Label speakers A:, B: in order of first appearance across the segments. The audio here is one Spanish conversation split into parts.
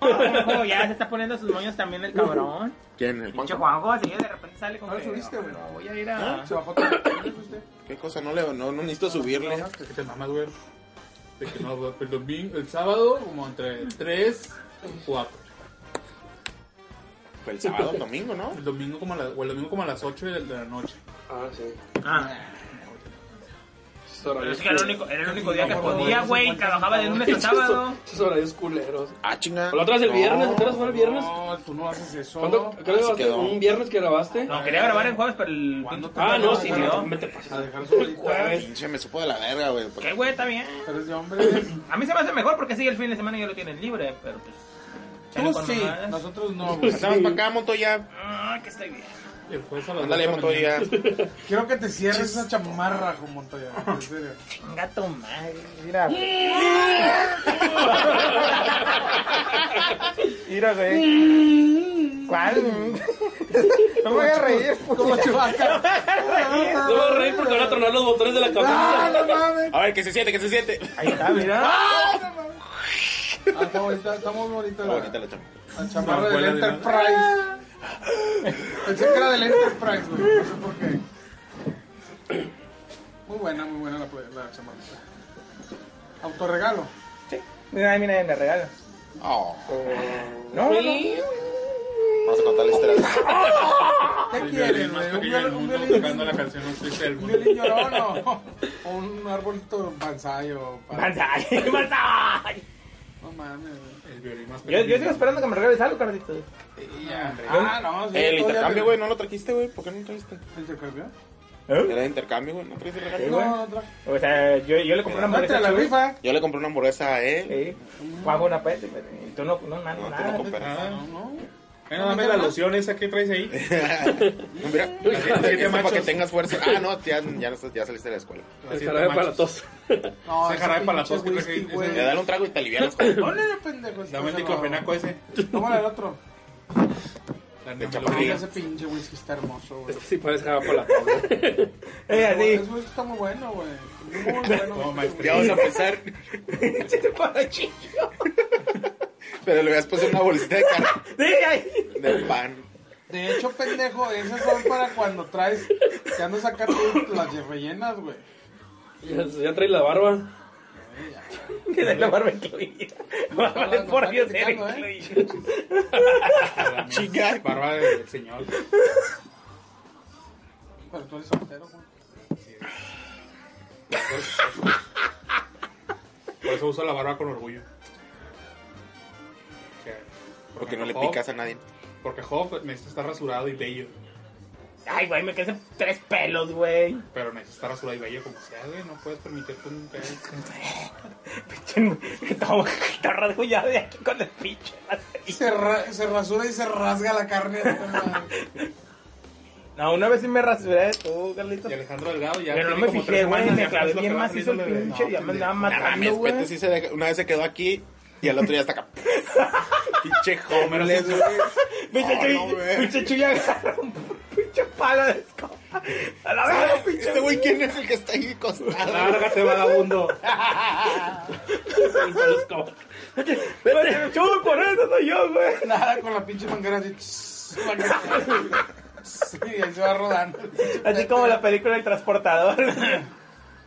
A: Juanjo, ya se está poniendo sus moños también el cabrón.
B: ¿Quién? ¿El
A: Pinche
B: Juanjo?
A: Juanjo, así de repente sale con
C: No lo
A: que,
C: subiste, ¿Ah?
A: "Ah,
C: güey.
A: no, voy a ir a...
C: Se bajó todo. ¿Quién es usted?
B: ¿Qué cosa? No, le, no, no necesito subirle.
D: Es que te mamas, güey. De que no, güey. El domingo, el sábado, como entre 3 y 4.
B: Fue el sábado, el domingo, ¿no?
D: El domingo como a la- o el domingo como a las 8 de la noche.
C: Ah, sí.
A: Ah,
C: Esos horarios
A: pero es que era el único, era el único día que
C: culeros.
A: podía, güey. Trabajaba de lunes a sábado.
C: Esos horarios culeros.
B: Ah, chinga.
C: La otra vez el
B: No.
C: viernes, ¿te acuerdas fue el viernes?
D: No, tú no haces eso.
C: ¿Cuándo? ¿Qué
B: así
C: grabaste?
B: quedó.
C: ¿Un viernes que grabaste?
A: No, quería grabar el jueves, pero el...
D: ¿Cuándo
A: pinche-
D: te-
C: Ah, no,
A: no,
C: sí,
A: no,
C: no.
A: no.
C: me te pasas.
D: A dejar solito.
C: Jueves.
B: Pinche, me supo de la verga, güey. pues.
A: ¿Qué, güey? Está bien.
D: Eres de hombres.
A: A mí se me hace mejor porque sigue el fin de semana y ya lo tienen libre, pero pues... chale
D: Tú
A: con
D: sí.
A: mamadas.
D: Nosotros no, güey.
B: Andamos para acá, Montoya.
A: Ah, que estoy bien.
D: Pues El juez a las
B: Ándale,
D: dos de la mañana.
B: Montoya.
D: Quiero que te cierres esa chamarra, Juan Montoya. En serio.
A: Gato madre, mira. Mira, güey. ¿Cuál? No me voy a reír,
C: Como chubaca. pues. No me voy a reír porque van a tronar los botones de la camisa.
D: no mames!
B: A ver, que se siente, que se siente.
A: Ahí está, mira.
D: Ah, está bonita, está muy bonita
B: Está
D: la,
B: Ah, bonita la chamba.
D: la chamarra
C: Abuela
D: del
C: de la-
D: Enterprise. Pensé que era del Enterprise, güey. No sé por qué. Muy buena, muy buena la, pla- la chamarrita. Autorregalo.
A: Mira, mira, me regalo.
B: Oh,
A: No, no, no.
B: vamos a contar la historia.
D: ¿Qué
C: quieren, güey? Un viol- un violín-
D: la canción más triste del
C: ¿Un violín llorón o- o un arbolito panzayo?
A: Manzai, manzai.
C: No mames, güey.
D: El violín más
A: Yo, yo sigo esperando que me regales algo, Carlitos.
C: Ah, no, sí,
B: El
C: todavía
B: intercambio,
C: te-
B: güey, ¿no lo trajiste, güey? ¿Por qué no lo trajiste?
C: ¿El intercambio?
B: Era de intercambio, güey. ¿No trajiste regalo?
C: No, no, tra-
A: O sea, yo, yo le compré una
C: Date
A: hamburguesa.
C: a la
A: a Chuy.
C: rifa.
B: Yo le compré una hamburguesa a él.
A: Sí. Juanjo una peste. y Tú no, no, no,
B: No, tú
A: nada.
B: no compras.
A: Ah,
C: No, no.
D: Bueno, Ah, dame la loción esa que traes ahí.
A: Eh,
B: Mira,
D: siete
B: esto para que
D: machos.
B: tengas fuerza. Ah, no, ya, ya, no- ya saliste de la escuela.
D: Así
E: El
D: de
E: jarabe para la
D: machos.
E: tos.
C: No,
D: Se
C: ese
D: jarabe para la
C: pinche
D: tos que traje-
C: whisky,
D: ese-
C: güey.
B: Le dale un trago y te alivianas.
C: Ponle, pendejo.
D: Dame el
C: este,
D: diclofenaco ese.
C: no. Tómale el otro.
D: La
B: De
D: Namelona.
C: Ay,
B: Diga.
C: ese pinche whisky está hermoso, güey.
E: Este sí parece jarabe para la tos. güey.
A: Eh,
C: Ese
A: así.
C: whisky está muy bueno, güey. Muy bueno.
D: No, maestro.
B: Ya vamos a empezar.
A: Se te pone chido.
B: Pero le voy a poner una bolsita de, car-
A: Sí, ahí.
B: de pan.
C: De hecho, pendejo, esas son para cuando traes. Te andas sacando las rellenas, güey.
E: Ya, ya trae la barba.
A: Que de la barba incluida. Barba
C: no,
A: por
C: no,
A: Dios,
C: está
A: era
C: criticando, ¿eh?
A: incluida. Ah,
D: La
B: Chica.
D: Barba del señor.
C: Pero tú eres soltero, güey.
D: Por eso uso la barba con orgullo. Que-
B: Porque no le
D: Job-
B: picas a nadie.
D: Porque Job me está rasurado y bello.
A: Ay, güey, me crecen tres pelos, güey.
D: Pero me está rasurado y bello como sea, güey. No puedes permitirte un pedo.
A: Pinche, todo, todo rasguñado de aquí con el pinche.
C: Se, ra- se rasura y se rasga la carne.
A: No, una vez sí me rasuré tú, Carlitos.
D: Y Alejandro Delgado ya.
A: Pero no
D: tiene
A: me
D: como
A: fijé,
D: tres
A: güey.
D: semanas,
A: Me
D: ya
A: clavé
D: es lo
A: bien
D: que va
A: más hizo el
D: saliendo de-
A: pinche. Ya me andaba
B: No
A: matando,
B: mames,
A: güey.
B: Pete sí se deja- una vez se quedó aquí y al otro día hasta acá. Pinche
D: Homero
B: homeless,
D: Simpson.
B: güey.
A: Pinche
B: Oh, no,
A: Chuy,
B: güey.
A: pinche Chuy agarra un pinche palo de escoba. A la verga, pinche.
B: Este güey, ¿quién es el que está ahí costado?
E: Lárgate, vagabundo.
A: Pero Chuy, por eso soy yo, güey.
C: Nada, con la pinche manguera así. tss, manguera. Sí, ahí se va rodando.
A: Así como la película El Transportador. güey.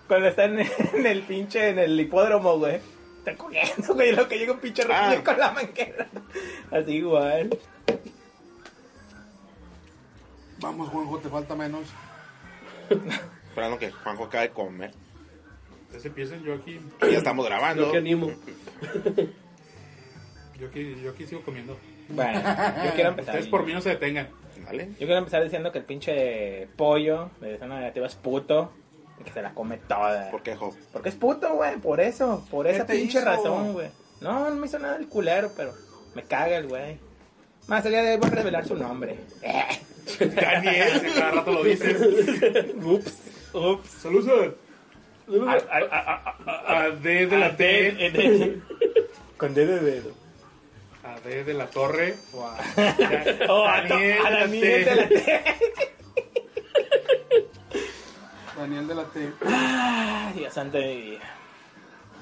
A: Cuando está en, en el pinche, en el hipódromo, güey. Está corriendo, güey. y Lo que llega un pinche
B: Ah.
A: reptil con la manguera. Así igual.
C: Vamos, Juanjo, te falta menos.
B: Esperando que Juanjo acabe de comer.
D: Entonces empiecen yo aquí.
B: Ya estamos grabando.
E: Yo que animo.
D: Yo aquí, yo aquí sigo comiendo.
A: Bueno, yo quiero empezar.
D: Ustedes por mí no se detengan.
B: Dale.
A: Yo quiero empezar diciendo que el pinche pollo de zona negativa es puto. Y que se la come toda.
B: ¿Por qué, Job?
A: Porque es puto, güey. Por eso. Por
C: ¿Qué
A: esa
C: te
A: pinche
C: hizo?
A: razón, güey. No, no me hizo nada el culero, pero me caga el güey. Más allá de ahí voy a revelar su nombre.
D: Daniel, si cada rato lo dices.
A: ups, ups.
D: Saludos
A: Al- al-
D: a, a- a- a D de la
A: eh.
D: T,
A: Con D de dedo.
D: a D de la Torre, o a,
A: Oh, a,
D: Daniel
A: to- a la
D: de la
A: niña de la
D: T.
A: T.
C: Daniel de la T.
A: Ay, Dios santo de mi vida.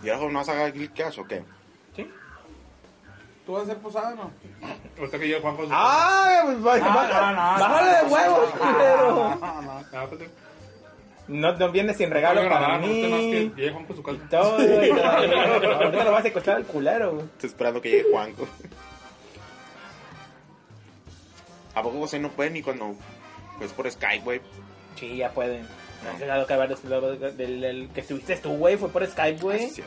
B: ¿Y ahora Job no vas a sacar el cash o qué?
A: ¿Sí?
C: ¿Tú vas a hacer posada o no?
D: Ahorita que llegue Juanjo.
A: ¡Ah! Pues, baja-
D: Ah,
A: baja-
D: no, no,
A: ¡Bájale de
D: no,
A: huevos, culero!
C: No, no.
D: Ah, pues, te-
A: No, no viene sin
D: te voy
A: regalo
D: a
A: para
D: grabar, ahorita más
A: mí.
D: que llegue Juanjo a su casa.
A: Todo, y todo. Ahorita lo vas a escuchar al culero, güey.
B: Estoy esperando que llegue Juanco. ¿A poco José no puede ni cuando es por Skype, güey?
A: Sí, ya pueden. No has dado que hablar de- de- de- del, del que estuviste tú, güey. Fue por Skype, güey.
B: Sí.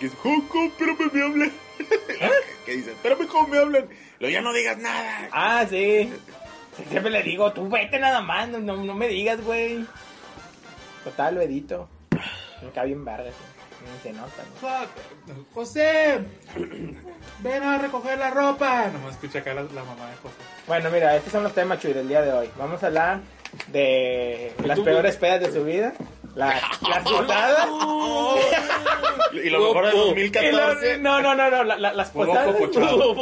B: Y es, Juanco, espérame, me hablan. ¿Qué dice? Espérame, ¿cómo me hablan? Lo ya no digas nada.
A: Ah, sí. Siempre le digo, tú vete nada más, no, no, no me digas, güey. Total, lo edito. Me cae bien verga. sí. Mm, Se nota, ¿no?
D: José, ven a recoger la ropa. Nomás escucha acá la, la mamá de José.
A: Bueno, mira, estos son los temas, Chuy, del día de hoy. Vamos a hablar de las
D: ¿Tú?
A: peores pedas de su vida. Las, las posadas.
B: Y lo mejor de
E: Loco.
A: Y la-
B: 2014.
A: Oh, no, no, no, no, la- la- las
D: Un loco
A: posadas.
D: pochado.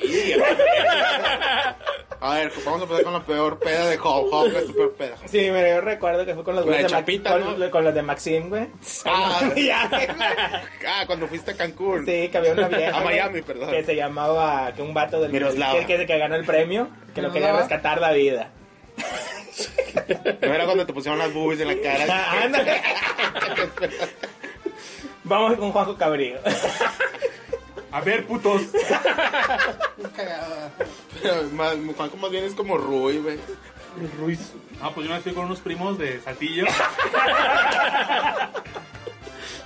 B: Sí, el- A ver, pues vamos a empezar con la peor peda de Hop Hop, la super peda.
A: Sí, mira, yo recuerdo que fue con los
B: La
A: güeyes de Max-
B: chapita,
A: con,
B: ¿no?
A: con los de Maxim, güey.
B: Ah,
A: Ya.
B: ah, cuando fuiste a Cancún.
A: Sí, que había una vieja.
B: A Miami,
A: güey,
B: perdón.
A: Que se llamaba, que un vato del
B: Miroslava.
A: que, que, que ganó el premio, que lo quería
C: Miroslava.
A: rescatar la vida.
B: No era cuando te pusieron las boobies en la cara.
A: Ah, ándale. Vamos con Juanjo Cabrillo.
D: A ver, putos.
C: Qué cagada.
B: Pero más, Juanco más bien es como Rui, güey.
E: Ruiz.
D: Ah, pues yo me fui con unos primos de Saltillo.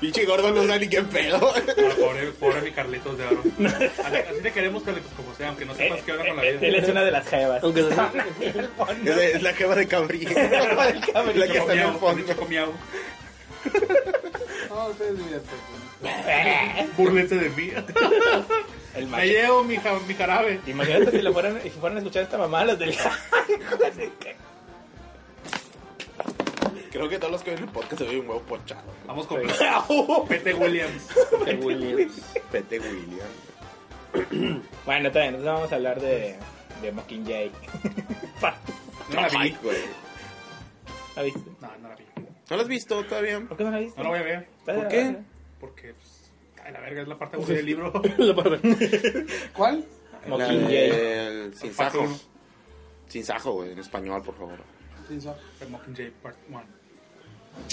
B: Pinche gordo no sabe ni qué pedo.
D: Ah, pobre, pobre mi Carlitos de oro. Así te queremos, Carlitos, como sea, aunque no sepas qué hora con la
A: Eh, Él
D: vida.
A: es una de las jevas.
E: Aunque se
B: Es, la- es la jeva de Cabrillo.
A: Cabrillo.
B: la que está en el fondo.
D: Chocomiao.
C: No, ustedes diviértanse.
D: Burlense de mí.
A: El
D: Me
A: macho.
D: llevo mi, ja- mi jarabe.
A: Imagínate si lo fueran, si fueran a escuchar esta mamá los del
B: Creo que todos los que ven el podcast se ven un huevo pochado.
D: Vamos con Pete Williams.
B: Pete William.
A: Bueno, también, entonces vamos a hablar de, de Mockingjay.
D: No la vi.
B: Ay, güey.
A: ¿La viste?
D: No, no la vi.
B: ¿No lo has visto todavía?
A: ¿Por qué no la viste?
D: No la voy a ver.
A: ¿Por
B: qué?
D: Porque, pues, ay, la verga es la parte aburrida del libro.
C: ¿Cuál?
B: La
A: Mockingjay.
B: del Sin
D: Parte
B: sajo.
D: uno.
B: Sin sajo, güey, en español, por favor.
C: Sí, son.
D: The Mockingjay Part 1.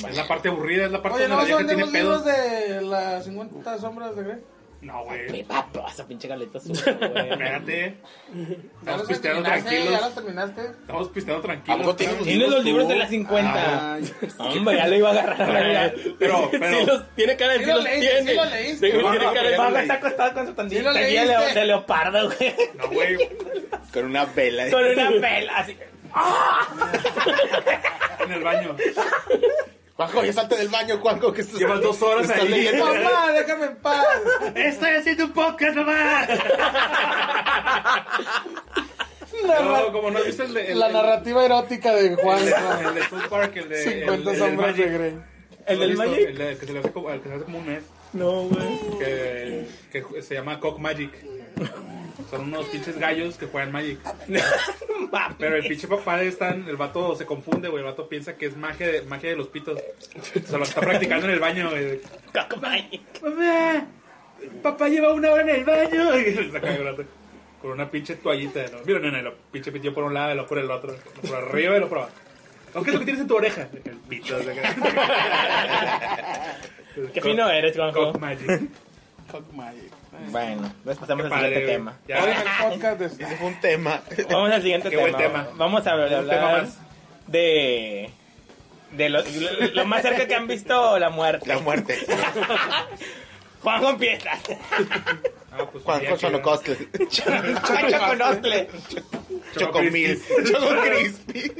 D: Es la parte aburrida, es la parte
C: Oye, ¿no
D: donde la
C: son de
D: vieja tiene
C: los libros
D: pedos.
C: de las 50 sombras de Grey?
D: No,
A: Qué
D: güey.
A: papo, esa pinche caleta sucia, güey.
D: Espérate.
C: Ya
D: Estamos
C: los
D: pisteando
C: terminaste, ya los
D: tranquilos.
C: terminaste.
D: Estamos pisteando
B: ¿A poco tienes
D: tranquilos.
A: Tiene los
B: tú?
A: libros de las 50.
B: Ay,
A: Hombre, ya lo iba a agarrar. la vida.
D: Pero,
E: Sí
D: pero.
E: los- tiene cara de
C: Sí
E: sí
C: lo
E: los
C: leíste,
E: tiene.
C: sí lo leíste.
E: Digo,
B: No,
E: tiene
B: no,
E: cara de-
B: pero-
A: Paco está acostado con su pandilla
C: Sí lo
A: de,
C: leíste.
A: leo- de leopardo, güey.
D: No, güey.
B: Con una vela.
A: Con una vela, así.
D: En el baño.
B: Juanjo, ya salte del baño, Juanjo, que estás...
D: Llevas dos horas
B: estás
D: ahí.
B: leyendo.
C: Mamá, déjame en paz.
D: Estoy haciendo un podcast, mamá. No, como no viste el de. el-
C: La
D: el-
C: narrativa erótica de Juan.
D: El de South Park, el de.
C: 50
D: el- el
C: sombras de
D: Magic.
C: Grey.
A: ¿El del
D: ¿Lo has visto?
A: Magic?
D: El de- que se le hace como, el que se le hace como un mes.
A: No, güey.
D: Que, que se llama Cock Magic. Son unos pinches gallos que juegan Magic. Pero el pinche papá de Stan, el vato se confunde, güey. El vato piensa que es magia de, magia de los pitos. Se lo está practicando en el baño, güey. Mamá, papá lleva una hora en el baño. Y se saca llorando. Con una pinche toallita. ¿no? Mira, nena, y lo pinche pitió por un lado y lo por el otro. Lo por arriba y lo por abajo. ¿O ¿Qué es lo que tienes en tu oreja? El pito. o sea, que-
A: Qué fino ¿eh? eres, Juanjo.
D: Cock Magic.
C: Fuck my.
A: Bueno, pues pasamos
D: Qué
A: al siguiente
D: padre, güey.
A: tema.
D: Ya.
C: Oye, el podcast de
B: Ese fue un tema.
A: Vamos al siguiente
D: Qué
A: tema.
D: buen tema.
A: Vamos a hablar
D: Un tema más.
A: de. De lo, lo- lo más cerca que han visto la muerte.
B: La muerte.
A: Juanjo empieza.
D: Ah, pues, un día
B: Juanjo
D: que-
B: Chonocoste.
A: Chacho con Ostle.
B: Chocomil. Choco Crispis.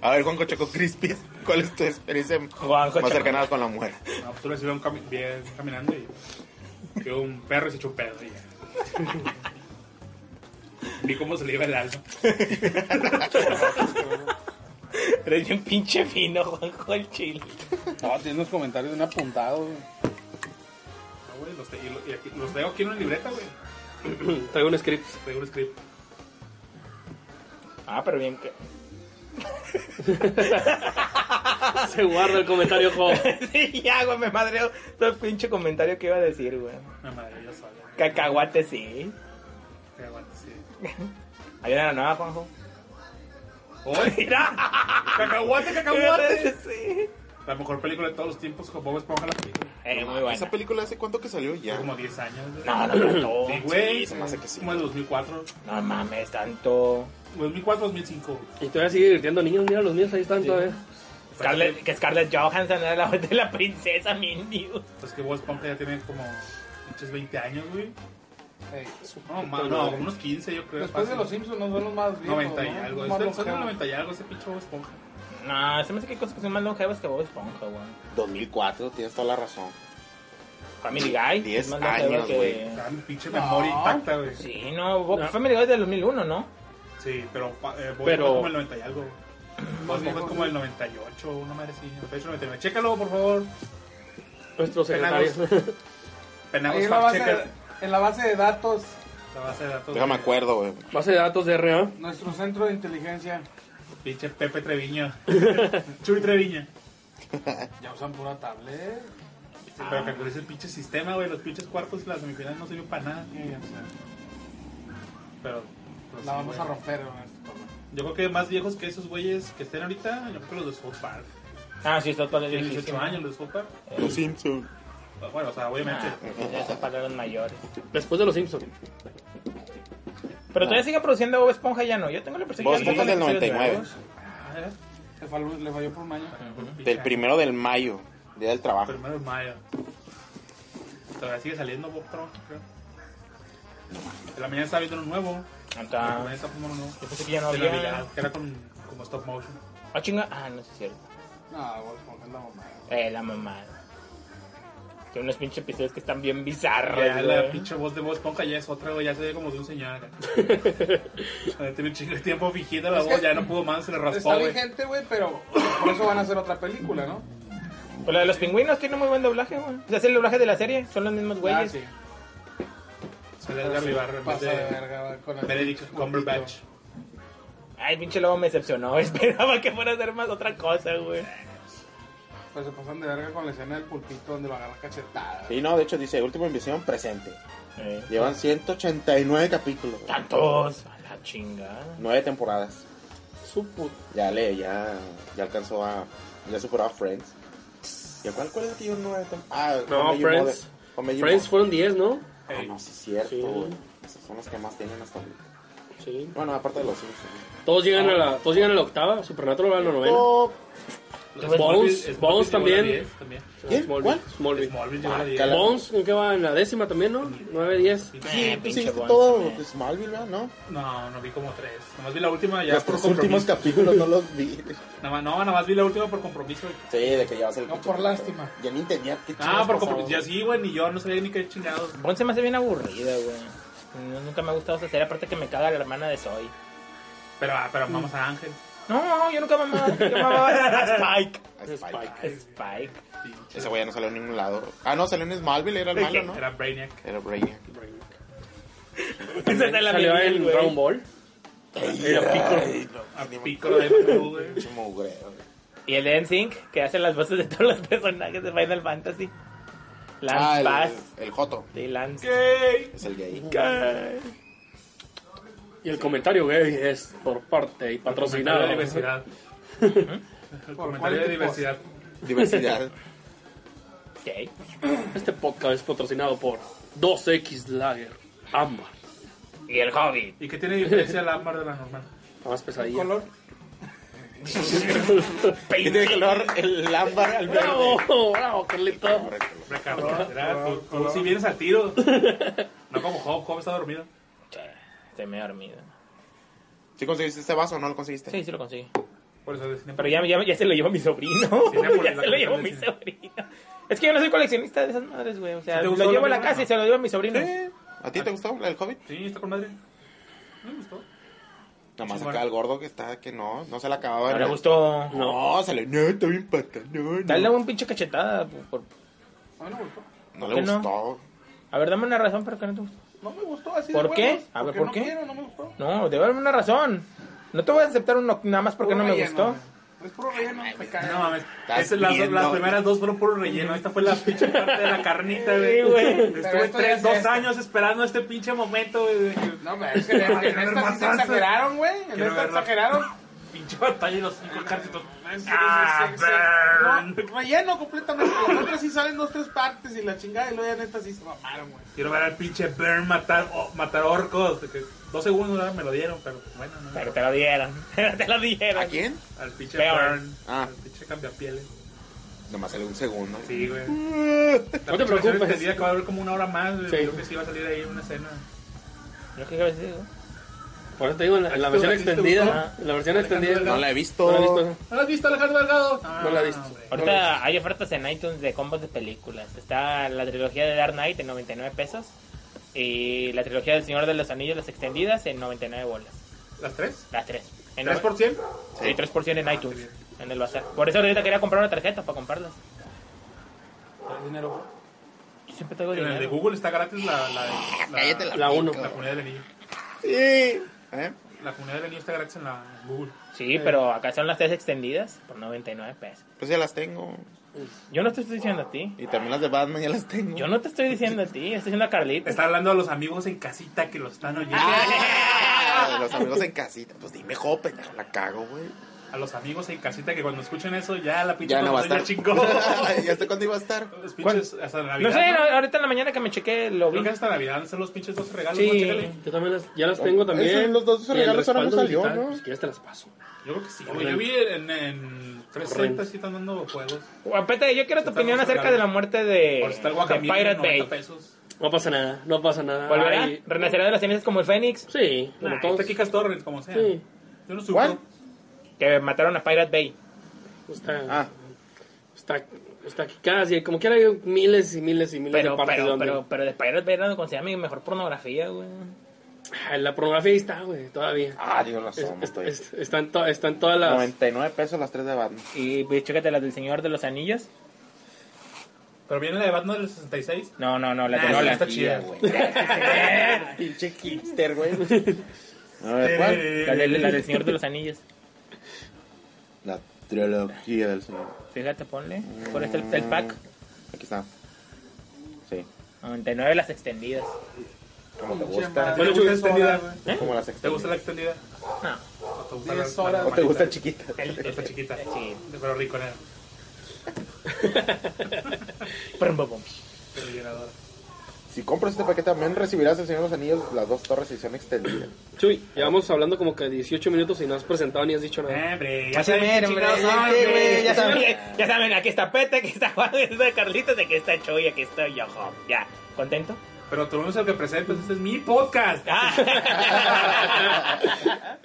B: A ver, Juanjo Choco Crispis, ¿cuál es tu experiencia
A: Juanjo Choco-
B: más cercana con la muerte?
D: No, pues tú ves, iba un cami- bien caminando y vio un perro y se echó un pedo. y ya. Vi cómo se le iba el alma.
A: Eres bien pinche fino, Juanjo el chile.
C: No, tiene unos comentarios bien apuntados. güey.
D: Ah, güey, los, te- y lo- y aquí- los tengo aquí en una libreta, güey.
E: Traigo un script.
D: Traigo un script.
A: Ah, pero bien que.
E: Se guarda el comentario, jo.
A: sí, ya, güey, me madreo todo el pinche comentario que iba a decir, güey.
D: Me madre, yo solo.
A: Cacahuate, sí.
D: Te aguanto, Este sí.
A: Hay una nueva, Juanjo.
D: ¡Oy!
A: Mira,
D: ¡Cacahuate, cacahuate!
A: sí.
D: La mejor película de todos los tiempos, con Bob Esponja la película.
A: Eh, muy buena.
B: ¿Esa película hace cuánto que salió ya?
D: Fue como 10 años. güey.
A: No, no, tanto.
D: Sí, güey.
B: Sí, se me hace que sí.
D: Como el 2004.
A: No mames, tanto.
D: 2004, 2005.
E: Y todavía sigue divirtiendo niños. Mira, los niños ahí están todavía.
D: Pues
A: Scarlett, que Scarlett Johansson era la voz de la princesa, Mindy.
D: Pues que Bob Esponja ya tiene como pinches 20 años, güey.
C: Ey,
D: No, ma- no, como unos 15, yo creo.
C: Después de
D: fácil.
C: los Simpsons nos son los más viejos.
D: 90 y
C: ¿no?
D: algo.
C: Más
D: Es del- Son del
C: longevos.
D: 90 y algo, ese pinche Bob Esponja.
A: No, se me hace que hay cosas que son más longevas que Bob Esponja, güey.
B: 2004, tienes toda la razón.
A: Family Guy.
B: Diez
A: es más longeva
B: años, güey.
D: O sea, mi pinche memoria
C: No.
D: intacta, güey. Sí.
A: Sí, no, Bob-
E: No.
A: Family Guy es del 2001, ¿no?
D: pero pa- eh,
E: Pero-
D: Bob Esponja es como el 90 y algo. Bob Esponja es como el 98, una madre así. 98, 99. Chécalo, por favor.
E: Nuestros secretarios.
D: Penagos,
C: Ahí en la,
D: fact
C: base
D: checker.
C: de, en la base de datos,
D: La base de datos.
B: Déjame
D: de-
B: acuerdo, güey.
E: Base de datos de RA.
C: nuestro centro de inteligencia,
D: Pinche Pepe Treviño. Chuy Treviño.
C: ya usan pura tablet. Ah.
D: Pero que con ese pinche sistema, güey, los pinches cuartos y las semifinales no sirvió para nada. güey, o sea. Pero. pero
C: La
D: sí,
C: vamos
D: güey.
C: a romper en este programa.
D: Yo creo que más viejos que esos güeyes que estén ahorita, yo creo que los de South Park.
A: Ah, sí, South Park es
D: Tienen
A: viejísimo.
D: 18 años los de South Park.
B: Los Simpsons.
D: Bueno, o sea, obviamente.
A: Ah, ya son palabras mayores.
E: Después de los Simpsons.
D: Ah.
A: Pero todavía sigue produciendo Bob Esponja, ya no. Yo tengo la impresión
B: Bob
A: que ya no
B: Esponja es del
A: salen episodios nuevos.
B: 99.
D: Ah, ¿eh?
C: Le falló, Este le falló por un año.
B: Del primero del mayo, día del trabajo.
D: Primero de mayo. Todavía sigue saliendo Bob Trump, creo. En la mañana está viendo uno nuevo. En la mañana
A: Anta.
D: está poniendo uno nuevo.
A: Yo pensé que ya no
D: De Navidad,
A: había.
D: que era con, como stop motion.
A: Ah, chinga. Ah, no, sí es cierto.
C: No, Bob Esponja es la mamá.
A: Eh, la mamá. Tiene unos pinches episodios que están bien
D: Ya
A: bizarros,
D: la
A: güey.
D: pinche voz de Bob Esponja ya es otra, güey. Ya se ve como de un señor acá. Ahora Tiene un chingo de tiempo fingiendo la
C: Es que-
D: voz. Ya no pudo más, se le raspó,
C: Está
D: güey.
C: vigente, güey, pero por eso van a hacer otra película, ¿no?
A: Pero Pues la de los pingüinos tiene muy buen doblaje, güey. O sea, es el doblaje de la serie. Son los mismos
C: Ah,
A: güeyes.
C: sí.
D: Sale Edgar Ibarra en vez
C: Pasa de
D: de
C: verga güey, con el
D: Benedict Cumberbatch.
A: Ay, pinche lobo me decepcionó. Esperaba que fuera a ser más otra cosa, güey.
C: Pues se pasan de verga con la escena del pulpito donde lo agarra cachetada.
B: Sí, no, de hecho dice, última inversión presente.
A: Eh,
B: Llevan 189 capítulos.
A: Ah. Tantos. A la chingada.
B: Nueve temporadas.
E: Su puta.
B: Ya le, ya, ya alcanzó a. Ya superó a Friends. ¿Y a cuál, cuál es el que lleva nueve temporadas? Ah, How
E: No,
B: I Met Your
E: Friends.
B: Mother. How I Met Your
E: Friends
B: Mother.
E: fueron 10, ¿no?
B: Ah, no, sí, es cierto,
E: Sí.
B: güey. Esas son las que más tienen hasta ahorita.
E: Sí.
B: Bueno, aparte de los Simpsons.
E: Todos llegan, a la, todos llegan a la octava. Supernatural va a la novena.
B: Oh,
D: Los
E: Bones,
D: Smallville-
E: Bones
D: Smallville
E: también.
D: llegó a la 10 también.
B: ¿Quién?
E: Smallville.
B: ¿Cuál?
E: Smallville.
D: Smallville
C: Ah,
D: llegó a la 10.
B: Bacala.
E: Bones, ¿en qué va? En la décima también, ¿no? 9, 10.
A: Eh,
B: ¿Tú pues sí
A: pinche
B: viste
A: Bones
B: todo
A: también.
B: de Smallville, ¿verdad? ¿no?
D: No, no vi como tres. Nomás vi la última ya
B: los
D: por
B: tres
D: compromiso.
B: últimos capítulos no los vi.
D: Nada más, no, nada más vi la última por compromiso. güey.
B: Sí, de que llevas el
C: No,
B: pinche-
C: por lástima.
B: Ya ni entendía qué
D: Ah,
B: chingados
D: por
B: pasaba.
D: compromiso. Ya sí, güey, ni yo, no sabía ni qué chingados.
A: Bon se me hace bien aburrida, güey. No, nunca me ha gustado esa serie. Aparte que me caga la hermana de Zoe.
D: Pero, ah, pero vamos a Ángel.
A: No, yo nunca mamaba. Yo mamaba a Spike.
B: Ah, Spike.
E: Spike.
A: Spike.
D: Pinche.
B: Ese güey ya no salió en ningún lado. Ah, no, salió en Smallville, era el malo, ¿no?
D: Era Brainiac.
B: Era Brainiac.
A: Esa es la
E: Salió
A: Miguel,
E: en
A: güey.
E: Dragon Ball. Era Piccolo.
D: A Piccolo de Perú, güey.
B: Pinche mugrero.
A: Y el de NSYNC, que hace las voces de todos los personajes de Final Fantasy. Lance
B: Ah,
A: Bass.
B: el, el Joto.
A: Sí, Lance.
D: Gay.
B: Es el gay.
E: Y el comentario gay es por parte y
D: Patrocinado.
E: patrocinado.
D: de diversidad. El
C: ¿Por cuál
D: comentario de
C: equipo?
D: diversidad.
B: Diversidad.
A: Ok.
E: Este podcast es patrocinado por 2X Lager. Ámbar.
A: Y el Hobbit.
D: ¿Y qué tiene diferencia el ámbar de la normal?
E: Nada más pesadilla.
C: color.
B: ¿Qué tiene color? El ámbar, el verde.
E: ¡Bravo! ¡Bravo, Carlito!
B: Correcto.
D: Hombre, cabrón, era- tú- Tú si vienes al tiro. No como Job, Job está dormido.
A: Che, Estoy medio Este, dormido.
B: ¿Sí conseguiste este vaso o no lo conseguiste?
A: Sí, sí lo consigo.
D: Por eso es
A: Pero ya, ya, ya se lo lleva mi sobrino.
D: Cinépolis,
A: ya
D: la
A: se lo lleva
D: colección
A: mi
D: de cine.
A: sobrino. Es que yo no soy coleccionista de esas madres, güey. O sea,
D: ¿Sí te
A: lo
D: gustó la
A: llevo a la
D: película?
A: casa y se lo llevo a mi sobrino.
B: Sí. ¿A ti te gustó la del COVID?
D: Sí, está con madre. Me gustó.
B: Nomás
D: Sí, bueno.
B: acá el gordo que está, que no, no se la acababa.
A: No le
B: No,
A: gustó.
B: no salió, no, está bien pata, no,
A: Dale
B: no.
A: un pinche cachetada. Por, por-
C: A mí no me gustó.
B: No
A: ¿Por
B: le
A: qué no?
B: gustó.
A: A ver, dame una razón para que no te gustó.
C: No me gustó así. de
A: ¿Por qué?
C: huevos,
A: A ver,
C: porque
A: ¿por qué?
C: No quiero, no me gustó.
A: No, debe haber una razón. No te voy a aceptar uno nada más porque no
C: Puro
A: me
C: relleno,
A: gustó.
C: güey. Es puro relleno, me cae.
D: No mames.
B: Estás
D: Esas- las,
B: viendo.
D: las primeras dos fueron puro relleno. Esta fue la pinche parte de la carnita,
E: Sí,
D: güey.
E: güey.
C: Pero
D: Estuve
C: esto ya
D: tres,
C: es
D: dos
C: esto.
D: años esperando este pinche momento, güey. de que-
C: No, pero es que en
D: Quiero ver
C: esta sí se
D: matanza.
C: exageraron, güey. En
D: Quiero
C: esta
D: verla.
C: exageraron.
D: Pinche batalla y los cinco ejércitos.
C: Sí, sí,
D: Ah,
C: sí, sí.
D: burn.
C: No, relleno completamente. Las otras sí salen dos, tres partes y la chingada. Y luego ya en esta sí se mamaron, güey.
D: Quiero ver al pinche Burn matar, o- matar orcos. de que dos segundos ahora me lo dieron, pero bueno, no.
A: Pero te lo dieron. Pero te lo dieron.
B: ¿A quién?
D: Al pinche
A: Burn.
D: Burn.
B: Ah.
D: Al pinche cambiapieles.
B: Nomás sale un segundo.
D: Sí, güey.
E: No te preocupes.
D: Tendría que va a haber como una hora más, güey.
E: Sí.
D: Creo que sí va a salir ahí una escena.
A: Yo creo que había sido.
E: Por eso te digo, en la, en la
D: ¿Aquí
E: versión
D: tú- aquí tú-
E: extendida. En la versión extendida.
B: No la he
E: No
B: visto.
E: la he visto.
D: ¿No la has visto, Alejandro Delgado?
C: Ah,
E: No la he visto.
D: Ah, güey.
A: Ahorita hay ofertas en iTunes de combos de películas. Está la trilogía de Dark Knight en 99 pesos. Y la trilogía del Señor de los Anillos, las extendidas, en 99 bolas.
D: ¿Las tres?
A: Las tres. En
D: ¿Tres por Ah, cien?
A: Sí, 3% en iTunes,
D: bien.
A: en el bazar. Por eso ahorita quería comprar una tarjeta para comprarlas.
D: dinero?
A: Yo siempre tengo
D: En el de
A: dinero.
D: Google está gratis la... la, la-
B: Ah, Cállate la
E: La uno.
B: boca.
D: La comunidad del anillo.
B: Sí. ¿Eh?
D: La comunidad del anillo está gratis en la en Google.
A: Sí, pero acá son las tres extendidas por 99 pesos.
B: Pues ya las tengo.
A: Yo no te estoy diciendo a ti.
B: Y también las de Batman ya las tengo.
A: Yo no te estoy diciendo a ti, estoy diciendo a Carlita.
D: Está hablando a los amigos en casita que lo están oyendo.
B: Ah, Los amigos en casita. Pues dime, jo, pendejo, la cago, güey.
D: A los amigos en casita que cuando escuchen eso ya la pinche
B: Ya no va a
D: consola
B: estar.
D: ya chingó.
B: ya hasta cuándo iba a estar.
D: Los pinches hasta Navidad.
A: No sé,
D: ¿no?
A: ahorita en la mañana que me chequé lo vi.
D: Creo que hasta Navidad son los pinches dos regalos. ¿no?
A: Sí.
D: Chécale.
E: Yo también las, ya las tengo también.
B: Esos- los dos
E: Y el
B: regalos ahora no
E: respaldo
B: salió,
E: digital,
B: ¿no?
E: pues, Si quieres te las paso.
D: Yo creo que sí, güey.
E: Correcto.
D: Yo vi en, en 360 sí están dando juegos.
A: Guapete, yo quiero tu
D: Estamos
A: opinión acerca
D: hablando.
A: de la muerte de,
D: Por si está el
A: de
D: guacamole,
A: Pirate
D: 90
A: Bay.
D: pesos.
E: No pasa nada, no pasa nada.
D: Ah,
A: ¿Volverá?
E: Ay,
A: ¿Renacerá de las cenizas como el Fénix?
E: Sí, como
D: Nah,
E: todos.
D: está Kikas Torres, como sea.
E: Sí.
D: Yo no subo.
B: ¿Cuál?
A: Que mataron a Pirate Bay.
E: Está,
B: Ah,
E: está, está Kikaz y como quiera hay miles y miles y miles de
A: Pero,
E: partes
A: pero,
E: donde...
A: pero, pero de Pirate Bay era donde conseguía mi mejor pornografía, güey.
E: Ah, la pornografía ahí está, güey, todavía.
B: ah digo, las
E: Es-
B: son.
E: es-
B: estoy-
E: es- está, en to- está en todas las...
B: 99 pesos las tres de Batman.
A: Y pues, chécate las del Señor de los Anillos.
D: Pero viene la de Batman del 66.
A: No, no, no, la
D: Ah,
A: de Nolan.
D: está chida.
B: Pinche hipster, güey. A
D: Eh,
B: ver, ¿cuál?
D: eh,
A: La, de- la del Señor de los Anillos.
B: La trilogía del señor. Mm,
A: Fíjate, ponle. Por este el, el pack.
B: Aquí está. Sí.
A: 99 las extendidas.
B: Como te gusta.
D: ¿No le gusta la extendida?
A: ¿Eh?
B: Como las
D: ¿Te gusta
B: extendidas.
D: la extendida?
A: No.
D: ¿O te gusta
C: Diez
D: la-
C: horas.
D: la
B: ¿O te gusta
D: normalita?
B: chiquita?
D: Está chiquita.
A: Sí.
D: Pero riconera.
A: Prum, pum, pum.
D: Pero llenadora.
B: Si compras este paquete también recibirás el Señor de los Anillos, las dos torres edición extendida.
E: Chuy, llevamos hablando como que 18 minutos y no has presentado ni has dicho nada.
D: Eh, hombre,
A: Ya
D: Ah, ya sabes
A: saben,
D: qué
A: hombre,
D: chingados
A: ya
D: son,
A: saben,
D: güey.
A: ya saben, ya saben, aquí está Pete, aquí está Juan, aquí está Carlitos, aquí está Choy, aquí estoy yo, jo. Ya, ¿contento?
D: Pero tú no eres el que presentas, este es mi podcast.
A: Ah.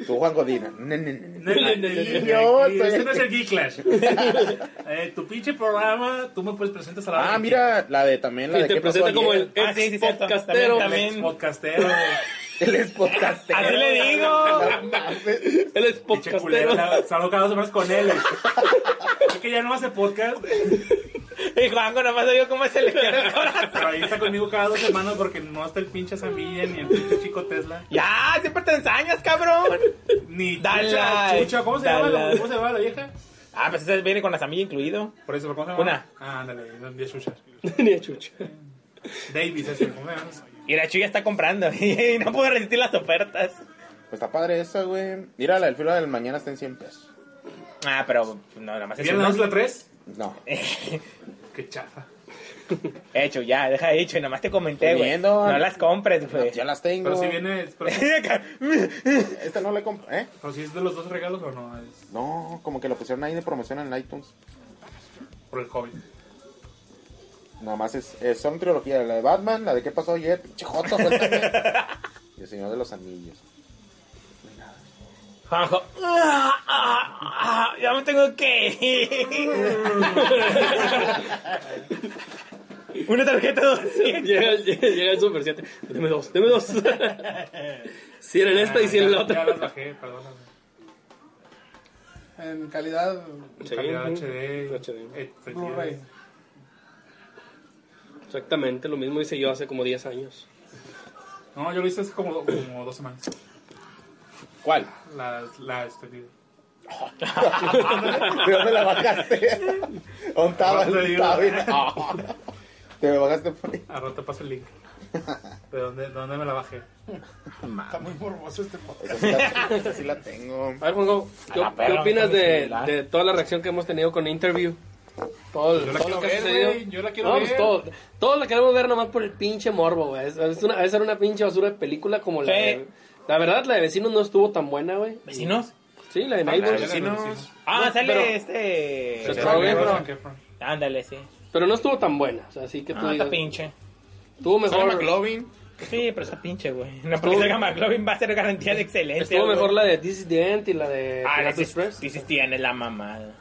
B: Tú, Juan Godina. Ne, ne, ne,
D: No,
B: ne.
D: no, no,
B: Yo
D: no, no, Este
B: soy-
D: no es el Geek Clash. Eh, tu pinche programa, tú me puedes presentar a la
B: Ah, mira, la de también la
E: Y
B: de
E: te
B: qué pasó
E: presenta como el
B: ayer.
A: Ah, sí, sí,
E: ex
A: cierto.
E: podcastero.
A: También,
D: Ex podcastero.
B: Él es podcastero.
A: Así le digo.
B: No mames. Pues
E: El ex
D: Pinche
E: podcastero.
D: culera. Salgo cada dos semanas con él. Creo que ya no hace podcast,
A: Y Juanjo nomás oigo cómo se le queda el corazón.
D: pero ahí está conmigo cada dos semanas porque no está el pinche Samilla ni el pinche chico Tesla.
A: Ya, siempre te ensañas, cabrón.
D: Ni
A: Dale.
D: Chucha, Chucha, ¿cómo se llama? la-
A: Dale.
D: ¿Cómo se llama la vieja?
A: Ah, pues ese viene con la samilla incluido.
D: Por eso, ¿cómo se llama?
A: Una.
D: Ah, ándale, no es Chucha.
E: Ni a Chucha.
D: Davis, ese, ¿cómo se llama?
A: Y la chuya está comprando y no puedo resistir las ofertas.
B: Pues está padre esa, güey. Mira, la del filo del mañana está en 100 pesos.
A: Ah, pero no, nada más es
D: ¿Vieron la
A: una.
D: dos y la tres?
B: No.
D: Qué chafa.
A: Hecho, ya, deja de hecho, y nada más te comenté,
B: Estoy
A: güey.
B: viendo.
A: No las compres, güey.
B: Ya las tengo.
D: Pero si viene, pero,
B: Esta no la compré. ¿Eh?
D: pero si es de los dos regalos o no, es
B: No, como que lo pusieron ahí de promoción en iTunes.
D: por el COVID.
B: Nada más es, es- son trilogía, la de Batman, la de qué pasó ayer, pinche joto, suéltame. y el Señor de los Anillos.
A: Juanjo, ah, ah, ah, ya me tengo que ir. Una tarjeta de 200.
E: Llega, el- llega el Super 7. Deme dos, deme dos. Cien en esta y cien en la
D: Ah, Ya- Ya las
E: otra.
D: bajé, perdóname.
C: En calidad
E: Sí,
D: Calidad
E: ujú.
D: HD.
E: HD.
D: eh, felicidades.
C: Blu-ray.
E: Exactamente, lo mismo hice yo hace como 10 años.
D: No, yo lo hice hace como, como dos semanas.
B: ¿Cuál?
D: La, la extendida.
B: ¿De dónde la bajaste? ¿Dónde estaba?
D: No te digo.
B: Estaba bien. Ah. Te lo bajaste por ahí.
D: Al rato paso el link. ¿De dónde, de dónde me la bajé?
C: Está muy morboso este podcast.
B: Esa sí la- esa sí la tengo.
E: A ver, Juanjo, ¿qué,
A: Ah,
E: qué
A: perro,
E: opinas
A: está muy
E: de,
A: similar.
E: de toda la reacción que hemos tenido con Interview? Todo,
D: Yo
E: todo
D: la quiero
E: lo que ha
D: ver,
E: sucedido.
D: güey, yo la quiero
E: No, pues,
D: ver.
E: todo, todo la queremos ver nomás por el pinche morbo, güey. Es, es una, esa era una pinche basura de película como la
A: Sí.
E: de... La verdad, la de Vecinos no estuvo tan buena, güey.
A: ¿Vecinos?
E: Sí, la de
B: La de
E: Neighbors.
B: vecinos.
A: Ah,
E: Bueno,
A: sale
E: pero-
A: este.
E: Se
B: Zac
E: trabó bien,
B: Efron.
E: pero-
D: Zac Efron.
A: Ándale, sí.
E: Pero no estuvo tan buena. O sea, así que tú
A: Ah,
E: digas...
A: está pinche.
E: Estuvo
B: Sale
E: mejor,
B: McLovin.
A: Sí, pero está pinche, güey. No porque salga McLovin va a ser garantía de excelencia.
E: estuvo
A: este, güey.
E: mejor la de This is the End y la de
A: Ah,
E: Pilates Express.
A: dices, tienes la mamada.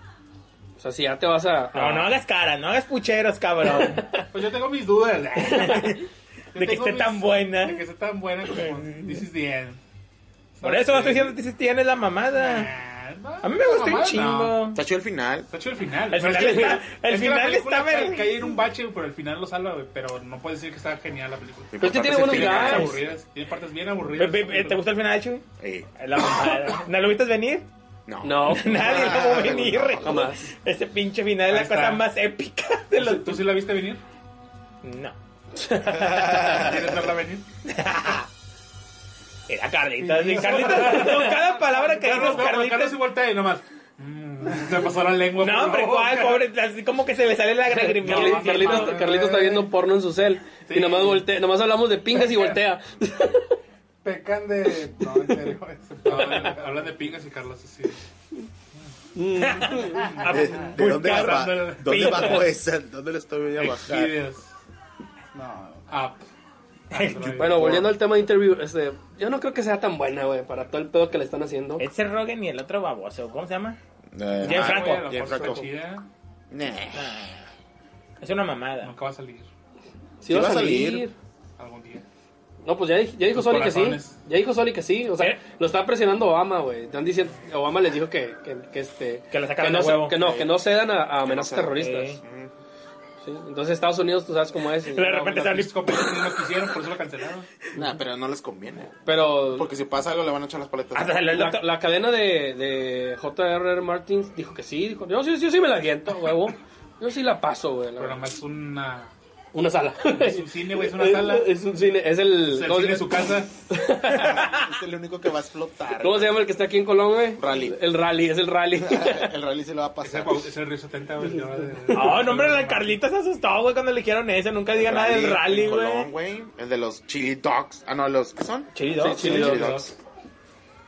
E: O sea, si ya te vas a...
A: No, no hagas cara, no hagas pucheros, cabrón.
D: Pues yo tengo mis dudas. Yo
A: De que
D: tengo
A: esté tan buena.
D: De que esté tan buena como This is the end.
A: Por eso no estoy diciendo, dices, tienes la mamada.
D: Ah, no,
A: A mí me gustó un
D: mamada, no.
A: chingo.
B: Está chido el final.
D: Está chido el final.
A: El
D: Pero
A: final
D: es que-
A: está- el
D: es que la
A: final
D: película
A: está
D: cae-
A: ver-
D: Cae en un bache, pero el final lo salva, güey. Pero no puedes decir que está genial la película.
B: Sí,
E: Pero sí
B: aparte
E: tiene
B: es el
E: buenos
D: Tiene partes
B: final.
E: guys.
D: aburridas. Tiene partes bien
A: Ve-
D: aburridas.
A: ve- ve, ¿Te gusta el final, Chuy?
B: Eh,
A: Es La mamada. ¿No lo viste venir?
B: No.
E: No.
A: Nadie lo va a venir.
E: Ah, Jamás.
A: Ese pinche final es
D: Ahí
A: la
D: está.
A: cosa más épica de los...
D: ¿Tú sí la viste venir?
A: No.
D: ¿Quieres verla venir?
A: Era Carlitos. y Carlitos, con cada palabra que dices,
D: Carlos, Carlos, Carlos
A: Carlitos...
D: se voltea y nomás. mm, Se pasó la lengua. por
A: No, hombre,
D: la
A: ¿cuál?
D: boca.
A: Pobre, así como que se le sale la lagrimita.
E: Carli-
D: no,
E: Carlitos,
D: no, no,
E: Carlitos está viendo porno en su cel.
D: Sí.
E: Y nomás, voltea, nomás hablamos de pingas y voltea.
C: Pecan de. No, en serio.
D: No, hablan de pingas y Carlos así.
B: ¿De,
A: Ah,
B: de
A: pues,
B: dónde, la ba-
D: Buscando el-
B: ¿Dónde bajo esa? ¿Dónde la estoy voy a bajar?
D: Exhibias.
C: No.
D: Up.
E: Bueno, volviendo al tema de interview, este, yo no creo que sea tan buena, güey, para todo el pedo que le están haciendo.
A: Ese Rogen y el otro baboso, ¿cómo se llama?
B: Eh,
A: James
B: ah,
A: Franco.
D: Franco.
B: James Franco.
D: chida.
B: Nah.
A: Es una mamada.
D: Nunca va a salir.
E: Si va a
B: va a
E: salir.
B: salir.
D: Algún día.
E: No, pues ya, dij- ya dijo
D: Tus
E: Soli que sí.
D: corazones.
E: Ya dijo Soli que sí. O sea,
A: ¿Eh?
E: lo está presionando Obama, güey. Están diciendo, Obama les dijo que, que, que este.
A: Que la sacaran
E: no,
A: de
E: se-
A: huevo.
E: que no, que no cedan a, a amenazas
B: cedan,
E: terroristas.
A: eh.
E: Sí, Entonces Estados Unidos, tú sabes cómo es. y-
A: De repente
D: Los
A: sale...
D: pinches competencias no quisieron, por eso lo cancelaron.
B: Nah, pero no les conviene.
E: Pero
B: Porque si pasa algo le van a echar las paletas.
A: Hasta salió el
E: la,
A: otro...
E: la cadena de, de J.R.R. Martins dijo que sí. Dijo, yo, sí, yo sí me la aviento, huevo. Yo sí la paso, güey. la
D: Pero
E: verdad.
D: nada más una.
E: Una sala.
D: Es un cine, güey, es una sala.
E: Es, un cine, es el.
D: Es el
E: ¿cómo,
D: cine
E: se-
D: de su casa.
B: es el único que va a explotar.
E: cómo se llama el que está aquí en Colón, güey?
B: Rally.
E: El rally, es el rally.
B: el rally se lo va a
D: Es el,
B: pasar.
D: es el Río 70, güey.
A: Ah, no, hombre, el Carlitos se asustó, güey, cuando le dijeron eso. Nunca diga nada del rally,
B: el Colón,
A: güey.
B: güey. El de los chili dogs. Ah, no, los. ¿Qué son?
A: Chido.
E: Sí, chili
B: Los
E: dogs.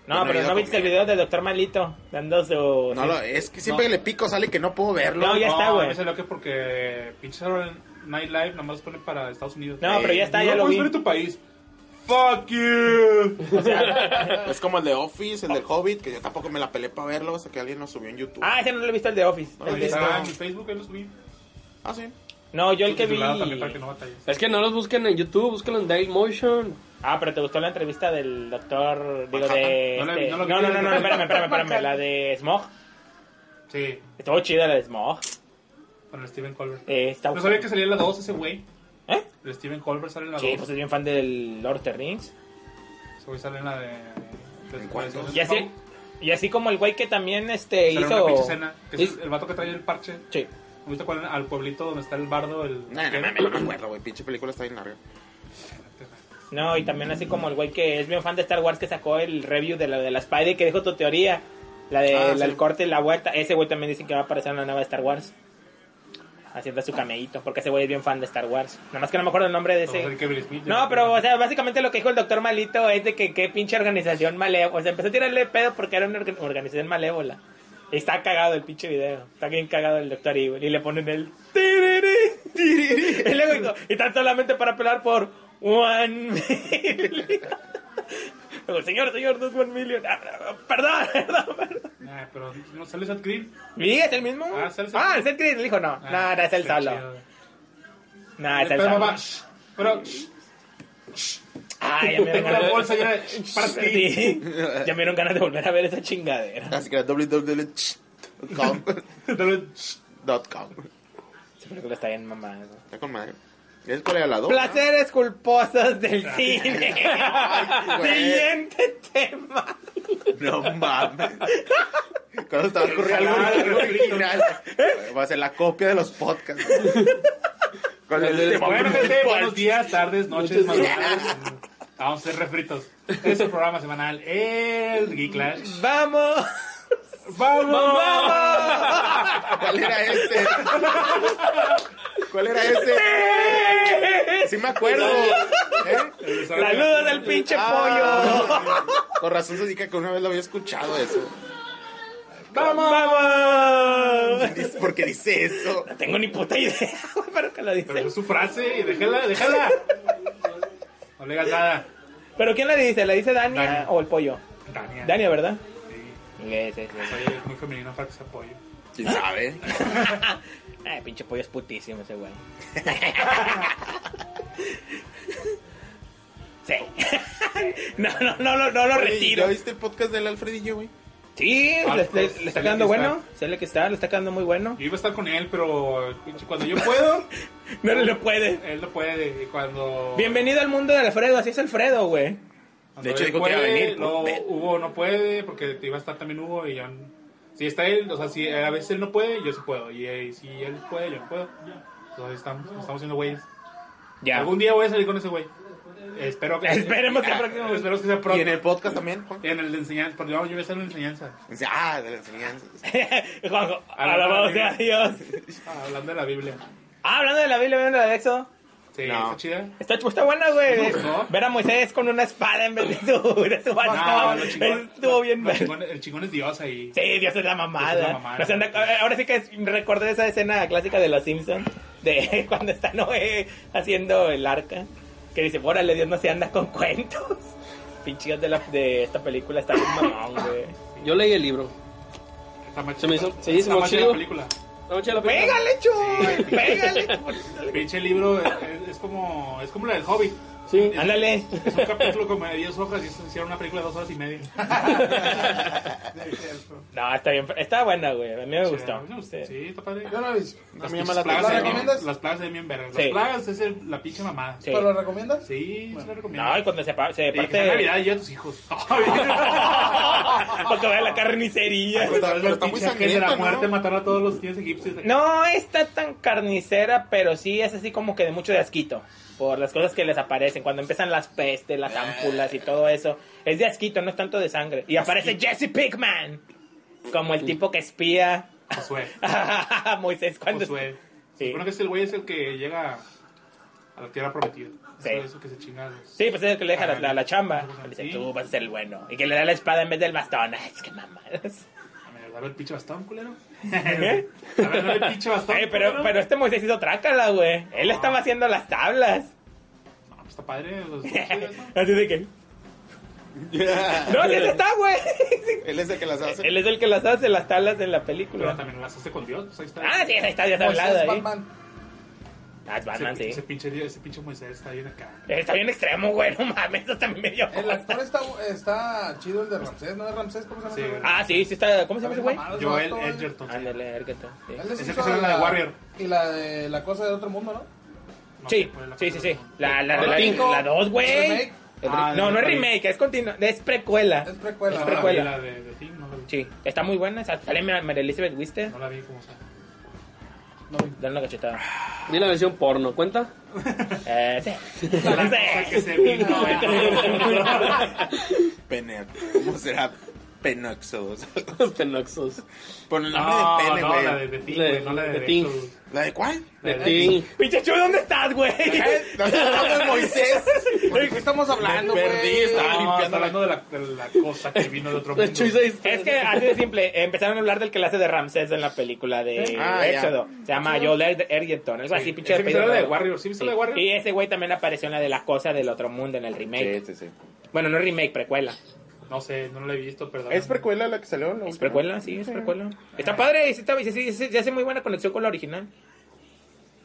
A: No, pero no viste el video del doctor Malito dando su...
B: No, lo, es que siempre
D: No.
B: que le pico sale que no puedo verlo.
A: No, ya está, güey.
D: Me salió que porque pinche Saturday Night Live nada más pone para Estados Unidos.
A: No, pero ya está, ya
D: no
A: lo
D: puedes
A: vi.
D: ver en tu país. Fuck you.
B: Es como el de Office, el del Hobbit, que yo tampoco me la pelé para verlo hasta que alguien lo subió en YouTube.
A: Ah, ese no lo he visto el de Office.
B: No lo
A: El
D: Ahí
A: de-
D: está en mi Facebook, ahí lo subí.
B: Ah, sí.
A: No, yo el que vi...
D: Subtitulado Pues, También para que no batalles.
E: Es que no los busquen en YouTube, búsquenlo en Daily Motion.
A: Ah, pero te gustó la entrevista del doctor, digo, de...
D: No la vi,
A: este- No,
D: no la vi.
A: no, no, no, espérame, espérame, espérame. La de Smog.
D: Sí,
A: Estuvo chida la de Smog.
D: con el Steven Colbert.
A: Eh, está...
D: No sabía que salía en la 2 ese güey.
A: ¿Eh?
D: El Steven Colbert sale en la
A: Sí, pues
D: 2.
A: es bien fan del Lord of the Rings.
D: Ese güey sale en la de. de-
B: ¿En cuál?
D: de-
A: Y así, y así como el güey que también este,
D: Sale una pinche
A: hizo...
D: escena. Que es el vato que trae el parche.
A: Sí.
D: ¿Viste cuál? Al pueblito donde está el bardo. El...
B: No, no, no, no me acuerdo, güey. Pinche película está bien larga.
A: No, y también así como el güey que es bien fan de Star Wars que sacó el review de la de la Spidey que dijo tu teoría. La de
B: Ah,
A: la-
B: sí.
A: el corte y la vuelta. Ese güey también dicen que va a aparecer en la nueva de Star Wars. Haciendo su cameíto, porque ese güey es bien fan de Star Wars. Nada más que no me acuerdo el nombre de
D: Vamos a ver
A: ese.
D: que Will Smith-
A: No, pero, o sea, básicamente lo que dijo el doctor Malito es de que qué pinche organización malévola. O sea, empezó a tirarle pedo porque era una orga- organización malévola. Y está cagado el pinche video. Está bien cagado el doctor Evil. Y le ponen el... tiriri, tiriri. Y luego dijo, y tan solamente para apelar por... One million. Luego, señor, señor, no es one million. Ah, Perdón, perdón, perdón.
D: Ah, pero no sale Seth Green.
A: ¿Y es el mismo?
D: Ah, es el-
A: Ah, el Seth Green. Dijo, no, no, no es el
D: está
A: solo.
D: chido.
A: No, es el
D: pero,
A: solo.
D: papá, shh, pero, shh,
A: Ay, ya me
D: tengo
A: vengo
D: la bolsa llena de- shh, para ti.
A: Sí. Ya me dieron ganas de volver a ver esa chingadera.
B: Así que era www.com.com.
D: Dale, shh.
A: Esa película está bien mamada. ¿no?
B: Está con madre. ¿Es cuál era la dos?
A: Placeres culposos del cine.
B: Ay, güey.
A: Siguiente tema.
B: No mames. Cuando te va a ocurrir algo original. Va a ser la copia de los podcasts. pues, Con el,
E: El-
D: Bueno, gente, buenos días, tardes,
E: Noches.
D: noches, madrugadas. Vamos a ser refritos. Este es el programa semanal, el Geeklash.
A: ¡Vamos!
D: ¡Vamos!
B: ¿Cuál era ese? ¿Cuál era ese? Sí me acuerdo. ¿Eh?
A: ¡Saludos al pinche pollo!
B: Ah, Con razón se indica que una vez lo había escuchado eso.
A: ¡Vamos! ¡Vamos!
B: Dice- Porque dice eso.
A: No tengo ni puta idea, güey, pero que lo
D: Pero
A: dice.
D: es su frase, déjala, déjala. No le digas nada.
A: ¿Pero quién la dice? ¿La dice Dania
D: Dania.
A: o el pollo?
D: Dania.
A: Dania, ¿verdad?
D: Sí,
A: Sí, sí, sí.
D: soy muy femenino para que se apoye.
B: ¿Quién sabe?
A: Ay, pinche pollo es putísimo ese güey. sí. no, no, no, no, no lo retiro.
B: ¿Ya viste el podcast del Alfredillo, güey?
A: Sí,
D: Ah,
A: le,
D: pues,
A: le- le está
D: sale
A: quedando
D: que
A: bueno. Sale que está, le está quedando muy bueno.
D: Yo iba a estar con él, pero cuando yo puedo,
A: No le puede.
D: él lo puede. Y cuando.
A: Bienvenido al mundo de Alfredo, así es Alfredo, güey.
D: Cuando
B: De hecho,
D: él
B: dijo que iba a
D: puede,
B: venir,
D: No,
B: pues, ven.
D: Hugo no puede, porque iba a estar también Hugo y yo. n- Si está él, o sea, si eh, a veces él no puede, yo sí puedo. Y eh, si él puede, yo puedo. Entonces estamos, estamos siendo güeyes.
A: Ya.
D: Algún día voy a salir con ese güey. Espero que.
A: Esperemos que próximo.
D: Espero que sea pronto.
B: ¿Y en el podcast también, Juan?
D: En el de enseñanza, porque vamos, yo voy a estar en la enseñanza.
B: Dice, ah, de la enseñanza.
A: Juanjo, alabado sea Dios.
D: Ah, hablando de la Biblia.
A: Ah, hablando de la Biblia, hablando de Éxodo.
D: Sí,
B: No.
D: está chida.
A: Está, pues, está buena, güey.
D: ¿No?
A: Ver a Moisés con una espada en vez de su, de su
D: No,
A: bastón.
D: lo chingón-
A: Estuvo bien,
D: lo
A: ver-
D: chingón- El chingón es Dios ahí.
A: Sí, Dios es la mamada.
D: Dios es la mamada.
A: No se anda- ahora sí que es- recordé esa escena clásica de Los Simpsons, de cuando está Noé haciendo el arca, que dice, órale, Dios no se anda con cuentos. Pinchillos de, la- de esta película está bien mamón, güey.
E: Yo leí el libro.
D: Está más
E: Se me hizo-
D: chido.
E: se hizo
D: Está
E: muy
D: más chida
E: chido.
D: la película.
E: No, chela, pues, pero-
A: ¡Pégale, chuy! ¡Pégale!
D: Pinche libro es, es como es como la del Hobbit.
E: Sí.
A: Ándale.
D: Es un capítulo como de 10 hojas y se hicieron una película de 2 horas y media.
A: No, está bien. Está buena, güey. A mí me
D: A
A: gustó.
D: mí me gustó.
A: Sí.
D: Sí, está padre.
C: Yo no lo he visto.
B: No
D: Las
B: me llama la
D: pinches
B: atención.
D: plagas de
C: ¿La
D: bien-
C: recomiendas?
D: Las plagas de bien vergas.
A: Sí.
D: Las plagas es el- la pinche mamada. Sí,
A: Sí.
C: ¿Pero lo recomiendas?
D: sí la recomiendo.
A: No, y cuando se, pa- se
D: Y que sea Navidad
A: parte...
D: y ya tus hijos.
A: Porque va a la carnicería.
B: Pero- pero
D: está muy sangrienta, de la muerte matar a todos los tíos egipcios.
A: No está tan carnicera, pero sí es así como que de mucho de asquito. Por las cosas que les aparecen, cuando empiezan las pestes,
D: Ah.
A: las ámpulas y todo eso. Es de asquito, no es tanto de sangre. Y aparece Jesse Pinkman. Como el tipo que espía
D: Josué.
A: a Moisés cuando...
D: Josué.
A: Sí.
D: Supongo que es el güey es el que llega a la tierra prometida.
A: Sí.
D: Es eso que se chinga. a los-
A: Sí, pues es el que le deja la, la- la chamba. Le dice,
D: Sí.
A: tú vas a ser el bueno. Y que le da la espada en vez del bastón. Ay, es que mamadas.
D: Dame dame el pinche bastón, culero.
A: ¿Eh?
D: A ver, dame el pinche bastón.
A: Eh, pero,
D: culero.
A: pero este Moisés hizo trácala, güey.
D: Ah.
A: Él estaba haciendo las tablas.
D: No, pues está padre. o sea, está chido eso.
A: Así de que... No, sí, él está, güey.
B: Él es el que las hace.
A: Él es el que las hace, las talas en la
D: Pero
A: película.
D: también las hace con Dios. Pues ahí está.
A: Ah, sí, ahí está, ya está
C: Moisés
D: ¿eh?
A: hablado ahí.
C: Batman.
A: Ah, es
D: Ese,
A: Batman, sí.
D: ese pinche, Dios- ese pinche Moisés está bien acá.
A: Está bien extremo, güey, no mames, eso también me dio
C: El
A: cosa.
C: actor está, está chido, el de Ramsés, ¿no? ¿Es Ramsés? ¿Cómo se llama? ese
D: Sí,
C: güey?
D: güey.
A: Ah, sí, sí está... ¿Cómo se llama ese güey?
C: Mamadas,
D: Joel
B: eh.
C: vato, güey.
D: Edgerton. sí.
A: Ándale, Ergeton, sí.
C: Él les
D: Es el
C: hizo
D: que sale en la de Warrior.
C: Y la de la cosa de otro mundo, ¿no?
D: No sé
A: Sí,
D: cuál es la
A: sí, sí,
D: cosa
A: sí.
D: del mundo.
A: La, la,
C: El
A: la,
C: cinco,
A: la dos,
C: el
A: güey.
C: remake,
A: El
D: Ah,
A: re- No,
D: el
A: no es
D: remake.
A: remake, es continu... es precuela.
C: Es precuela.
A: Es
D: No,
A: precuela.
D: La vi, la de, de Thing, no la vi.
A: Sí, está muy buena, esa- sale Mar- María Elizabeth Wister.
D: No la vi como sea.
A: Dale una cachetada.
E: Vi la versión porno, ¿cuenta?
A: Eh, sí.
D: La cosa que se vino, eh.
B: Pene. ¿Cómo será? Penoxos.
E: Los penoxos.
B: Por el nombre
D: No,
B: de pene,
D: no,
B: güey.
D: la de, de Thing,
E: La-
D: güey, no la de,
E: de
D: de
E: Thing.
D: Exodus.
B: ¿La de cuál?
E: De
D: La de
E: ti.
A: Pinche Chuy, ¿dónde estás, güey?
B: ¿Eh? No, no, de Moisés.
C: ¿De qué estamos hablando,
B: Me
C: güey?
B: perdí,
D: No,
B: estaba
D: está
B: limpiando la
D: hablando de la, de la cosa que vino de otro mundo.
E: El Chuy se distrae.
A: Es que así de simple, empezaron a hablar del que le hace de Ramsés en la película de
B: Ah,
A: Éxodo. Se llama Joel Ed- Edgerton, algo así,
D: ¿Eh? Sí,
A: pinche
D: ese que
A: apellido
D: sale de
A: raro.
D: Warrior, ¿sí viste
A: Sí.
D: la de Warrior?
A: Y ese güey también apareció en la de la cosa del otro mundo en el remake.
B: Sí, sí, sí.
A: Bueno, no remake, precuela.
D: No sé, no la he visto, perdón.
B: ¿Es precuela la que salió? la
A: ¿Es
B: última?
A: precuela? Sí, es precuela.
D: Ah.
A: Está padre, sí, está, sí, sí, sí, sí, hace muy buena conexión con la original.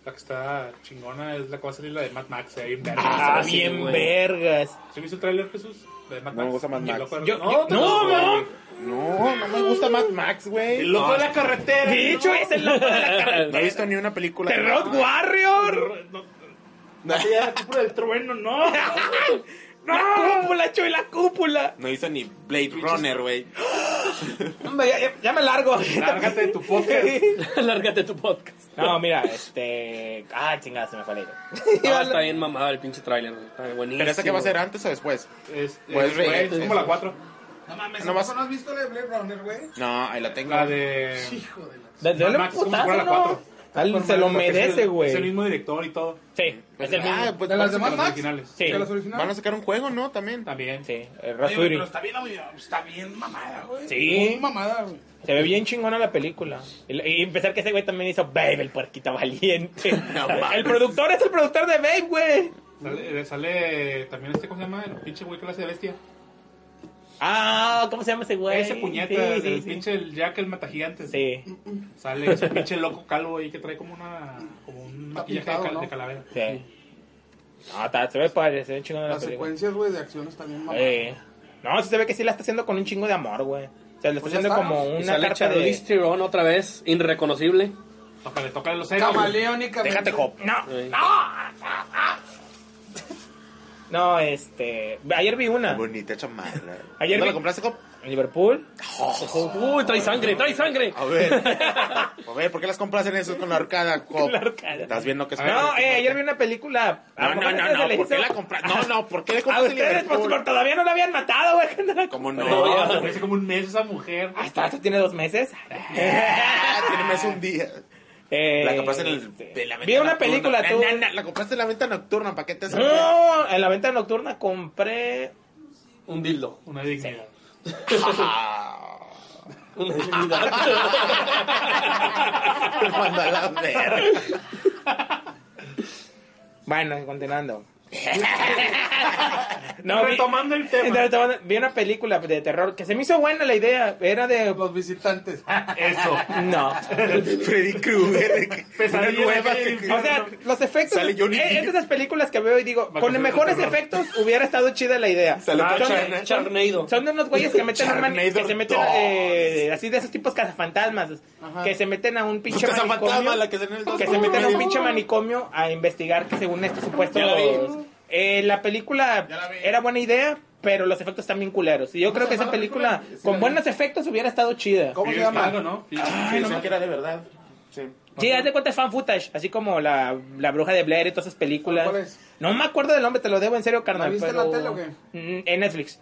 D: La que está chingona es la que va a salir la de Mad Max. Eh, bien verga.
A: Ah,
E: sí,
A: bien
E: güey.
A: vergas.
D: ¿Sí viste el tráiler, Jesús? La de Mad
B: No
D: Max.
B: me gusta Mad
D: Y el
B: Max.
D: loco de-
A: Yo-
D: no,
A: yo-
D: te
A: no,
D: gusta,
A: no.
D: güey.
B: No, no me gusta Mad Max, güey.
D: El loco de la carretera.
A: De hecho,
D: ¿no?
A: es el loco de la
B: No he
A: carretera.
B: visto ni una película.
A: The Road Warrior.
D: No, no, ya, la cúpula del trueno, no.
A: La cúpula, Chuy, la cúpula.
B: No hizo ni Blade Runner, güey.
A: Hombre, ya, ya- ya me largo.
D: Lárgate de tu podcast.
B: ah,
E: Lárgate tu podcast.
A: No, mira, este. Ah, chingada, se me fue la idea.
E: Ah, está bien mamada el pinche trailer. Está buenísimo.
B: ¿Pero esa que va a ser antes o después?
D: Es,
B: Pues,
D: es-
B: güey,
D: güey, es
B: es-
D: como la 4.
C: No mames,
B: Nomás-
C: ¿no has visto la de Blade Runner, güey?
B: No, ahí la tengo.
D: La de.
C: Hijo de la...
A: Desde
D: Mad
A: el
D: Max, ¿cómo
A: putazo,
D: fuera la
A: ¿no?
D: cuatro?
A: Al- Se lo
D: Porque es el-
A: merece, güey.
D: Es el
A: Sí,
D: mismo director y todo.
A: es el
B: Ah,
A: mismo.
B: pues
C: ¿De
B: van,
C: las
B: a
C: demás
B: sacar,
D: los
C: Max?
D: originales.
A: Sí.
C: ¿De las
B: van a
C: originales?
B: sacar un juego, ¿no? También.
D: También.
A: Sí, el
C: Oye, güey,
A: Rasuri.
C: pero está bien, amigo, está bien mamada, güey.
A: Sí.
C: Muy mamada, güey.
A: Se ve bien chingona la película. Y, y empezar que ese güey también hizo Babe, el puerquita valiente.
B: No mames.
A: el productor es el productor de Babe, güey.
D: Sale, eh, sale también este, ¿cómo se llama? El pinche güey que la hace de bestia.
A: Ah, ¿cómo se llama ese güey?
D: Ese puñeta,
A: Sí,
D: el
A: sí, sí.
D: pinche el Jack, el matagigante.
A: Sí,
D: Sale ese pinche loco calvo ahí que trae como una. como un
C: Está
D: maquillaje
C: pintado,
D: de, cal-
C: ¿no?
D: de calavera.
A: sí. No, está, se ve padre, se ve chingona la
C: Las
A: película.
C: secuencias, güey, de acciones también mamadas.
A: Eh, no, sí se ve que sí la está haciendo con un chingo de amor, güey. O sea, la está
C: Pues ya
A: haciendo
C: está,
A: como
C: ¿no?
E: Y
A: una
E: sale
A: carta
E: Charlize
A: de...
E: Theron otra vez, irreconocible.
D: Tócale, tócale los senos.
C: Camaleónicamente.
A: Déjate, Hop. No,
E: Sí.
A: no, este... Ayer vi una.
B: Ah, Bonita chamada.
A: Ayer
B: ¿No
A: vi-
B: la compraste, Cop?
A: En Liverpool.
E: Uy, trae sangre, trae sangre.
B: A ver. A ver, ¿por qué las compras en eso con la arcada, Cop?
A: la horcada.
B: Estás viendo que es
A: No, eh, ayer vi una película.
B: No,
A: A lo
B: no,
A: mejor
B: no,
A: esa se
B: no,
A: le
B: ¿por qué
A: hizo-
B: la compras? No, no, ¿por qué le
A: A
B: compras en
A: ustedes, pues,
B: Liverpool?
A: por- todavía no la habían matado, güey. que no la-
B: ¿Cómo
D: No,
B: no?
E: No.
D: hace como un mes esa mujer.
A: Hasta, hasta tiene dos meses.
B: Ah, Tiene más un día.
A: Eh,
B: La compraste en el,
A: este,
B: de la venta
A: Vi una
B: nocturna.
A: película,
B: Na,
A: tú.
B: na, na, la compraste en la venta nocturna, ¿para qué te sale?
A: No, en la venta nocturna compré.
E: Un dildo.
D: Una dignidad.
E: Una dignidad.
B: Manda la verga.
A: Bueno, continuando. vi-
D: Retomando el tema.
A: retomando, vi una película de terror que se me hizo buena la idea. Era de.
C: Los visitantes.
B: Ah,
D: Eso.
A: No.
B: Freddy Krueger.
D: Pesadillas
B: Una nueva
D: de-
B: que-
A: O sea, los efectos.
B: Sale Johnny
A: eh, es de esas películas que veo y digo, con
D: Vacaciones
A: mejores
D: de terror.
A: efectos hubiera estado chida la idea.
B: Sale
A: Ah,
B: con
A: son-
B: Charna-
E: Charnado.
A: Son de unos güeyes que meten un mani- que
B: Charnado
A: se meten
B: dos.
A: eh, así de esos tipos cazafantasmas
C: Ajá.
A: que se meten a un pinche
B: Los cazafantasmas,
A: manicomio
B: la que sale en el dos.
A: que se meten a un pinche manicomio a investigar que según esto supuesto
E: Ya la vi.
A: eh, la película
C: Ya la vi.
A: era buena idea pero los efectos están bien culeros y yo creo
C: se
A: que esa
C: llama la
A: película,
C: película? Sí, la
A: con
C: vi.
A: buenos efectos hubiera estado chida
C: ¿Cómo se
D: Fíjate,
C: llama?
D: algo, ¿no? Fíjate.
B: Ah, no, que era de verdad. Sí.
A: Sí, haz de cuenta es fan footage, así como la, la bruja de Blair y todas esas películas.
C: ¿Cuál es?
A: No me acuerdo del nombre, te lo debo en serio, carnal.
C: ¿La viste en
A: pero-
C: la tele o qué?
A: Mm, En Netflix.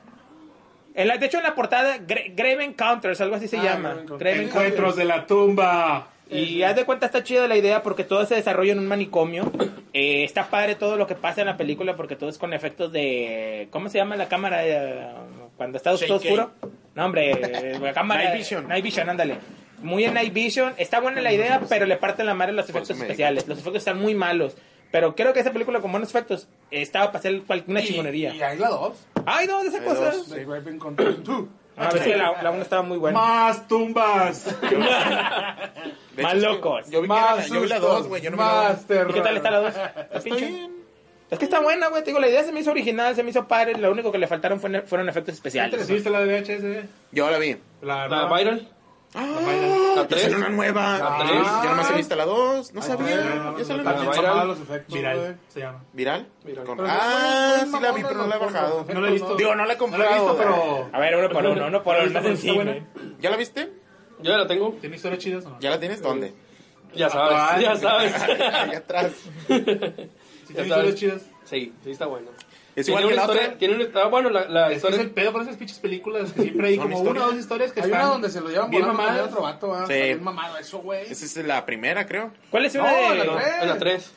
A: En la- de hecho, en la portada, Gre- Grave Encounters, algo así se
C: Ah,
A: llama.
C: Grave Encounters.
A: Grave Encounters.
D: Encuentros de la tumba.
A: Y haz de cuenta está chida la idea porque todo se desarrolla en un manicomio. Eh, está padre todo lo que pasa en la película porque todo es con efectos de... ¿Cómo se llama la cámara eh, cuando está todo
B: Shaky.
A: oscuro? No, hombre, eh, la cámara...
B: Night vision.
A: Night Vision, ándale. Muy en Night Vision. Está buena la idea, pero le parten la madre los
B: Por
A: efectos
B: eso me
A: especiales. Los efectos están muy malos. Pero creo que esa película con buenos efectos estaba para hacer cual- una
C: Y-
A: chingonería.
C: Y hay la dos.
A: ¡Ay, no! De esa
B: Hay
A: cosa.
B: dos.
C: De Grave Encounter 2.
A: No, a ver si la, la una estaba muy buena.
D: Más tumbas.
B: De
A: Más
B: hecho,
A: locos.
B: Yo vi, que era la,
C: Más
B: yo vi la
C: sustos,
B: 2, güey. Yo no me la
C: Más
B: dos.
A: ¿Y
C: terror.
A: qué tal está la dos? ¿Está
B: Está
A: pinche?
B: bien.
A: Es que está buena, güey. Te digo, la idea se me hizo original, se me hizo padre. Lo único que le faltaron fue- fueron efectos especiales.
D: ¿Sí viste la de VHS?
B: Yo la vi.
D: La, Ah.
E: La
D: nueva.
E: viral.
D: La viral.
E: La
B: Ya salió una nueva.
C: La
B: Yo
E: tres.
B: Yo nomás he visto la 2. No
C: Ah,
B: sabía. Ya salió
C: Están
B: una
C: bien
E: viral.
C: mamados los efectos, güey.
D: Viral se llama.
B: ¿Viral?
C: Viral.
B: Con-
C: Pero no,
B: Ah,
C: no, no,
B: sí la vi,
C: no,
B: pero no la he
C: no, no,
B: bajado.
C: no,
D: No la he visto.
B: Digo, no la he
D: No la he visto,
B: comprado.
D: pero.
A: A ver, uno por uno, uno por
D: ¿La
A: uno.
D: viste?
A: No se
D: Está buena.
A: encima.
B: ¿Ya la viste?
E: Yo ya la tengo.
D: ¿Tiene historias chidas o no?
B: ¿Ya la tienes? ¿Dónde?
E: Ya sabes,
D: Ah,
E: ya sabes.
B: Allá atrás.
D: Sí,
E: Ya
D: tiene
E: sabes.
D: historias chidas.
E: Sí, sí está bueno.
B: Es
E: tiene
B: igual
E: una
B: que la
E: historia,
B: otra.
E: tiene una, ah, bueno, la, la
D: Es que es
E: historia
D: el pedo con esas pinches películas que siempre hay
B: Son
D: como
B: historias.
D: una o dos historias que
C: Hay
D: están
C: una donde se lo llevan
D: bien
C: volando con el
D: mamadas.
C: otro vato, ¿ah?
B: Sí.
C: Está bien mamado eso, güey.
B: Esa es la primera, creo.
A: ¿Cuál es
C: No,
A: una
C: la
A: de.?
C: tres.
E: en la 3.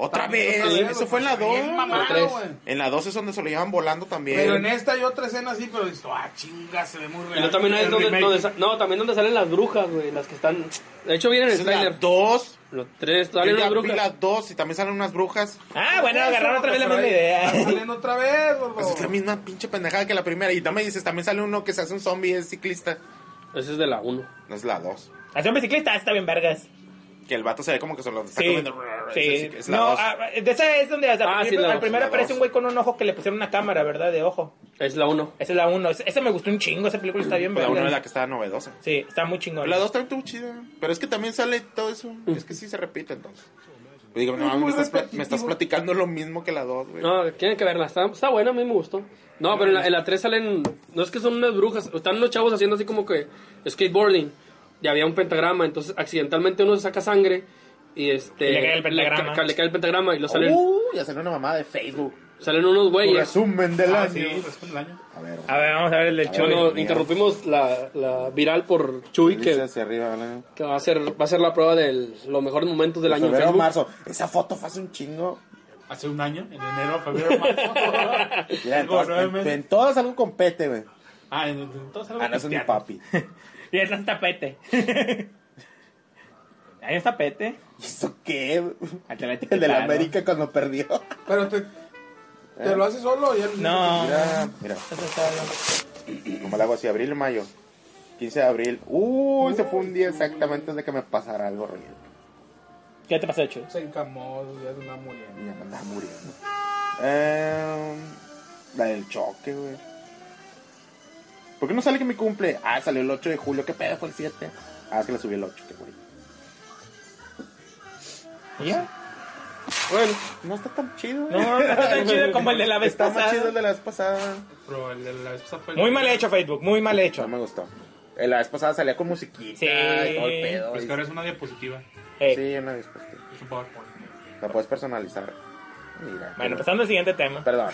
B: ¡Otra vez!
C: Sí,
B: Eso fue en la
C: Bien
B: 2.
C: mamado,
E: La tres.
C: güey.
B: En la 2 es donde se lo llevan volando también.
C: Pero en esta hay otra escena así, pero dices, ah, chinga, se ve muy
E: Y
C: real.
E: no, también hay
D: El
E: donde,
D: remake.
E: donde sa- no, también donde salen las brujas, güey, las que están De hecho vienen en
B: Esa
E: el
B: es la
E: trailer.
B: 2.
E: Los tres
B: Yo
E: salen
B: ya
E: las
B: vi la
E: brujas.
B: 2 y también salen unas brujas.
A: Ah, bueno, agarraron otra vez la misma
C: Están
A: idea.
C: saliendo otra vez, gordo.
B: Pues es la misma pinche pendejada que la primera. Y también dices, también sale uno que se hace un zombie, es ciclista.
E: Esa es de la 1.
B: No es la 2.
A: Hacer un bicicleta está bien, vergas.
B: Que el vato se ve como que se lo está
A: Sí.
B: comiendo.
A: Sí.
B: Es, es la
A: No,
B: dos.
A: ah, de esa es donde. hasta
E: Ah,
A: al
E: sí,
A: principio-
E: la
A: al
E: dos,
A: primero
B: la
A: aparece
B: dos.
A: un güey con un ojo que le pusieron una cámara, ¿verdad? De ojo.
E: Es la 1.
A: Esa es la uno. Esa- Esa me gustó un chingo. Esa película está bien,
B: Pues la 1 es la
A: vergas.
B: que estaba novedosa.
A: Sí, está muy chingón.
E: Mm.
B: La 2 también estuvo chida. Pero es que también sale todo eso. Es que sí se repite entonces. Y digo, no,
C: Es
B: mames, me
C: muy
B: estás, pla- me estás
C: repetitivo.
B: platicando lo mismo que la 2, güey.
E: No, tienen que verla. Está, está buena, a mí me gustó. No, pero en la, en la 3 salen. No es que son unas brujas. Están unos chavos haciendo así como que skateboarding. Y había un pentagrama. Entonces, accidentalmente uno se saca sangre. Y este.
A: Y le cae el pentagrama.
E: Le, ca- le cae el pentagrama. Y lo salen,
B: Uh, ya salió una mamada de Facebook.
E: salen unos
B: Tu
E: güeyes.
B: resumen del
D: Ah,
B: año.
D: sí, pues con el año.
B: A ver,
A: A ver, vamos a ver el del
B: A
A: Chuy.
B: ver,
E: Bueno,
B: mía.
E: interrumpimos la, la viral por Chuy,
B: dice
E: que,
B: hacia arriba, ¿vale? Pues,
E: que va, a ser, va a ser la prueba de los mejores momentos del año. en
B: Febrero,
E: Facebook.
B: marzo. Esa foto fue hace un chingo.
D: Hace un año, en enero, febrero, marzo.
B: Mira, en,
D: Tengo
B: todas,
D: nueve
B: en-
D: meses.
B: en todas algo compete, güey.
D: Ah, en- entonces algo
B: Ah, no, ese es mi
D: cristiano.
B: papi.
A: Y es un tapete. Hay un tapete.
B: ¿Y eso qué?
A: Ahí te la
B: El de la
A: etiquetaron.
B: América cuando perdió.
C: Pero te, te lo haces solo y él
A: No.
B: Mira, mira,
A: Eso es todo.
B: como le hago así, abril, mayo. 15 de abril. Uy, se fue un día exactamente antes de que me pasara algo horrible.
A: ¿Qué te pasó, Chuy?
C: se encamó, ya se andaba muriendo.
B: Ya me andaba muriendo. Eh, la del choque, güey. ¿Por qué no sale que mi cumple? Ah, salió el 8 de julio. ¿Qué pedo fue el 7? Ah, es que le subí el 8, qué güey.
A: ¿Y ya?
E: Bueno,
B: No está tan chido, güey.
A: No, no está tan chido como el de la vez
B: Está más chido
A: pasada.
B: el de la vez pasada.
D: Pero el de la vez pasada fue. el-
A: Muy mal hecho, Facebook. Muy mal hecho.
B: No me gustó. Eh, La vez pasada salía con musiquita
A: Sí.
B: y todo el pedo.
D: Pues
B: y-
D: que ahora es una diapositiva.
A: Ey.
B: Sí, una diapositiva.
D: Es un PowerPoint.
B: La puedes personalizar. Mira.
A: Bueno, pasando al siguiente tema.
B: Perdón.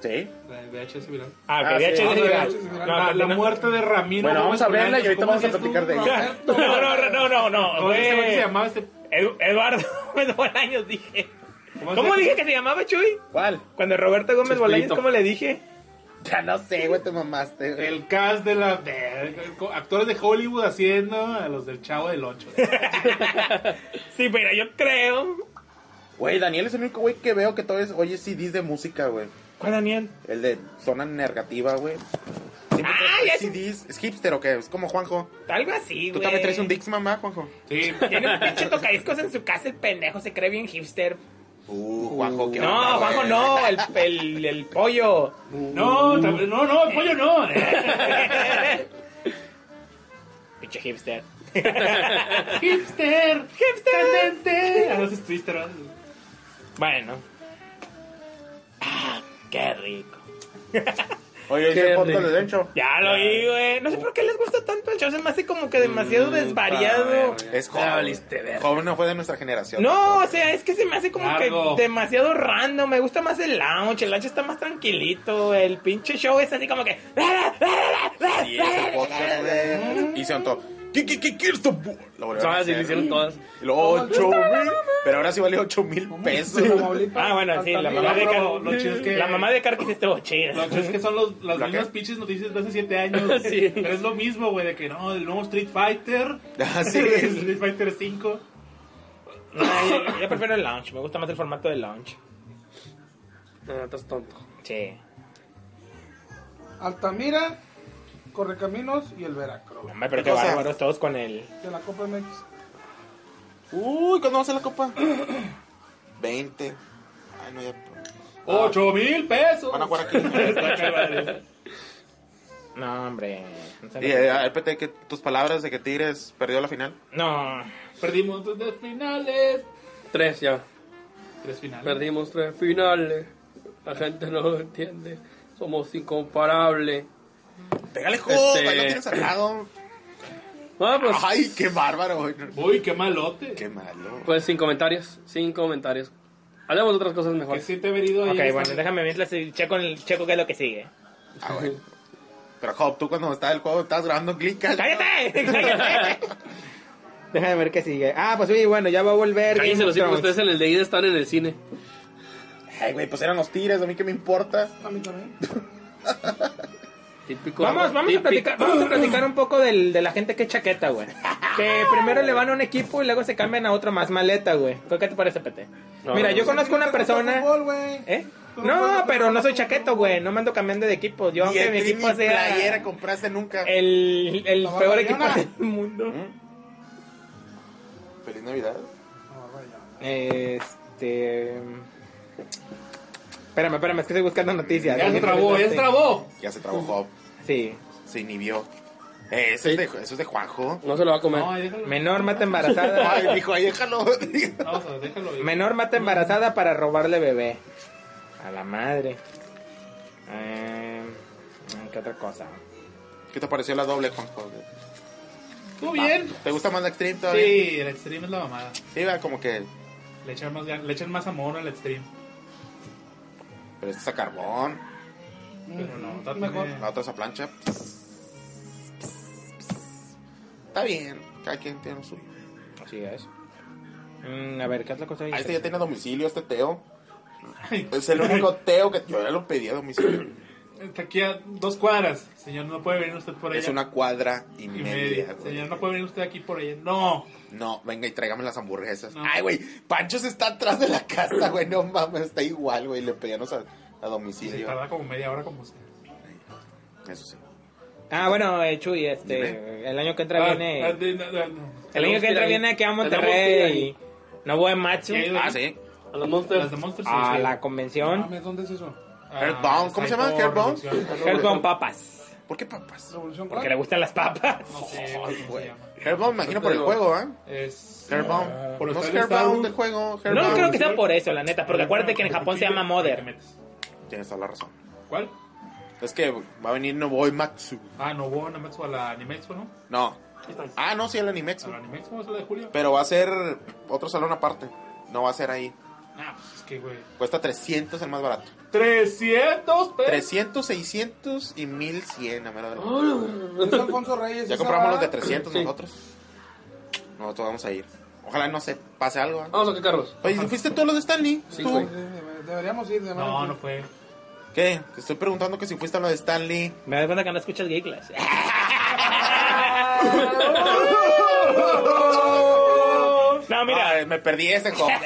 B: ¿Sí?
D: La de VHS viral.
A: Ah, que
B: Ah,
A: VHS
B: sí,
A: es
B: no,
A: viral.
C: VHS es viral.
B: Ah,
A: No,
D: la, Ah, la
A: no.
D: muerte de Ramiro.
B: Bueno, vamos
D: Gómez
B: a hablarla y
D: Bolaños.
B: ahorita
D: ¿Cómo
B: vamos a
D: decías tú,
B: platicar de ella.
D: Roberto?
A: No, no, no, no, no.
D: ¿Cómo decías, güey,
A: güey.
D: se llamaba este?
A: Edu- Eduardo Gómez Bolaños, dije.
D: ¿Cómo
A: ¿Cómo
D: se-
A: dije que se llamaba, Chuy?
B: ¿Cuál?
A: Cuando Roberto Gómez Bolaños,
E: Chespirito.
A: ¿cómo le dije?
B: Ya no sé, güey, te mamaste. güey.
D: El cast de la. de- actores de Hollywood haciendo a los del Chavo del 8.
A: Sí, pero yo creo.
B: Güey, Daniel es el único güey que veo que todo es oye CDs de música, güey.
A: ¿Cuál, Daniel?
B: El de zona negativa, güey. Siempre
A: Ah,
B: trae
A: ya sé.
B: CDs. ¿Es hipster o qué? Es como Juanjo.
A: Algo así, güey.
B: ¿Tú también traes un Dixman, mamá, Juanjo?
D: Sí.
A: Tiene un pinche tocadiscos en su casa, el pendejo se cree bien hipster.
B: Uh, Juanjo, qué onda,
A: No,
B: güey?
A: Juanjo, no, el, el, el pollo.
D: No, tam- no, no, el pollo no.
A: Pinche hipster.
D: Hipster. Hipster.
A: Ah,
D: Candente. A veces Twister. ¿no?
A: Bueno. Ah, qué rico.
B: Oye,
E: Qué
B: hice foto
E: rico.
B: de Dencho.
A: Ya lo oí, güey. No sé por qué les gusta tanto el show, se me hace como que demasiado desvariado.
B: Es
E: Ya
B: joven.
A: este,
E: valiste verga.
B: Ah, Joven no fue de nuestra generación.
A: No, o sea, es que se me hace como
D: Largo.
A: que demasiado random. Me gusta más el lounge. El lounge está más tranquilito. El pinche show es así como que.
B: Y ese podcast, güey. Y se anotó. ¿Qué, qué, qué, qué es esto? Lo volvieron a
E: ¿sabes? Y lo
B: hacer.
E: hicieron todas.
B: Y luego ocho mil. Pero ahora sí vale ocho mil pesos.
C: Tamaulipas,
A: Ah, bueno, sí, la
C: Altamira.
A: mamá de
D: Lo-
A: Car-
D: lo chido es que-
A: La mamá de Carquis estuvo chida.
D: Lo que es que son los, las
B: ¿La
D: mismas
B: qué?
D: pinches noticias de hace 7 años.
E: Sí.
D: Pero es lo mismo, güey, de que no, el nuevo Street Fighter.
B: Ah, sí.
D: Street Fighter 5.
A: No, yo, yo prefiero el lounge. Me gusta más el formato del lounge.
E: No, Ah, estás tonto.
A: Sí.
C: Altamira, Correcaminos y el Veracruz.
A: Hombre, pero qué
B: O sea-
A: bárbaros todos con el.
C: De la Copa MX.
B: Uy, ¿cuándo va a ser la copa? 20. Ay, no, ya.
D: ¡Ocho mil pesos!
B: Ah. Van a jugar aquí.
A: No, hombre. no se
B: Y
A: me-
B: eh, a ver, Pete, que tus palabras de que Tigres perdió la final.
A: No.
D: Perdimos dos de finales.
E: Tres ya.
D: Tres finales.
E: Perdimos tres finales. La gente no lo entiende. Somos incomparables.
B: Pégale,
E: Este-
B: joder, no tienes al lado.
E: Ah, pues,
B: Ay, qué bárbaro, güey.
D: Uy, qué malote.
B: Qué malo.
E: pues sin comentarios. Sin comentarios. Hablemos de otras cosas
D: Que
E: mejores.
D: sí te he venido ahí.
A: Ok, bueno, déjame mientras checo, el- checo qué es lo que sigue.
B: Ah, bueno. Pero, Job, tú cuando estaba el juego, estabas grabando clic.
A: ¡Cállate! ¡Cállate! Déjame ver qué sigue. Ah, pues sí, bueno, ya va a volver.
E: Cállense los hijos, ustedes en el de ida están en el cine.
B: Ay, güey, pues eran los Tigres, a mí qué me importa.
C: A mí también.
E: Típico.
A: Vamos, vamos a
E: típico.
A: platicar, vamos a platicar un poco del, de la gente que es chaqueta, güey. Que primero le van a un equipo y luego se cambian a otro más maleta, güey. ¿Qué qué te parece, Pete?
E: No,
A: Mira,
E: no,
A: yo
E: no.
A: conozco una persona.
C: Fútbol, güey.
A: ¿Eh? No, pero no soy chaqueto, güey. No me ando cambiando de equipo. Yo,
B: Ni
A: aunque
B: el
A: mi
B: tri,
A: equipo
B: ni
A: sea
B: playera compraste nunca.
A: el, el
C: La
A: peor equipo
C: Barcelona.
A: del mundo.
B: Feliz Navidad.
C: No, vaya.
A: Este. Espérame, espérame, es que estoy buscando noticias.
D: Ya se trabó, ya se trabó.
B: Ya se trabó Job,
A: Sí.
B: se inhibió. Eh, eso, es de, eso es de Juanjo.
E: No se lo va a comer.
D: No, ahí déjalo.
A: Menor mata embarazada.
B: Ay, dijo, ahí déjalo.
D: No, o sea, déjalo. ahí.
A: Menor mata embarazada para robarle bebé. A la madre. Eh, ¿Qué otra cosa?
B: ¿Qué te pareció la doble, Juanjo?
D: Estuvo bien.
B: ¿Te gusta más la extreme
A: Ah.
B: todavía?
D: Sí, el extreme es la mamada.
B: Sí, va, como que.
D: Le echan más, gan- le echan más amor al extreme.
B: Pero esta es a carbón.
D: Pero no, está
C: Mejor.
D: mejor.
B: La otra es a plancha. Está bien. Cada quien tiene lo suyo.
A: Así es. Mm, a ver, ¿qué otra cosa? hay?
B: Ah, este ya tiene domicilio, este Teo. Es el único Teo que yo ya lo pedí a domicilio.
D: Está aquí a dos cuadras. Señor, no puede venir usted por allá.
B: Es una cuadra y
D: Y
B: media,
D: media.
B: güey.
D: Señor, no puede venir usted aquí por allá. No.
B: No, venga y tráigame las hamburguesas.
D: No.
B: Ay, güey, Panchos está atrás de la casa, güey. No mames, está igual, güey. Le pedíamos a, a
D: Y se
B: domicilio.
D: tarda como media hora como usted.
B: Eso sí.
A: Ah, bueno, eh, Chuy, este, el año que entra viene...
D: Ah, ah, de- de- de- no.
A: el año que entra viene aquí a Monterrey. No voy a Matsu.
D: Sí,
B: Ah, sí.
E: A los monsters.
D: Las de Monsters.
A: A
D: sí, sí.
A: la convención.
C: Mames, ¿dónde es eso?
D: Ah,
B: Earthbound, ¿cómo se llama?
D: Cyborg,
B: Earthbound.
D: Revolución.
A: Pero con papas.
B: ¿Por qué papas?
C: ¿Revolución
A: Porque le
C: cuál?
A: gustan las papas.
D: No sé cómo
B: Ay,
D: se
B: güey.
D: llama.
B: Herbal, me imagino por el juego, ¿eh?
D: Es.
E: Ah,
B: Herbal.
D: por
B: no es
D: estar en
B: Herbal
D: Starbucks.
B: del juego.
A: No
B: Herbal.
A: creo que sea por eso, la neta. Porque acuérdate que en Japón se llama
D: Te
A: Mother.
D: metes.
B: Tienes toda la razón.
D: ¿Cuál?
B: Es que va a venir Noboy Matsu.
D: Ah, no, hubo una Metsu a la Animexpo, ¿no?
B: No. Ah, no, sí, el Animexo.
D: A la Animexpo es la de Julio.
B: Pero va a ser otro salón aparte. No va a ser ahí.
D: Ah, pues es que, güey.
B: Cuesta 300 el más barato.
D: 300 pesos.
B: 300, 600 y 1100 a mero de la-
C: Es Alfonso Reyes.
B: Ya
C: esa
B: compramos los
C: vara.
B: de 300
E: Sí.
B: nosotros. Nosotros vamos a ir. Ojalá no se pase algo. ¿eh?
E: Vamos a que Carlos.
B: Oye, ¿sí ¿fuiste todos los de Stanley?
E: Sí,
B: ¿Tú?
E: güey.
C: Debe- Deberíamos ir de
D: No, no fue.
B: ¿Qué? Te estoy preguntando que si fuiste a los de Stanley.
A: Me das cuenta que no escuchas Geek Clash.
B: Ah,
A: No, mira.
B: Ay, me perdí ese joven.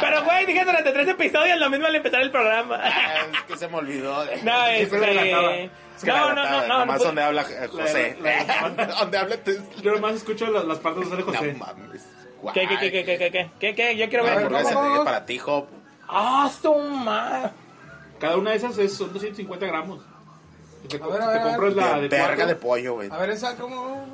A: Pero, güey, dije durante tres episodios lo mismo al empezar el programa.
B: Ay, es que se me olvidó.
A: No,
B: es
A: este... No, no, no, pues, no. no
B: Nomás
A: pude-
B: donde habla eh, José.
D: La- la- la-
B: donde habla tú.
D: Yo nomás escucho las, las partes de José José.
B: No mames. Guay.
A: ¿Qué, qué, qué, qué, qué, qué, qué? ¿Qué, qué? Yo quiero
B: La
A: ver.
B: hamburguesa
C: ¿Cómo?
B: es para ti, Job.
A: ¡Ah, su madre!
D: Cada una de esas es, son 250 gramos. Si te,
C: A
D: co-
C: ver,
D: si
C: a
D: te
C: ver, a ver.
D: compras la
B: De
D: de
B: verga
D: cuatro,
B: de pollo, güey.
C: A ver, esa, ¿cómo?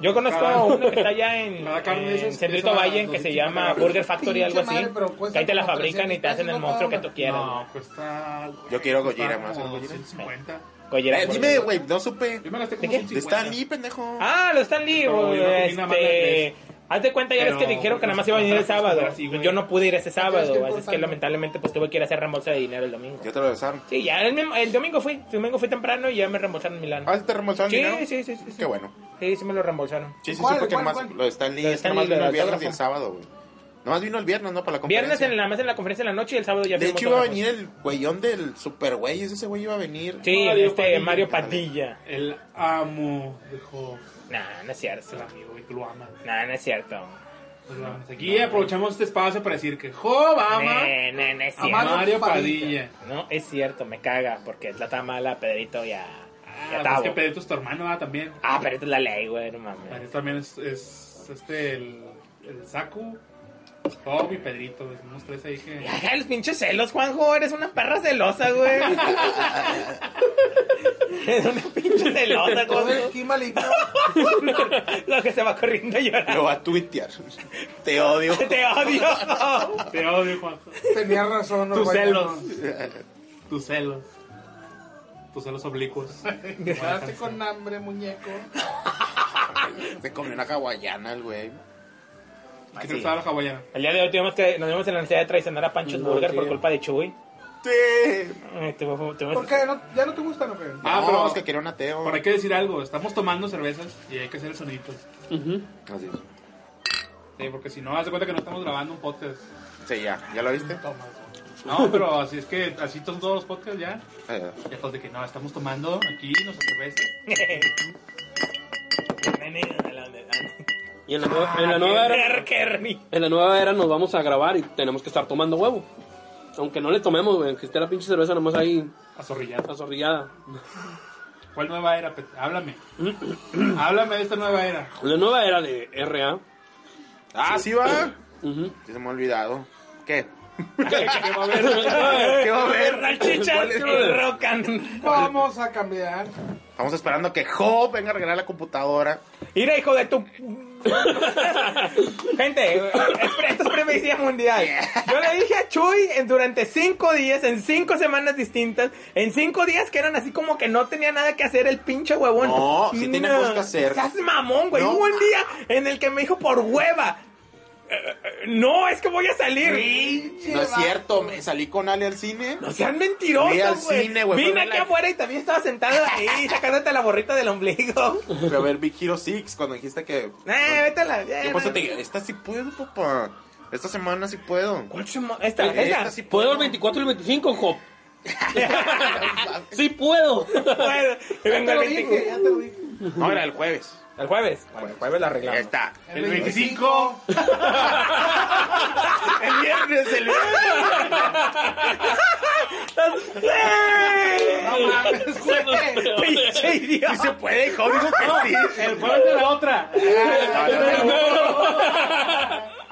A: Yo conozco
D: Cada-
A: a uno que está allá en,
D: cada carne
A: en
D: esa es-
A: Centrito
D: esa-
A: Valle que
D: dos
A: se
D: mil
A: llama
D: quinientos.
A: Burger Factory algo así.
C: Pinche madre, pero cuesta
A: que ahí te la
C: como
A: fabrican y te
C: 300
A: hacen el
C: pesos
A: monstruo que
C: cada
A: tú
C: una.
A: quieras.
D: No, pues cuesta.
B: Yo quiero
D: cuesta
B: Gojira, ¿me vas a hacer
D: como
B: Gojira?
D: 150.
A: Gojira,
B: Eh,
A: por
B: dime,
A: ejemplo.
B: güey, no supe.
D: Yo me gasté como
A: ¿De qué?
D: 150.
B: De Stanley, pendejo.
A: Ah, lo están
D: No,
A: libres.
D: yo no comí nada más de
A: este,
D: tres.
A: haz de cuenta, ya ves
D: Pero,
A: que dijeron que nada más iba a venir el
D: pues,
A: sábado.
D: así, güey.
A: yo no pude ir ese
C: Entonces,
A: sábado,
C: ¿qué
A: así es que
C: importante?
A: lamentablemente pues tuve que ir a hacer reembolso de dinero el domingo.
B: Ya te lo besaron.
A: Sí, ya el, mismo- el domingo fui, el domingo fui temprano y ya me reembolsaron mi lana.
B: Ah, ¿sí te reembolsaron
A: Sí,
B: dinero?
A: sí, sí, sí, sí.
B: Qué bueno.
A: Sí, sí me lo reembolsaron.
B: Sí, sí,
C: ¿Cuál,
B: supe que
C: cuál,
B: nomás
C: cuál?
B: lo de Stan Lee
A: Lo de
B: es que
A: Stan
B: nomás
A: Lee,
B: vino
A: lo
B: el
A: del
B: viernes y el
A: autógrafo.
B: sábado, güey. Nomás vino el viernes, ¿no? Para la conferencia.
A: Viernes en la, más en la conferencia en la noche y el sábado ya
B: De
A: firmó
B: hecho, iba a
A: autógrafos.
B: venir el güeyón del super güey. Ese güey iba a venir.
A: Sí,
D: Mario
A: este
D: Padilla.
A: Mario Padilla.
D: El amo de Job.
A: Nah, no es
D: Es el
A: cierto.
D: amigo, güey, que lo ama.
A: Nah, no es cierto.
D: Lo amas. Aquí aprovechamos este espacio para decir que Job ama
A: Nah, nah, no es cierto.
D: a
C: Amado.
D: Mario
C: Mario
D: Padilla. Ah,
C: Padilla.
A: No es cierto, me caga porque trata mal a Pedrito y a, y a
D: Ah, pues es
A: Tavo.
D: que Pedrito es tu hermano, ah, también.
A: Ah, pero esta es la ley, güey, no mames.
D: Pedrito también es, es este, el, el Saku, Job y Pedrito. güey, Somos tres ahí que.
A: Ay, los pinches celos, Juanjo, eres una perra celosa, güey. eres una pinche celosa,
C: Todo el
A: Juanjo.
C: esquimalito.
A: Lo que se va corriendo a llorar.
B: Lo va a tuitear. Te odio.
A: Te odio.
D: Te odio, Juanjo.
C: Tenía razón.
D: Tus
C: Uruguay,
D: celos.
C: no.
D: Tus celos. Tus celos oblicuos.
C: Quedaste con hambre, muñeco.
B: Se comió una hawaiana el güey.
D: ¿Qué te estaba la hawaiana?
A: El día de hoy tuvimos que, nos vimos en la necesidad de traicionar a Pancho's
E: No,
A: Burger
E: sí.
A: por culpa de Chuy.
B: Sí.
A: Ay, tuvimos- tuvimos-
C: ¿Por qué? ¿No- ¿Ya no te gustan o qué?
D: Ah,
B: Ah,
D: pero-
B: pero es que quería un ateo.
D: Ahora hay que decir algo. Estamos tomando cervezas y hay que hacer el sonidito.
E: Ujú.
B: Así es.
D: Sí, porque si no, haz de cuenta que no estamos grabando un podcast.
B: Sí, ya. ¿Ya lo viste?
D: No, pero así es que así son todos los podcasts ya.
B: Eh,
D: Ya todos de que no, estamos tomando aquí nuestra cerveza.
A: Bienvenido a la onda.
E: Y en la, nueva- en la nueva era,
A: Berker, mi-
E: en la nueva era nos vamos a grabar y tenemos que estar tomando huevo. Aunque no le tomemos, güey, aunque esté la pinche cerveza nomás ahí
D: Azorrillado.
E: azorrillada.
D: ¿Cuál nueva era? Pet? Háblame. Háblame de esta nueva era.
E: La nueva era de RA.
B: Ah, sí va.
E: Ujú.
B: Sí, se me ha olvidado. ¿Qué?
D: ¿Qué va a haber?
A: Eh,
B: ¿Qué va a haber?
A: Salchichas
B: ¿Cuál es?
A: y rocan.
C: Vamos a cambiar.
B: Estamos esperando que Job venga a arreglar la computadora.
A: Mira, hijo de tu. Gente, es pre- esto es primicia mundial. Yo le dije a Chuy en- durante cinco días, en cinco semanas distintas, en cinco días que eran así como que no tenía nada que hacer el pinche huevón.
B: No, sí tenía
A: No,
B: cosas que hacer.
A: Seas mamón, güey.
B: No.
A: Hubo un día en el que me dijo por hueva. eh, eh, No, es que voy a salir.
B: No es cierto, me salí con Ale al cine.
A: No sean
B: Fui al
A: mentirosos, güey.
B: cine, güey, fue
A: Vine
B: a
A: aquí
B: verla.
A: afuera y también estaba sentado ahí sacándote la borrita del ombligo.
B: Fui a ver Big Hero 6 cuando dijiste que.
A: Eh, vete a la. eh,
B: Yo por eso te
A: no.
B: dije, esta sí puedo, papá. Esta semana sí puedo.
A: ¿Cuál chamo- Esta, esta.
B: Eh, Esta sí
E: ¿Puedo
B: puedo.
E: el 24 y el 25, Job? sí puedo.
A: Bueno, y vengo
C: Te
A: el
C: lo
A: 25.
C: dije, ya te lo dije.
B: No, era el jueves.
A: El jueves. el jueves la
B: Ya
A: arreglamos.
B: está.
D: El 25.
B: El viernes, el viernes.
A: ¡Sí!
C: No mames, güey.
A: ¡Pinche
B: Sí
A: idiota!
B: se puede, hijo, digo que sí.
D: El jueves de la otra.
B: No, no, no.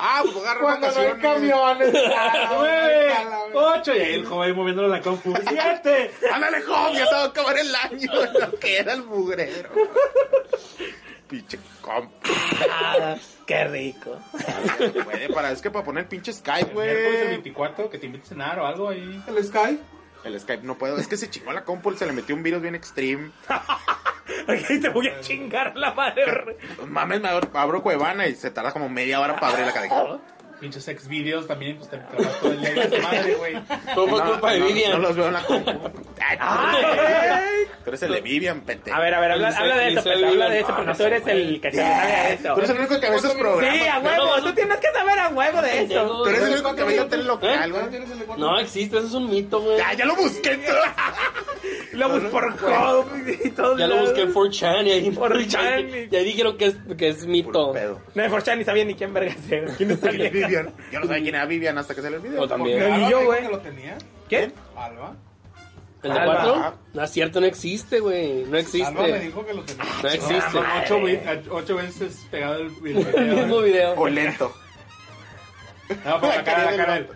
B: Ah, pues agarra
C: Cuando no hay
B: vacaciones.
C: camiones. ah,
D: Nueve,
C: a la verga.
D: ocho. Y ahí el joven moviéndole la compu. Siete.
B: Ándale, joven, ya se va a acabar el año. No queda el mugrero. Pinche compa.
A: Ah, ¡Qué rico!
B: Puede para, es que para poner pinche Skype,
D: Miércoles el
B: güey.
D: 24, que te invite a cenar o algo ahí.
C: El Sky.
B: El Skype no puedo. Es que se chingó la compu, se le metió un virus bien extreme.
A: Aquí te voy a chingar la madre.
B: No Mames, me abro, abro Cuevana y se tarda como media hora para abrir la cadena.
D: Pinches ex videos también, pues te trabajas todo el día de tu madre, güey.
E: Todo fue
B: No,
E: culpa de
B: no,
E: Vivian.
B: No los veo en la compu.
A: Ay.
B: Tú eres el de Vivian, pete.
A: A ver, a ver, habla,
E: Lisette,
A: habla de eso,
E: Lisette
A: Pepe, habla de
E: Vivian.
A: eso, porque tú eres el que se sabe de eso.
B: Tú eres el único que ve esos programas.
A: Sí, a huevo, tú tienes que saber a huevo de eso.
B: Tú eres el único que ve la tele
A: ¿Eh?
B: local,
C: ¿No
B: güey.
C: tienes el de cuatro?
E: No existe, eso es un mito, güey.
B: Ya, ya lo busqué. tú.
A: Lo busco por todo y todo.
E: Ya lo busqué en 4chan y ahí,
A: 4chan.
E: y ahí dijeron que es, que es
B: Puro
E: mito.
B: pedo.
A: No, Jorge ni sabía ni quién verga era. ¿Quién es esa
B: Y
A: vieja?
B: Vivian. Yo no sabía quién era Vivian hasta que salió el video.
E: Yo también.
A: Porque-
C: Alba
A: Y yo,
C: dijo
A: güey.
C: que lo tenía.
A: ¿Quién?
C: Alba.
E: ¿El de
A: Alba.
E: cuatro? No es cierto, no existe, güey. No
C: Alba me
E: existe.
C: dijo que lo tenía.
E: No existe.
D: Son Este, ocho, vi- ocho veces pegado el video.
E: El mismo video.
B: O lento.
D: No, pues la cara, la cara. del-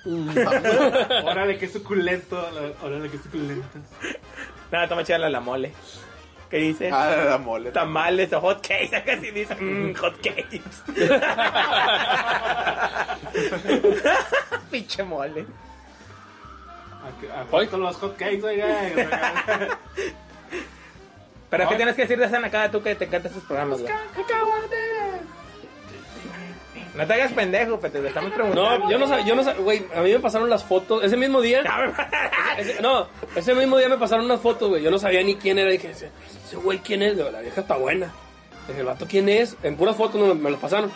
D: Órale, qué suculento. Órale, qué suculento.
A: Nada, toma chela la mole. ¿Qué dice?
B: Ah, la mole.
A: Tamales o hot cakes, acá sí dice mmm, hot cakes. Pinche mole.
D: ¿A qué- a cuánto los hotcakes, oiga?
A: Pero ¿qué
D: Ah.
A: tienes que decir de esa nacada tú que te encantan esos programas, güey? No te hagas pendejo, Pete, te estamos preguntando.
E: No, yo no sabía, yo no sabía, güey, a mí me pasaron las fotos, ese mismo día, ese- no, ese mismo día me pasaron unas fotos, güey, yo no sabía ni quién era, dije, ese ese güey, ¿quién es? Digo, la vieja está buena, dije, el vato, ¿quién es? En puras fotos no, me los pasaron,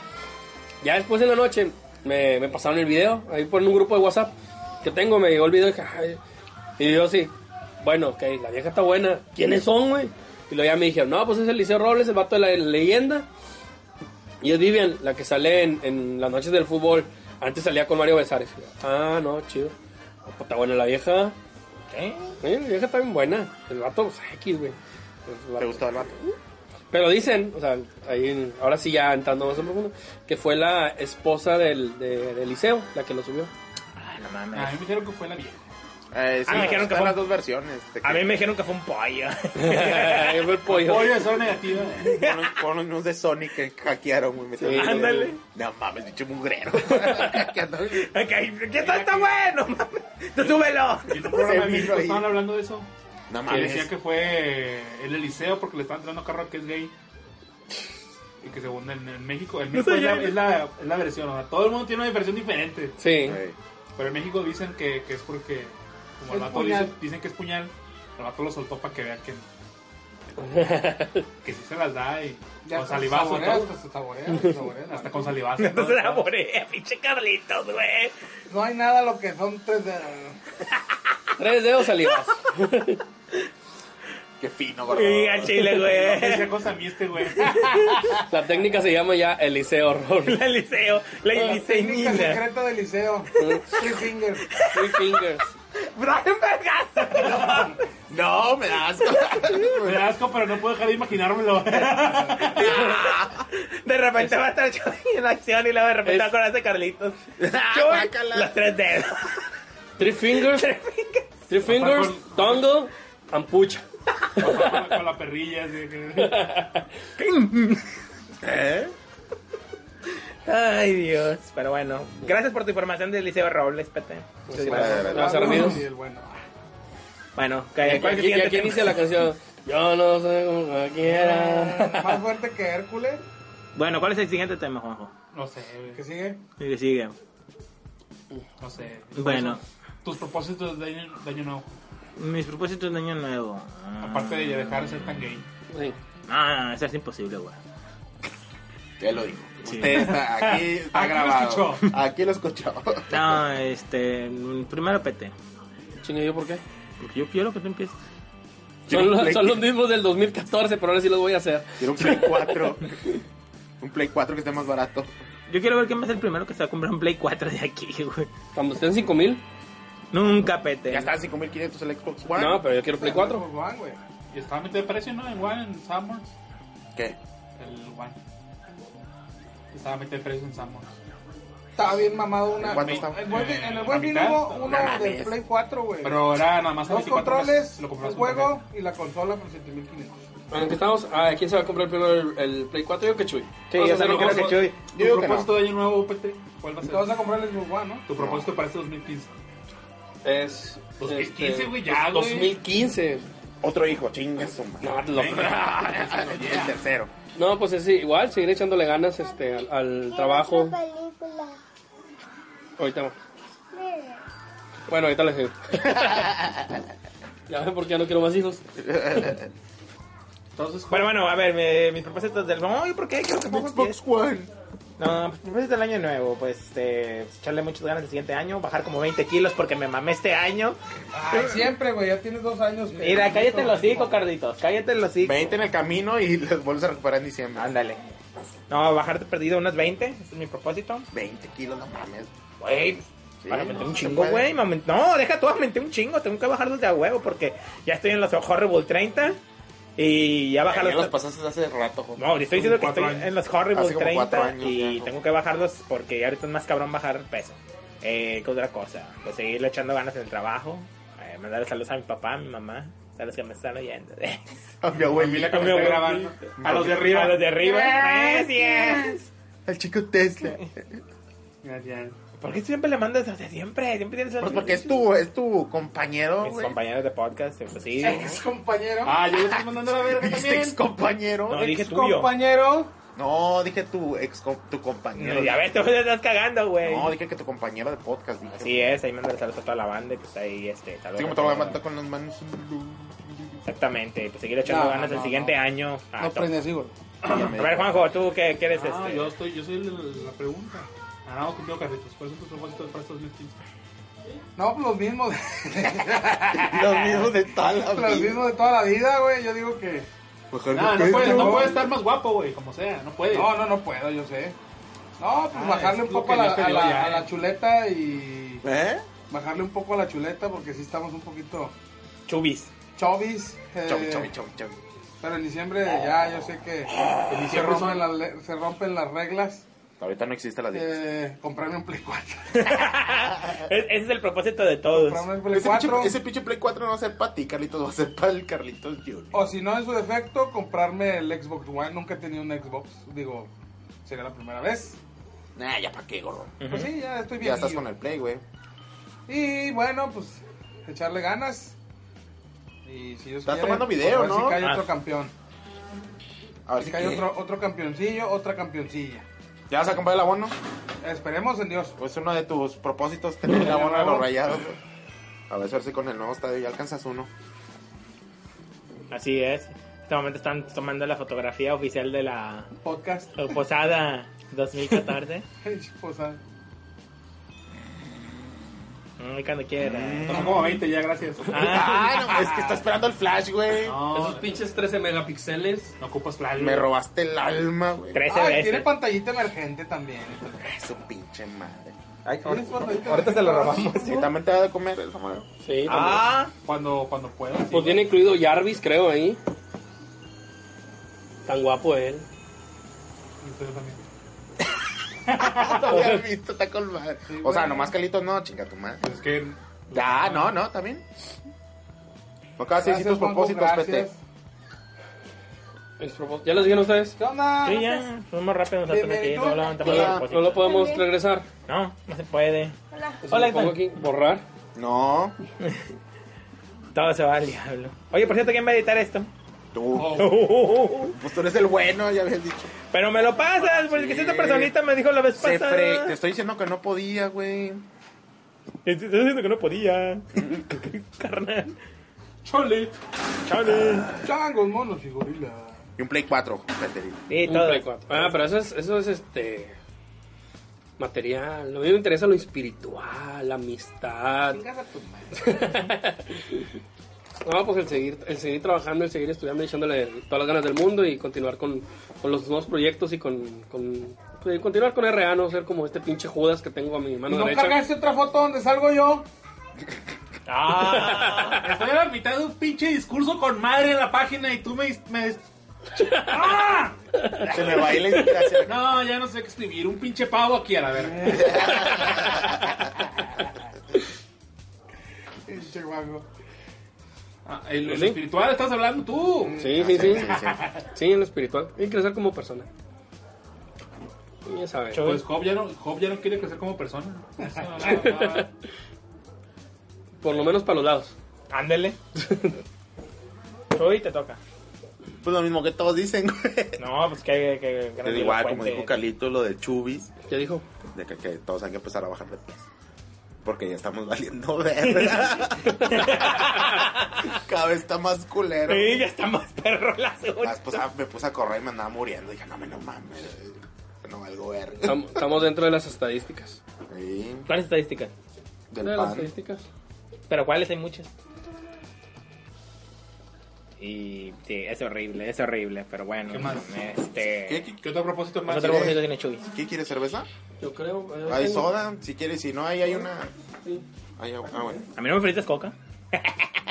E: ya después en la noche me, me pasaron el video, ahí por un grupo de WhatsApp que tengo, me llegó el video, dije, "Ay". y yo sí, bueno, ok, la vieja está buena, ¿quiénes son, güey? Y luego ya me dijeron, no, pues es el Liceo Robles, el vato de la leyenda, y es Vivian, la que sale en, en las noches del fútbol. Antes salía con Mario Besares. Ah, no, chido. Ah, pues, Está buena la vieja.
A: ¿Qué?
E: Eh, la vieja está bien buena. El vato, pues, X, güey. El vato.
B: ¿Te gustó el vato?
E: Pero dicen, o sea, ahí, en- ahora sí ya entrando más en profundo, que fue la esposa del, de, de Liceo la que lo subió.
A: Ay, no
D: A
A: mames.
D: mí me dijeron que fue la vieja.
B: Eh, sí,
A: Ah, me dijeron que
B: están
A: fue-
B: las dos versiones. Te-
A: A mí me dijeron que fue un pollo.
E: Ahí fue el pollo.
D: Oye, eso es negativo. eh.
B: Con, un- con unos de Sony que hackearon, güey. metieron-
E: Sí,
A: ándale.
B: No mames, bicho mugrero.
A: Ok, ¿qué tal está bueno? mames? Tú súbelo.
D: Y en un programa de
B: Se
D: México
B: vino ahí.
D: estaban hablando de eso.
B: no
D: Que Ah, decía
B: mames.
D: que fue el Eliseo porque le estaban tirando carro a que es gay. Y que según en, en México, en México
A: soy
D: es, la,
A: gay.
D: es la- es la versión. O sea, todo el mundo tiene una versión diferente.
E: Sí.
B: Ey,
D: Pero en México dicen que, que es porque, como el
C: Es
D: vato dice-
C: puñal.
D: dicen que es puñal, el vato lo soltó para que vean que, que sí se las da y con salivazo. y
C: saboreas,
D: todo.
C: hasta se saborea, se saborea.
D: Hasta con salivazo. y todo.
A: Entonces la morea, pinche Carlitos, güey.
C: No hay nada lo que son tres de...
E: Tres dedos salivas.
B: Qué fino, gordo.
A: Y al chile,
D: No me
A: güey.
D: decía cosa a mí este güey.
E: La técnica se llama ya Eliseo Robles.
A: La liceo, la
C: La técnica
A: liceñina.
C: secreta del liceo. Three finger.
E: Three fingers.
A: Brian Vergas.
B: No, me das.
D: Me da asco, pero no puedo dejar de imaginármelo.
A: De repente va a estar Chuy en acción y luego de repente va a acordarse Carlitos. Chuy,
B: Guácala.
A: los tres dedos.
E: Three fingers, three fingers, dongle, and pucha.
D: con, la- con la perrilla. así que-
B: ¿Eh?
A: Ay, Dios. Pero bueno, gracias por tu información del Liceo Robles, Pete. Muchas gracias.
B: Bueno,
E: Los ardidos.
C: Y el bueno.
A: Bueno,
E: Y
A: ¿cuál es el
E: aquí, Eh, y
A: siguiente
E: aquí
A: tema?
E: inicia la canción. Yo no sé cómo cualquiera.
C: Más fuerte que Hércules,
A: Bueno, ¿cuál es el siguiente tema, Juanjo?
D: No sé,
C: que sigue.
A: Y que sigue.
D: no sé.
A: Bueno.
D: Tus propósitos de año, de año nuevo.
A: Mis propósitos de año nuevo. Ah,
D: Aparte de dejar de ser tan gay.
E: Sí.
A: No, no, no, Ah, eso es imposible, güey.
B: Te lo digo.
A: Sí.
B: Usted está aquí, está
D: Aquí lo
B: grabado.
D: escuchó.
B: Aquí lo escuchó.
A: No, este. mm, Primero PT.
E: Chingue, ¿yo por qué?
A: Porque yo quiero que tú empieces.
B: Quiero
E: Son,
B: un
E: los-
B: Play-
E: son los mismos del 2014, pero ahora sí los voy a hacer.
B: Quiero un Play 4. Un Play 4 que esté más barato.
A: Yo quiero ver quién va a ser el primero que se va a comprar un Play 4 de aquí, güey.
E: Cuando estén 5000.
A: Nunca PT.
B: Ya está, 5500 el Xbox One.
E: No, pero yo quiero Play 4.
C: Xbox One, Pues, güey.
D: Y estaba metido de precio, ¿no? En One, en Sanborns.
B: ¿Qué?
D: El One. Estaba metido de precio en Sanborns.
C: Estaba bien mamado una.
B: ¿Cuánto está?
C: En Buen Fin- en el
D: Eh,
C: buen fin
D: mitad.
C: hubo uno
B: No mames.
C: del Play 4, güey.
D: Pero era nada más a
C: Dos
D: 24
C: controles,
D: meses, lo
C: un
D: comprabas
C: juego y la consola por 7500.
E: Bueno, aquí estamos. Ah, ¿Quién se va a comprar primero el, el Play 4? Yo que Chuy.
A: Sí,
E: Vamos a
A: yo
E: hacer
A: también
E: los
A: creo que
E: dos.
A: Chuy.
D: Tu
B: Yo digo que
D: propósito de año nuevo, Pete, ¿cuál va a
C: Te vas
D: ser?
C: a comprar el Xbox One, ¿no?
D: Tu propósito para este 2015.
E: Es.
D: 2015,
E: este,
D: Pues güey, ya, güey.
E: 2015.
B: Otro hijo, chinga su madre.
E: No, te lo- Ah,
B: El tercero.
E: No, pues es igual, seguir echándole ganas este, al, al trabajo.
F: Otra película.
E: Ahorita.
F: Mira.
E: Bueno, ahorita les digo. ya ven por qué ya no quiero más hijos.
D: Entonces,
A: Bueno, bueno, a ver, me- mis propósitos del. No, ¿y por qué? Creo que poco
B: Xbox One.
A: No, pues propósito del año nuevo, pues este, echarle muchas ganas el siguiente año, bajar como 20 kilos porque me mamé este año.
C: Ay, siempre, güey, ya tienes dos años. güey.
A: Mira, cállate los hocico, Carlitos, cállate los hocico.
B: 20 en el camino y los vuelves a recuperar en diciembre.
A: Ándale. No, bajarte perdido unos 20, ese es mi propósito.
B: 20 kilos, no mames.
A: Güey, pues,
B: Sí,
A: para aumentar
B: no,
A: un
B: se
A: chingo,
B: puede.
A: güey. me aument- No, deja tú, aumenté un chingo, tengo que bajarlos de a huevo porque ya estoy en los Horrible 30 y ya
B: Ya
A: bajar
B: los pasaste hace rato, jo.
A: No, le estoy diciendo que
D: Como
A: estoy
D: cuatro años.
A: en los Horrible
B: Hace como
A: 30
B: cuatro años
A: y
B: ya, ¿no?
A: tengo que bajarlos porque ya ahorita es más cabrón bajar peso. Eh, ¿Qué otra cosa? Pues seguirle echando ganas en el trabajo, eh, mandarle saludos a mi papá, a mi mamá, a los que me están oyendo.
B: A mi abuelita.
D: que me está grabando. A los de arriba.
A: A los de arriba. Gracias.
B: Al chico Tesla.
D: Gracias.
A: ¿Por qué siempre le mandas hacia siempre? Siempre tienes
B: Pues porque es tu, es tu compañero,
A: Mis
B: güey.
A: compañeros de podcast, pues sí.
C: Ex compañero.
D: Ah, yo lo estoy mandando a la verga
B: Dijiste
D: también.
B: ex compañero.
A: No, dije tuyo.
C: compañero.
B: No, dije tu ex com- tu compañero.
A: Ya ves, tú me estás cagando, güey.
B: No, dije que tu compañero de podcast. Dije.
A: Así es, ahí mandas saludos a toda la banda y pues ahí, este, saludos.
B: Así como
A: a
B: te lo voy a
A: todos.
B: matar con las manos.
A: Exactamente, pues seguir echando
C: No,
A: ganas
C: no,
A: el
C: no,
A: siguiente
C: no.
A: año. a
C: No
A: tope.
C: prende así, güey.
A: A ver, Juanjo, ¿tú qué quieres?
D: Ah,
A: este?
D: yo, estoy, yo soy el de la pregunta. Ah, no, contigo, Carlitos. ¿Cuáles son tus propósitos para este 2015?
C: No, pues los mismos.
B: Los mismos de tal.
C: los mismos de toda la vida, güey. Yo digo que.
D: Ah, no puedes, no puedes estar más guapo, güey, como sea, no puedes.
C: este No, no, no puedo, yo sé. No, pues
D: Ah,
C: bajarle
D: es
C: un
D: lo
C: poco
D: que
C: a la,
D: ya te
C: a
D: dio
C: la-
D: ya,
C: a
D: eh.
C: la chuleta y.
B: ¿Eh?
C: Bajarle un poco a la chuleta porque sí estamos un poquito
A: Chubis.
C: chovis. eh,
B: Chomi, chomi, chomi, chomi.
C: Pero en diciembre ya yo sé que
D: En
C: se
D: diciembre
C: rompen,
D: son-
C: las, le- se rompen las reglas.
B: Ahorita no existe la dieta.
C: Eh, comprarme un Play 4.
D: Pues,
A: Es- ese es el propósito de todos.
C: comprarme un Play
B: Ese pinche,
C: 4.
B: ese pinche Play 4 no va a ser para ti, Carlitos, va a ser para el Carlitos Jr.
C: O si no, en su defecto, comprarme el Xbox One. Nunca he tenido un Xbox. Digo, sería la primera vez.
B: Nah, ya para qué, gordo.
C: Pues sí, ya estoy bien.
B: Ya estás con el Play, güey.
C: Y bueno, pues echarle ganas. Y si Dios
B: Estás
C: quiere,
B: tomando video,
C: pues, a ver
B: ¿no?
C: Si cae
A: Ah.
C: otro campeón.
B: A ver
C: Si
B: si
C: cae
B: quiere.
C: otro, otro campeoncillo, otra campeoncilla.
B: ¿Ya vas a comprar el abono?
C: Esperemos en Dios.
B: Pues uno de tus propósitos, tener el abono de los rayados. güey. A ver, a ver si con el nuevo estadio ya alcanzas uno.
A: Así es. En este momento están tomando la fotografía oficial de la
C: Podcast.
A: Posada 2014.
C: Pues, ah,
A: Ay, Mm, cuando quiera.
D: Son como 20 ya, gracias.
A: Ah,
B: Ay, no, es que está esperando el flash, güey.
E: Esos
D: No,
E: pinches 13 megapíxeles.
D: no ocupas flash.
B: Me
D: güey.
B: robaste el alma, güey.
A: 13
C: Ay, tiene
A: veces.
C: pantallita emergente también.
B: Su pinche madre. Ay,
C: Sí, es cuando ahorita-
F: Ahorita se lo robamos.
B: Sí, también te da de comer esa madre.
E: Sí, también.
A: Ah,
D: Cuando, cuando pueda. sí.
E: Pues viene incluido Jarvis, creo, ahí. Tan guapo él.
D: Entonces también.
B: No había visto, está con madre. O sea, nomás Calitos no, chinga tu madre.
D: Es que.
B: Ya, no, no, también. Por cada seis
C: Gracias,
B: tus
C: Juanjo,
B: propósitos, pete.
C: gracias.
E: Es propós- ¿Ya les dijeron ustedes?
C: ¿Qué onda?
A: sí, ya. Fuimos rápidos hasta aquí. No lo levantamos
B: Hola.
A: a propósito.
E: No lo podemos
G: También.
E: regresar.
A: No, no se puede.
G: Hola.
E: Si
A: Hola,
E: lo
A: ¿qué
E: pongo
A: tal?
E: aquí, borrar.
B: No,
A: Todo se va al diablo. Oye, por cierto, ¿quién va a editar esto?
B: tú. Pues tú eres el bueno, ya habías dicho.
A: Pero me lo pasas, porque
B: Sí.
A: esta personita me dijo la vez
B: Se
A: pasada.
B: fre- Te estoy diciendo que no podía, güey.
A: Estás Eh, diciendo que no podía. Carnal.
C: Chole.
A: Chale.
C: Changos, monos y gorila.
B: Y un Play 4, pete.
A: Sí,
E: Un
A: todo.
E: Play 4. Ah, pero eso es, eso es este. Material. A mí me interesa lo espiritual, la amistad.
C: Chingas a tu madre.
E: No, pues el seguir, el seguir trabajando, el seguir estudiando, y echándole todas las ganas del mundo y continuar con, con los nuevos proyectos y con, con- pues, continuar con RA, no ser como este pinche Judas que tengo a mi
C: ¿Y
E: mano
C: no
E: derecha.
C: cargaste otra foto donde salgo yo?
A: Ah.
D: Estoy a la mitad de un pinche discurso con madre en la página y tú me. me-
B: Se me baila y se
D: No, ya no sé qué escribir. Un pinche pavo aquí a la verga.
C: Pinche guango.
D: Ah, el, el
E: Sí.
D: espiritual estás hablando tú.
E: Sí, Ah, sí, sí. Sí, en lo espiritual. Y crecer como persona. Y Ya sabes.
A: Chau.
D: Pues Job ya, no, Job ya no quiere crecer como persona. Eso no, no, no, no.
E: Por lo menos para los lados.
A: Ándele. Chuy, te toca.
B: Pues lo mismo que todos dicen, güey.
A: No, pues que. que, que
B: Es igual, como dijo Calito, lo de Chubis,
E: ¿Qué dijo?
B: de que, que todos hay que empezar a bajar de peso. Porque ya estamos valiendo verga. Cada vez está más culero.
A: Sí, ya está más perro la segunda.
B: Más, pues, ah, me puse a correr y me andaba muriendo. Dije, no, me no mames. No valgo verga.
E: Estamos, estamos dentro de las estadísticas.
B: Sí,
A: ¿Cuáles estadísticas?
E: de
B: del
E: las
B: pan.
E: estadísticas.
A: Pero cuáles hay muchas. Y sí, es horrible, es horrible, pero bueno.
D: ¿Qué más?
A: Este.
B: ¿Qué, qué,
D: ¿Qué otro propósito más?
A: Otro propósito tiene Chuy.
B: qué quieres, cerveza?
E: Yo creo. eh,
B: Hay
E: tengo-
B: soda, si quieres, si no, ahí hay una.
E: Sí.
B: Hay agua. Ah, bueno.
A: A mí no me ofreciste coca.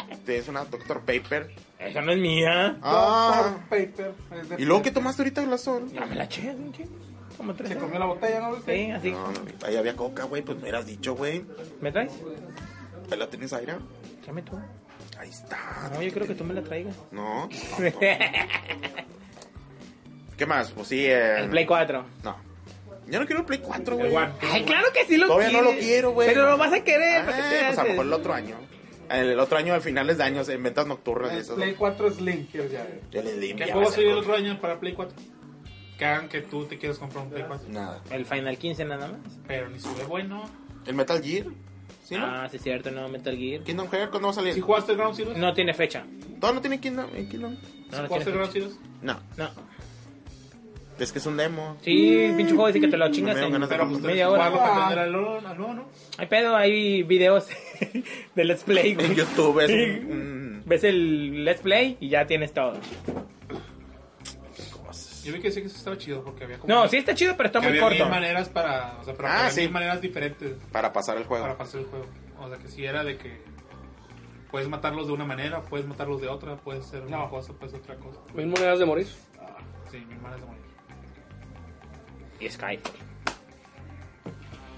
B: Este es una Dr. Paper.
A: Esa no es mía.
B: Ah.
C: Doctor Paper. es de
B: ¿Y luego qué
C: Paper.
B: tomaste ahorita, Blasón?
A: Ya Ah, me la eché, un chingo. Como tres.
C: Se
A: ¿no?
C: comió la botella, ¿no
A: Sí,
C: viste?
A: así.
B: No, no, ahí había coca, güey. Pues me hubieras dicho, güey.
A: ¿Me traes?
B: Ahí la tienes, Aira.
A: Tráeme tú.
B: Ahí está.
A: No, yo creo que tú me la traigas.
B: No. ¿Qué más? Pues sí, eh.
A: El Play 4.
B: No. Yo no quiero el Play 4, güey.
D: El One.
A: Ay, claro que sí lo
B: Todavía no lo
A: quieres.
B: quiero, güey.
A: Pero lo vas a querer.
B: Ah,
A: ¿para qué te
B: pues a lo
A: haces?
B: mejor el otro año. El otro año, a finales de años, en ventas nocturnas y
C: El
B: eso.
C: Play 4 Slim, quieres ya. ver.
B: Ya le
D: ¿Qué
B: limpia.
D: juego va a salir el otro año para Play 4? Que hagan que tú te quieras comprar un Play 4.
B: Nada.
A: El Final 15 nada más.
D: Pero ni sube bueno.
B: ¿El Metal Gear? ¿Sí, no?
A: Ah, sí, es cierto, no, Metal Gear.
B: ¿Kingdom Hearts cuándo va a salir?
D: ¿Si jugaste el Ground Zero?
A: No tiene fecha.
B: ¿Todo no tiene Kingdom? eh, Kingdom?
A: No, no tiene
D: ¿Jugaste el
A: fecha.
D: Ground Zero?
B: No.
A: No.
B: Es que es un demo.
A: Sí, pinche juego dice que te lo chingas
B: me dan
A: en
B: ganas de
A: pero, pues,
B: comprar.
A: media
D: Jugarlo
A: hora.
D: para
C: Ah.
D: aprender al LOL, al LOL, ¿no?
A: Hay pedo, hay videos de Let's Play. güey.
B: En YouTube es
A: Sí.
B: un- un-
A: Ves el Let's Play y ya tienes todo.
D: Yo vi que decía que eso estaba chido porque había como...
A: No, sí está chido, pero está
D: que
A: muy
D: había
A: corto.
D: mil maneras para... O sea, para
B: Ah,
D: jugar
B: sí.
D: mil maneras diferentes
B: Para pasar el
D: para
B: juego.
D: pasar el juego. O sea, que si era de que... Puedes matarlos de una manera, puedes matarlos de otra, puedes hacer una
C: No.
D: cosa, puedes hacer otra cosa.
E: Mil monedas de morir.
D: Sí, mi hermana es de morir.
A: Y Skyfall.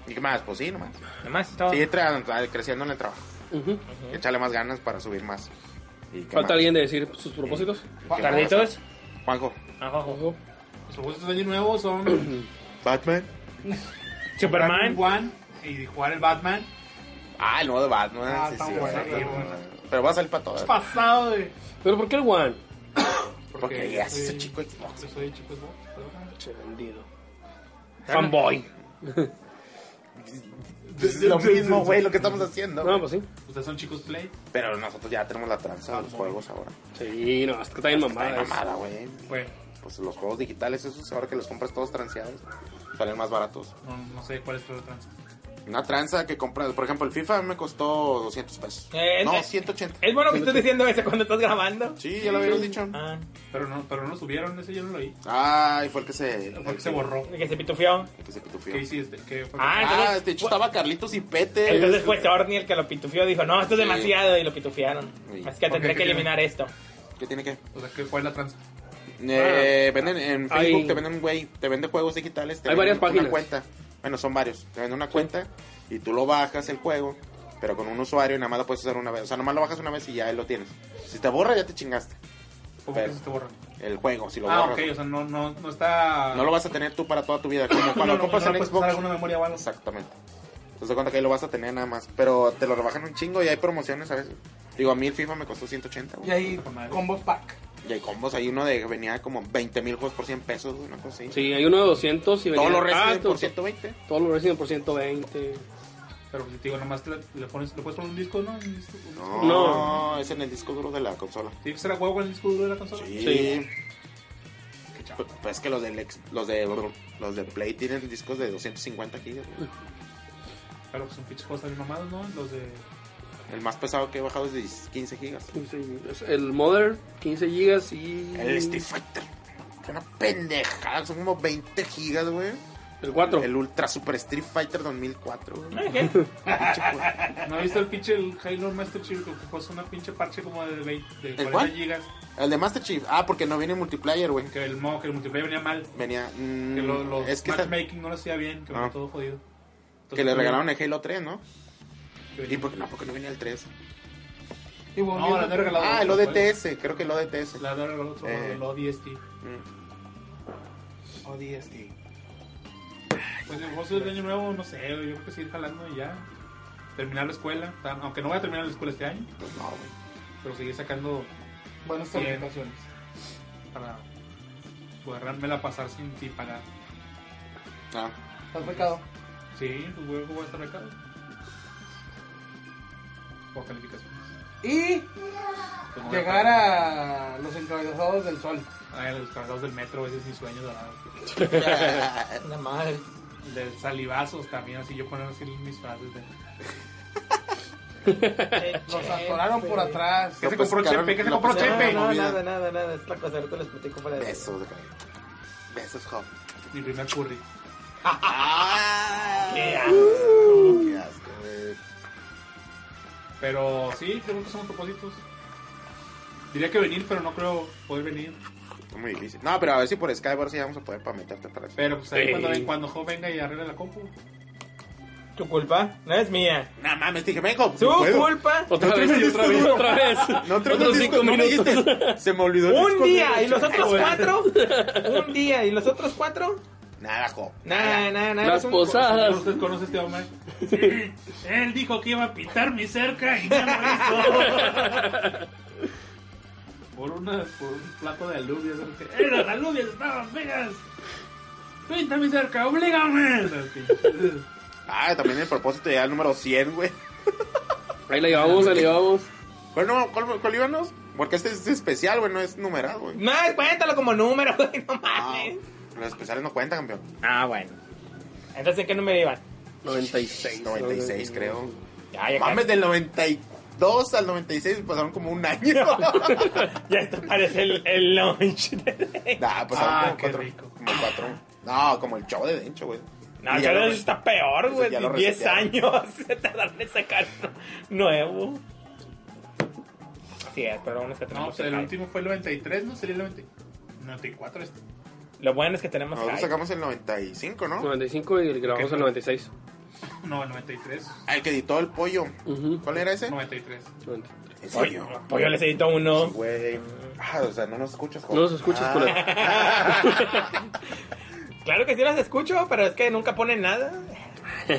B: ¿Y qué más? Pues sí, nomás.
A: Nada más, es todo.
B: Sigue tra- tra- creciendo en el trabajo.
E: Ujú.
B: Échale más ganas para subir más. ¿Y qué
E: Falta
B: más?
E: alguien de decir sus propósitos.
B: ¿Qué
A: Carlitos.
B: más? Juanjo.
A: Ajo.
E: Ojo.
D: Los propósitos de año nuevo son...
B: ¿Batman?
A: Superman.
D: One y jugar el Batman.
B: Ah, el nuevo de Batman.
C: Ah,
B: sí,
C: está
B: sí,
C: bueno,
B: sí,
C: está
B: sí.
C: bueno.
B: Pero va a salir para todas.
D: Pasado de...
E: Pero ¿por qué el One?
B: Porque
D: yo
B: ya se hizo
D: soy-
B: chico Xbox.
D: Yo soy chico Xbox, perdón.
E: Che, vendido. Fanboy.
B: Es lo mismo, güey, lo que estamos haciendo.
E: No, pues sí.
D: Ustedes son chicos Play.
B: Pero nosotros ya tenemos la tranza de los juegos ahora.
E: Sí, no, es que está bien
B: Está de
E: mamada. ah, es-
B: mamada, güey.
D: Bueno,
B: Pues los juegos digitales, esos ahora que los compras todos transeados, salen más baratos.
D: no, no sé cuál es tu trans.
B: Una tranza que compras. Por ejemplo, el FIFA a mí me costó 200 pesos.
A: Eh,
B: no,
A: eh,
B: 180.
A: Es bueno que estés diciendo eso cuando estás grabando.
B: Sí, ya lo habíamos dicho.
A: Ah,
D: Pero no, pero no lo subieron, ese yo no lo oí.
B: Ay, fue el que se.
D: Fue que se borró.
A: que se pitufió.
B: el que se pitufió.
D: ¿Qué hiciste? ¿Qué fue?
A: Ah,
B: Ah,
A: entonces-
B: de hecho estaba Carlitos y Pete.
A: Entonces fue este- Orny el que lo pitufió. Dijo, no, esto es
B: Sí.
A: demasiado. Y lo pitufiaron.
B: Sí.
A: Así que
D: Ok,
A: tendré
D: ¿qué
A: que eliminar esto.
B: ¿Qué tiene que?
D: O sea, ¿qué fue la tranza? Ah,
B: Eh, venden en
E: Hay-
B: Facebook, te venden, güey, te venden juegos digitales. Te
E: Hay
B: venden
E: varias páginas.
B: Una cuenta. Bueno, son varios. Te venden una cuenta y tú lo bajas el juego, pero con un usuario y nada más lo puedes usar una vez. O sea, nada más lo bajas una vez y ya ahí lo tienes. Si te borra, ya te chingaste.
D: ¿Cómo
B: Pero-
D: que se te borró?
B: El juego, si lo
D: Ah,
B: borras.
D: ok, o sea, no, no, no está...
B: No lo vas a tener tú para toda tu vida. Como
D: no,
B: cuando
D: no,
B: compras
D: no
B: en
D: puedes usar
B: Xbox.
D: alguna memoria o algo.
B: Exactamente. Entonces, de cuenta que ahí lo vas a tener nada más. Pero te lo rebajan un chingo y hay promociones a veces. Digo, a mí el FIFA me costó 180, güey.
C: Y ahí, combos pack.
B: Y hay combos, hay uno de venía como 20 mil juegos por 100 pesos, una cosa así.
E: Sí, hay uno de 200 y
B: Todos
E: venía-
B: los restos
E: ah,
B: por
E: todos-
B: 120.
E: Todos los Resident por 120.
D: Pero pues, te digo, nomás le, le pones, le puedes poner un disco, ¿no? Un disco- un disco.
B: No, es en el disco duro de la consola.
D: ¿Tiene que ser a huevo con el disco duro de la consola?
B: Sí.
E: Sí.
D: Qué chafa.
B: P- Pues es que los de, los de los de Play tienen discos de 250 gigas. güey.
D: Claro, pues son pinches cosas bien mamadas, ¿no? Los de...
B: El más pesado que he bajado es de 15 gigas.
E: El Mother, 15 gigas y.
B: El Street Fighter. Qué Una pendejada, son como 20 gigas, güey.
E: El 4.
B: El Ultra Super Street Fighter 2004, güey.
A: Ah, ¿qué?
D: ¿No has visto el pinche el Halo Master Chief que puso una pinche parche como de, 20, de
B: ¿El
D: 40
B: cuál?
D: gigas?
B: El de Master Chief. Ah, porque no viene multiplayer, güey.
D: Que el modo, que el multiplayer venía mal.
B: Venía. mm,
D: Que lo- los
B: es que, está-
D: matchmaking no lo hacía bien, que
B: Ah.
D: venía todo jodido. Entonces,
B: que le
D: tú-
B: regalaron el Halo 3, ¿no?
D: que venía-
B: ¿Y por qué no? Porque no venía el 3.
C: Y volviendo-
D: No, la han regalado.
B: Ah, el
D: otro juego.
B: ODTS. Creo que el ODTS.
D: La han regalado otro juego,
B: Eh.
D: el ODST.
B: Mm.
C: ODST.
D: Pues el gozo del año nuevo, no sé, yo creo que seguir jalando y ya. Terminar la escuela, tan- aunque no voy a terminar la escuela este año,
B: Pues no, güey.
D: pero seguir sacando
C: Buenas
D: Bien.
C: felicitaciones.
D: para agarrármela a pasar sin, sin pagar.
B: Ah,
C: ¿Estás becado?
D: Sí, pues voy, voy a estar recado. Por calificaciones.
C: Y
D: Pues no voy
C: llegar
D: pagar.
C: a los encabezados del sol.
D: Ay, los cargados del metro, ese es mi sueño dorado.
A: La madre.
D: De salivazos también, así yo poner así mis frases de.
C: Los atoraron por atrás.
D: ¿Qué se
B: pues,
D: compró
B: cabrón,
D: Chepe? ¿Qué se
B: no,
D: compró
B: pues,
D: Chepe?
B: no,
A: No, no,
B: vida.
A: nada, nada, nada. Es la cosa, ahorita les platico fuera de
B: Besos, güey. Besos, joven.
D: Mi primer curry.
B: Ah, Uh.
A: Qué
B: asco. Qué asco, güey.
D: Pero sí, yo creo que son los propósitos. Diría que venir, pero no creo poder venir.
B: Está muy difícil. No, pero a ver si por Skype ahora sí vamos a poder para meterte para eso.
D: Pero pues ahí
E: Sí.
D: cuando, ven- cuando Jo venga y arregle la compu.
A: Tu culpa, no es mía.
B: No mames, te dije, vengo.
A: Su
B: no puedo.
A: culpa.
E: Otra vez, y otra vez, otra vez.
B: No traigo
E: Otros
B: el disco,
E: cinco
B: no me
E: minutos.
B: dijiste. Se me olvidó el
A: Un
B: disco
A: día
B: duro,
A: y los otros
B: güey.
A: cuatro. Un día y los otros cuatro.
B: Nada, jo.
A: Nada, nada, nada.
E: Las
A: son-
E: posadas.
D: ¿Usted conoce a este hombre? Sí, él dijo que iba a pintar mi cerca y ya lo hizo. Por, una, por un plato de alubias. ¿sabes qué? ¡Eh, las alubias estaban feas! ¡Pinta mi cerca, oblígame!
B: Ah, también el propósito ya el número 100, güey.
E: Ahí la llevamos, ahí la llevamos.
B: ¿Cuál, no, cuál, cuál íbamos? Porque este es especial, güey, no es numerado, güey.
A: No, cuéntalo como número, güey, no
B: Ah,
A: mames.
B: los especiales no cuentan, campeón.
A: Ah, bueno. Entonces, ¿en qué número iban?
E: 96.
B: 96, creo.
A: Ya, ya,
B: Mames, del 92 al 96 pasaron como un año.
A: Ah, ya esto parece el, el launch. de-
B: nah, pasaron
D: Ah,
B: como
D: qué
B: cuatro.
D: rico.
B: Como cuatro. No, como el show de Dencho, güey.
A: No,
B: Y
A: ya
B: ya lo-
A: está peor, güey.
B: ya lo
A: 10
B: resetearon.
A: años se tardaron en sacar uno nuevo. Así es, pero aún está
D: No,
A: tenemos
D: pues el
A: hype.
D: último fue el 93, ¿no? Sería el 90 94 este.
A: Lo bueno es que tenemos
B: Nosotros
A: hype.
B: sacamos el 95, ¿no?
E: 95 y grabamos el 96.
D: No, el 93.
B: Ah, El que editó el pollo.
E: Ujú.
B: ¿Cuál era ese?
D: 93.
B: ¿En
A: Oye,
B: serio?
A: pues yo les edito uno.
B: Güey. Ah, o sea, no nos escuchas, Ah,
E: No nos escuchas,
B: por
E: culero.
A: Claro que sí las escucho, pero es que nunca ponen nada.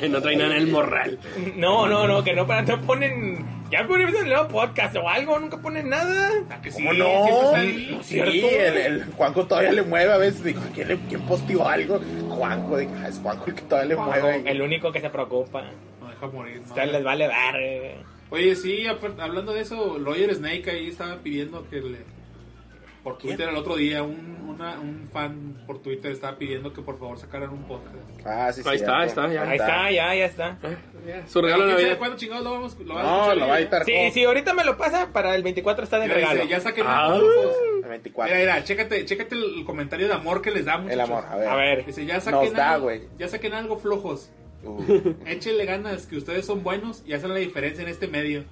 E: no trae nada en el morral.
A: No, no, no, que no, pero no ponen. Ya ponen el nuevo podcast o algo, nunca ponen nada.
D: Ah, que sí, pues,
B: ¿Cómo
D: siempre
B: no?
D: está
B: Sí,
D: ahí.
B: no es cierto. Sí, el, el Juanjo todavía le mueve a veces. Dijo, ¿quién, le- quién posteó algo? Juanjo, de, ah, es Juanjo el que todavía le mueve.
A: El único que se preocupa.
D: No deja morir. no.
A: Ustedes les vale ver.
D: Oye, sí, apar- hablando de eso, Lawyer Snake ahí estaba pidiendo que le por Twitter el otro día un, una- un fan por Twitter estaba pidiendo que por favor sacaran un podcast.
B: Ah, sí, cierto.
E: Ahí está, ahí está, ya.
A: Ahí está, ya, ya está.
E: Su regalo de
D: ¿Quién sabe
E: Navidad.
D: ¿Cuándo chingados lo vamos lo vamos
B: No,
D: escuchar
B: lo
D: ahí?
B: va a editar.
A: Sí,
B: Job.
A: sí, ahorita me lo pasa para el 24 está de
D: Mira,
A: regalo.
D: dice, ya saquen
E: Ah.
D: más grupos.
B: El 24.
D: Mira, mira, chécate, chécate el comentario de amor que les da muchachos.
B: el amor, a ver.
A: A ver.
D: Dice, ya saquen
B: Nos da,
D: algo-
B: güey.
D: Ya saquen algo flojos.
B: Uh,
D: Échenle ganas que ustedes son buenos y hacen la diferencia en este medio.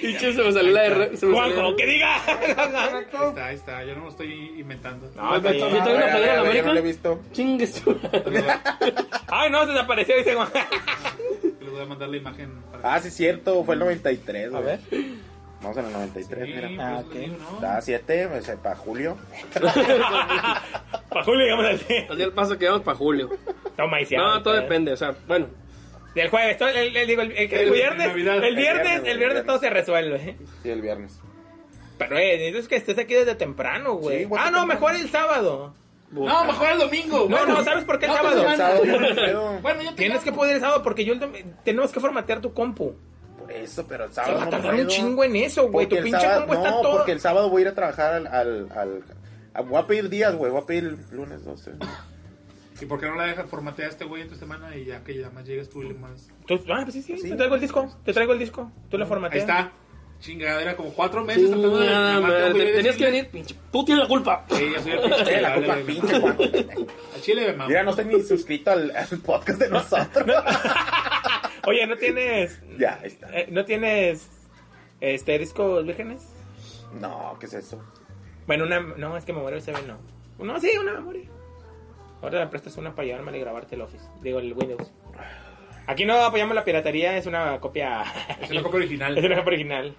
E: Pinche, se me salió la R. Se me salió la
A: Juanjo,
E: R.
A: que diga.
D: Ahí
C: Correcto.
D: está, ahí está, yo no lo estoy inventando.
A: No, está
E: Yo tengo
A: bien.
E: una
B: A ver, a ver,
E: playera de la
B: a ver, ya no
E: América.
B: lo he visto.
E: Chingue su-
A: Ay, no, se desapareció, dice Juan.
D: Les voy a mandar la imagen. Para
B: Ah, sí, cierto, fue el 93,
A: A
B: güey.
A: ver.
B: Vamos en el 93,
D: Sí,
B: mira.
D: pues,
A: Ah,
D: les
A: ok.
D: digo, ¿no?
B: Está 7, o sea, para julio.
A: Para Julio, digamos así.
E: Así el paso que vamos para julio.
A: Toma, y se
E: No,
A: abre,
E: todo
A: ¿eh?
E: depende. O sea, bueno.
A: Del jueves, todo el, el- el- digo, el- el- el
D: El-
A: viernes, el
D: Navidad.
A: viernes, el
D: El
B: viernes,
A: viernes,
B: el viernes.
A: todo se resuelve. ¿eh?
B: Sí, el viernes.
A: Pero eh, necesito que estés aquí desde temprano, güey.
B: Sí, güey,
A: ah, no,
B: temprano.
A: mejor el sábado.
D: No, mejor el domingo.
A: No,
D: bueno.
A: Ah, no, ¿sabes por qué el
D: No,
A: sábado?
D: pues,
B: El sábado yo no puedo.
D: Bueno, yo te
A: Tienes que
D: llamo.
A: poder el sábado porque yo el dom- tenemos que formatear tu compu.
B: Por eso, pero el
A: Te
B: sábado
A: va a
B: no
A: tardar
B: puedo.
A: un chingo en eso, güey. Tu
B: el
A: pinche
B: sábado-
A: compu
B: no,
A: está todo.
B: porque el sábado voy a ir a trabajar al... al, al- a- voy a pedir días, güey. Voy a pedir lunes 12.
D: ¿Y por qué no la dejas formatear a este güey en tu semana y ya que ya más llegues tú y le más?
A: Tú- ah, pues sí, sí,
B: Sí.
A: te traigo el disco, te traigo el disco. Tú lo
D: Ahí
A: formateas.
D: está. Chingadera, como cuatro meses tratando de.
E: Nada,
D: llamarte,
E: madre,
D: güey,
E: te- Tenías que venir.
D: decirle-
E: pinche- Tú tienes la culpa.
D: Sí, ya soy el pinche
B: Eh, la
D: culpable,
B: culpa,
D: güey.
B: pinche Juan.
D: Al chile, mamá.
B: Mira, no estoy ni suscrito al, al podcast de nosotros.
A: Oye, ¿no tienes.
B: ya, ahí está.
A: eh, ¿No tienes. Este, discos vírgenes?
B: No, ¿qué es eso?
A: Bueno, una. No, es que memoria USB no. No, sí, una memoria. Ahora la prestas una para llevármela y grabarte el Office. Digo, el Windows. Aquí no apoyamos la piratería, es una copia.
D: Es una copia original.
A: Es una copia original.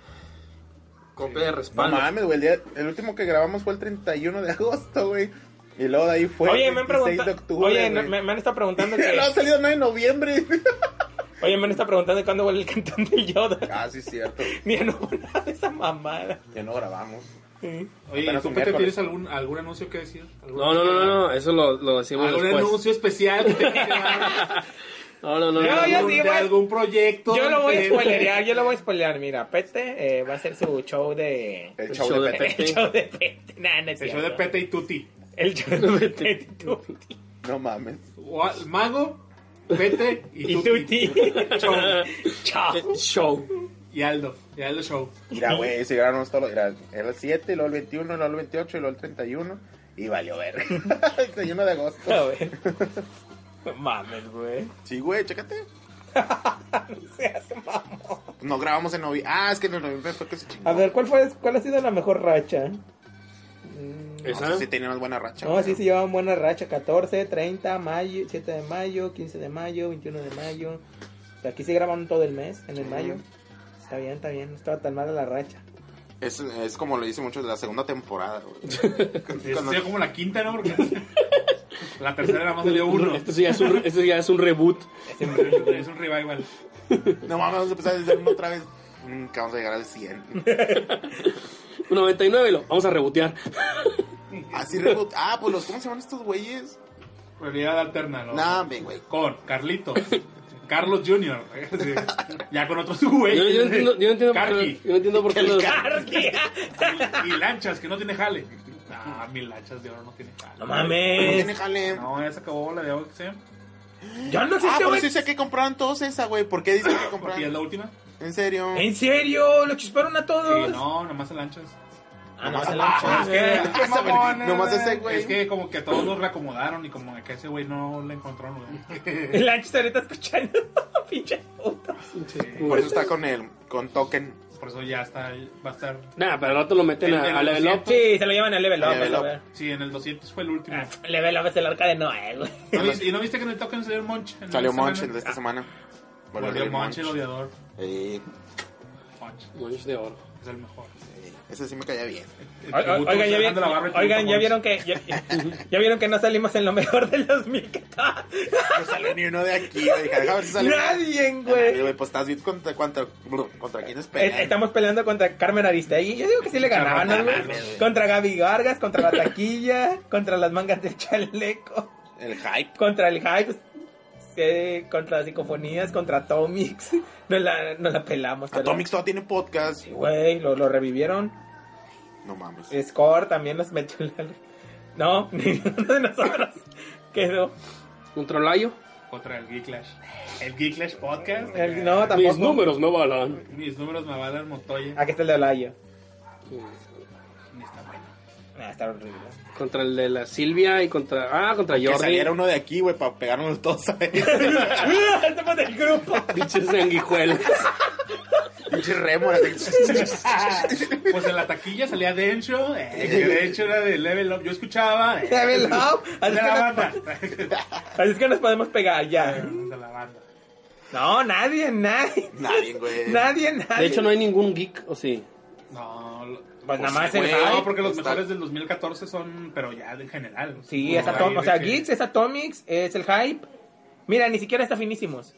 E: Copia de
B: No
E: respaldo.
B: mames, güey. El, día- el último que grabamos fue el 31 de agosto, güey. Y luego de ahí fue
A: Oye,
B: el
A: me han
B: 26
A: preguntado.
B: Pues, de octubre.
A: Oye, no-
B: güey.
A: me, me han estado preguntando que.
B: no ha salido nada en noviembre.
A: Oye, me han estado preguntando cuándo vuelve el cantón del Yoda.
B: ah, sí, es cierto.
A: Mira, no hubo nada de esa mamada.
B: Ya no grabamos.
A: Sí.
D: Oye, ¿y
B: Apenas
D: ¿tú
B: un
D: Pepe,
B: miércoles.
D: tienes algún, algún anuncio que decir? ¿Algún-
E: No, no, no, no, no, Eso lo, lo decimos
D: ¿Algún
E: después.
D: anuncio especial que tengas que dar?
E: No, no, no.
A: Yo-
E: no,
A: yo
E: no.
A: sí.
D: ¿De
A: güey.
D: algún proyecto?
A: Yo lo voy a
D: diferente?
A: spoilerear, yo lo voy a spoilear. Mira, Pete eh, va a hacer su show de.
B: El
E: El
B: show,
E: show
B: de
E: de
B: Pepe.
A: El show de Pete. Nah, no es
D: El show
A: cierto.
D: de Pete y Tuti.
A: El show de Pete. y Tuti.
B: No mames.
D: O a- Mago, Pete y,
A: Y Tuti.
D: Show.
A: Chao.
E: Eh, Show.
D: Y Aldo. Y Aldo Show.
B: Mira, güey, si grabamos todo. lo- Mira, era el 7, y luego el 21, y luego el 28, y luego el 31. Y valió ver. el 31 de
A: A
B: agosto.
A: ver. No mames, güey.
B: Sí, güey, chécate.
A: Se hace mamón.
B: No grabamos en noviembre. Ah, es que en noviembre fue que se chingó.
A: A ver, ¿cuál, fue, ¿cuál ha sido la mejor racha? Mm,
E: Esa.
B: si Ah, tenía más buena racha.
A: No, sí se llevaban buena racha. 14, 30, mayo, 7 de mayo, 15 de mayo, 21 de mayo. O sea, aquí se grabaron todo el mes, en el mayo. Está bien, está bien. No estaba tan mala la racha.
B: Es, es como le dicen muchos de la segunda temporada, güey.
D: Esto
B: Cuando-
D: sería como la quinta, ¿no? Porque la tercera nada más salió uno.
E: Esto Este sí ya es un, esto sí ya es un reboot.
D: Es un revival.
B: No mames, vamos a empezar desde uno otra vez. Nunca vamos a llegar al 100.
E: 99 lo vamos a rebotear.
B: Así reboot. Ah, pues los, ¿cómo se llaman estos güeyes?
D: Realidad alterna, ¿no?
B: Nah, hombre, güey.
D: Con Carlitos. Carlos Jr. Sí. Ya con otros güeyes.
E: Yo, yo no entiendo, yo no entiendo por qué,
D: Carqui.
E: yo no entiendo por qué los-
D: Y, y lanchas, que no tiene jale. Ah, mil lanchas de oro no tiene jale.
A: No
B: No tiene
A: mames.
B: jale.
D: No, ya se acabó la de OXM.
A: Yo no sé
B: Ah,
A: este
B: pero
A: güey.
B: sí sé que compraron todos esa, güey. ¿Por qué dicen que
D: ¿Y es la
B: compraron?
D: última?
B: ¿En serio?
A: ¿En serio? ¿Lo chisparon a
D: Sí,
A: todos?
D: no, nomás en lanchas.
A: Ah, no, se la
D: Ah, es que,
B: Ah, ese, güey.
D: mamón,
B: Nomás
D: eh,
B: ese, güey.
D: Es que como que a todos los reacomodaron y como que a ese güey no le encontró güey.
A: El Lancho está ahorita escuchando. Pinche puta.
B: Por eso está con el, con token.
D: Por eso ya está, va a estar.
E: Nah, pero al rato lo meten
D: El- el
E: a, a level up.
D: 200.
A: Sí, se lo llevan a Level Up.
B: A Level
A: vas a
B: Up.
A: ver.
D: Sí, en el 200 fue el último.
A: Ah, Level Up es el arca de Noé, güey.
D: ¿No viste- ¿Y no viste que en el token salió el Monch? en
B: Salió
D: esta
B: Monch el
D: semana?
B: de esta semana. Volvió a
D: Volvió
B: salir
D: Monch, el
B: Monch.
D: odiador.
B: Eh,
D: Monch,
E: Moños de oro.
D: es el mejor.
B: eh, ese sí me caía bien.
D: El
A: O- o-
D: tributo,
A: Oigan, ya, vi-
D: Fernando Navarro, el tributo
A: oigan,
D: a
A: ya
D: Monch.
A: vieron que ya, ya vieron que no salimos en lo mejor del 2014.
B: No salió ni uno de aquí, güey. Dije, déjame ver si sale.
A: Nadie,
B: Ay,
A: güey.
B: güey, pues estás bien contra, contra, contra quién es
A: Eh, Estamos peleando contra Carmen Aristegui. Yo digo que sí le ganaban, ¿no, güey? Contra Gaby Vargas, contra la taquilla, contra las mangas del chaleco,
B: El hype.
A: contra el hype, sí, contra las psicofonías, contra Atomix. Nos la, nos la pelamos. pero-
B: Atomics todavía tiene podcast.
A: Sí, Güey, lo, lo revivieron.
B: No mames.
A: Eh, Score también nos metió en la... No, ninguno de nosotros quedó.
E: Un trolayo.
D: Contra el Geeklash. El Geeklash Podcast.
A: El- no, tampoco.
E: Mis números no balan.
D: Mis números me avalan Montoya.
A: Aquí está el de Olayo.
D: Ni está bueno.
A: Ah, está horrible.
E: Contra el de la Silvia y contra. Ah, contra
B: Que
E: Jordi.
B: saliera uno de aquí, güey, para pegarnos todos a él.
A: Estamos del grupo.
E: Pinches sanguijuelas.
B: Pinche rémora.
D: Pues en la taquilla salía Dencho. Eh, que Dencho era de Level Up. Yo escuchaba. Eh,
A: Level up. Así
D: de
A: es que
D: la
A: nos-
D: banda.
A: así es que nos podemos pegar ya.
D: De la banda.
A: No, nadie, nadie.
B: Nadie, güey.
A: Nadie, nadie.
E: De hecho, no hay ningún geek, o sí.
D: No, lo-
A: Pues nada
B: O
A: más
B: sea,
A: el
B: güey,
A: hype.
D: no, porque los
B: pues, está-
D: mejores del 2014 son, pero ya en general.
A: Sí,
D: Como
A: es
D: ahí
A: Atom-
D: de
A: o sea,
D: que-
A: Geeks, es Atomics, es el Hype. Mira, ni siquiera está finísimos.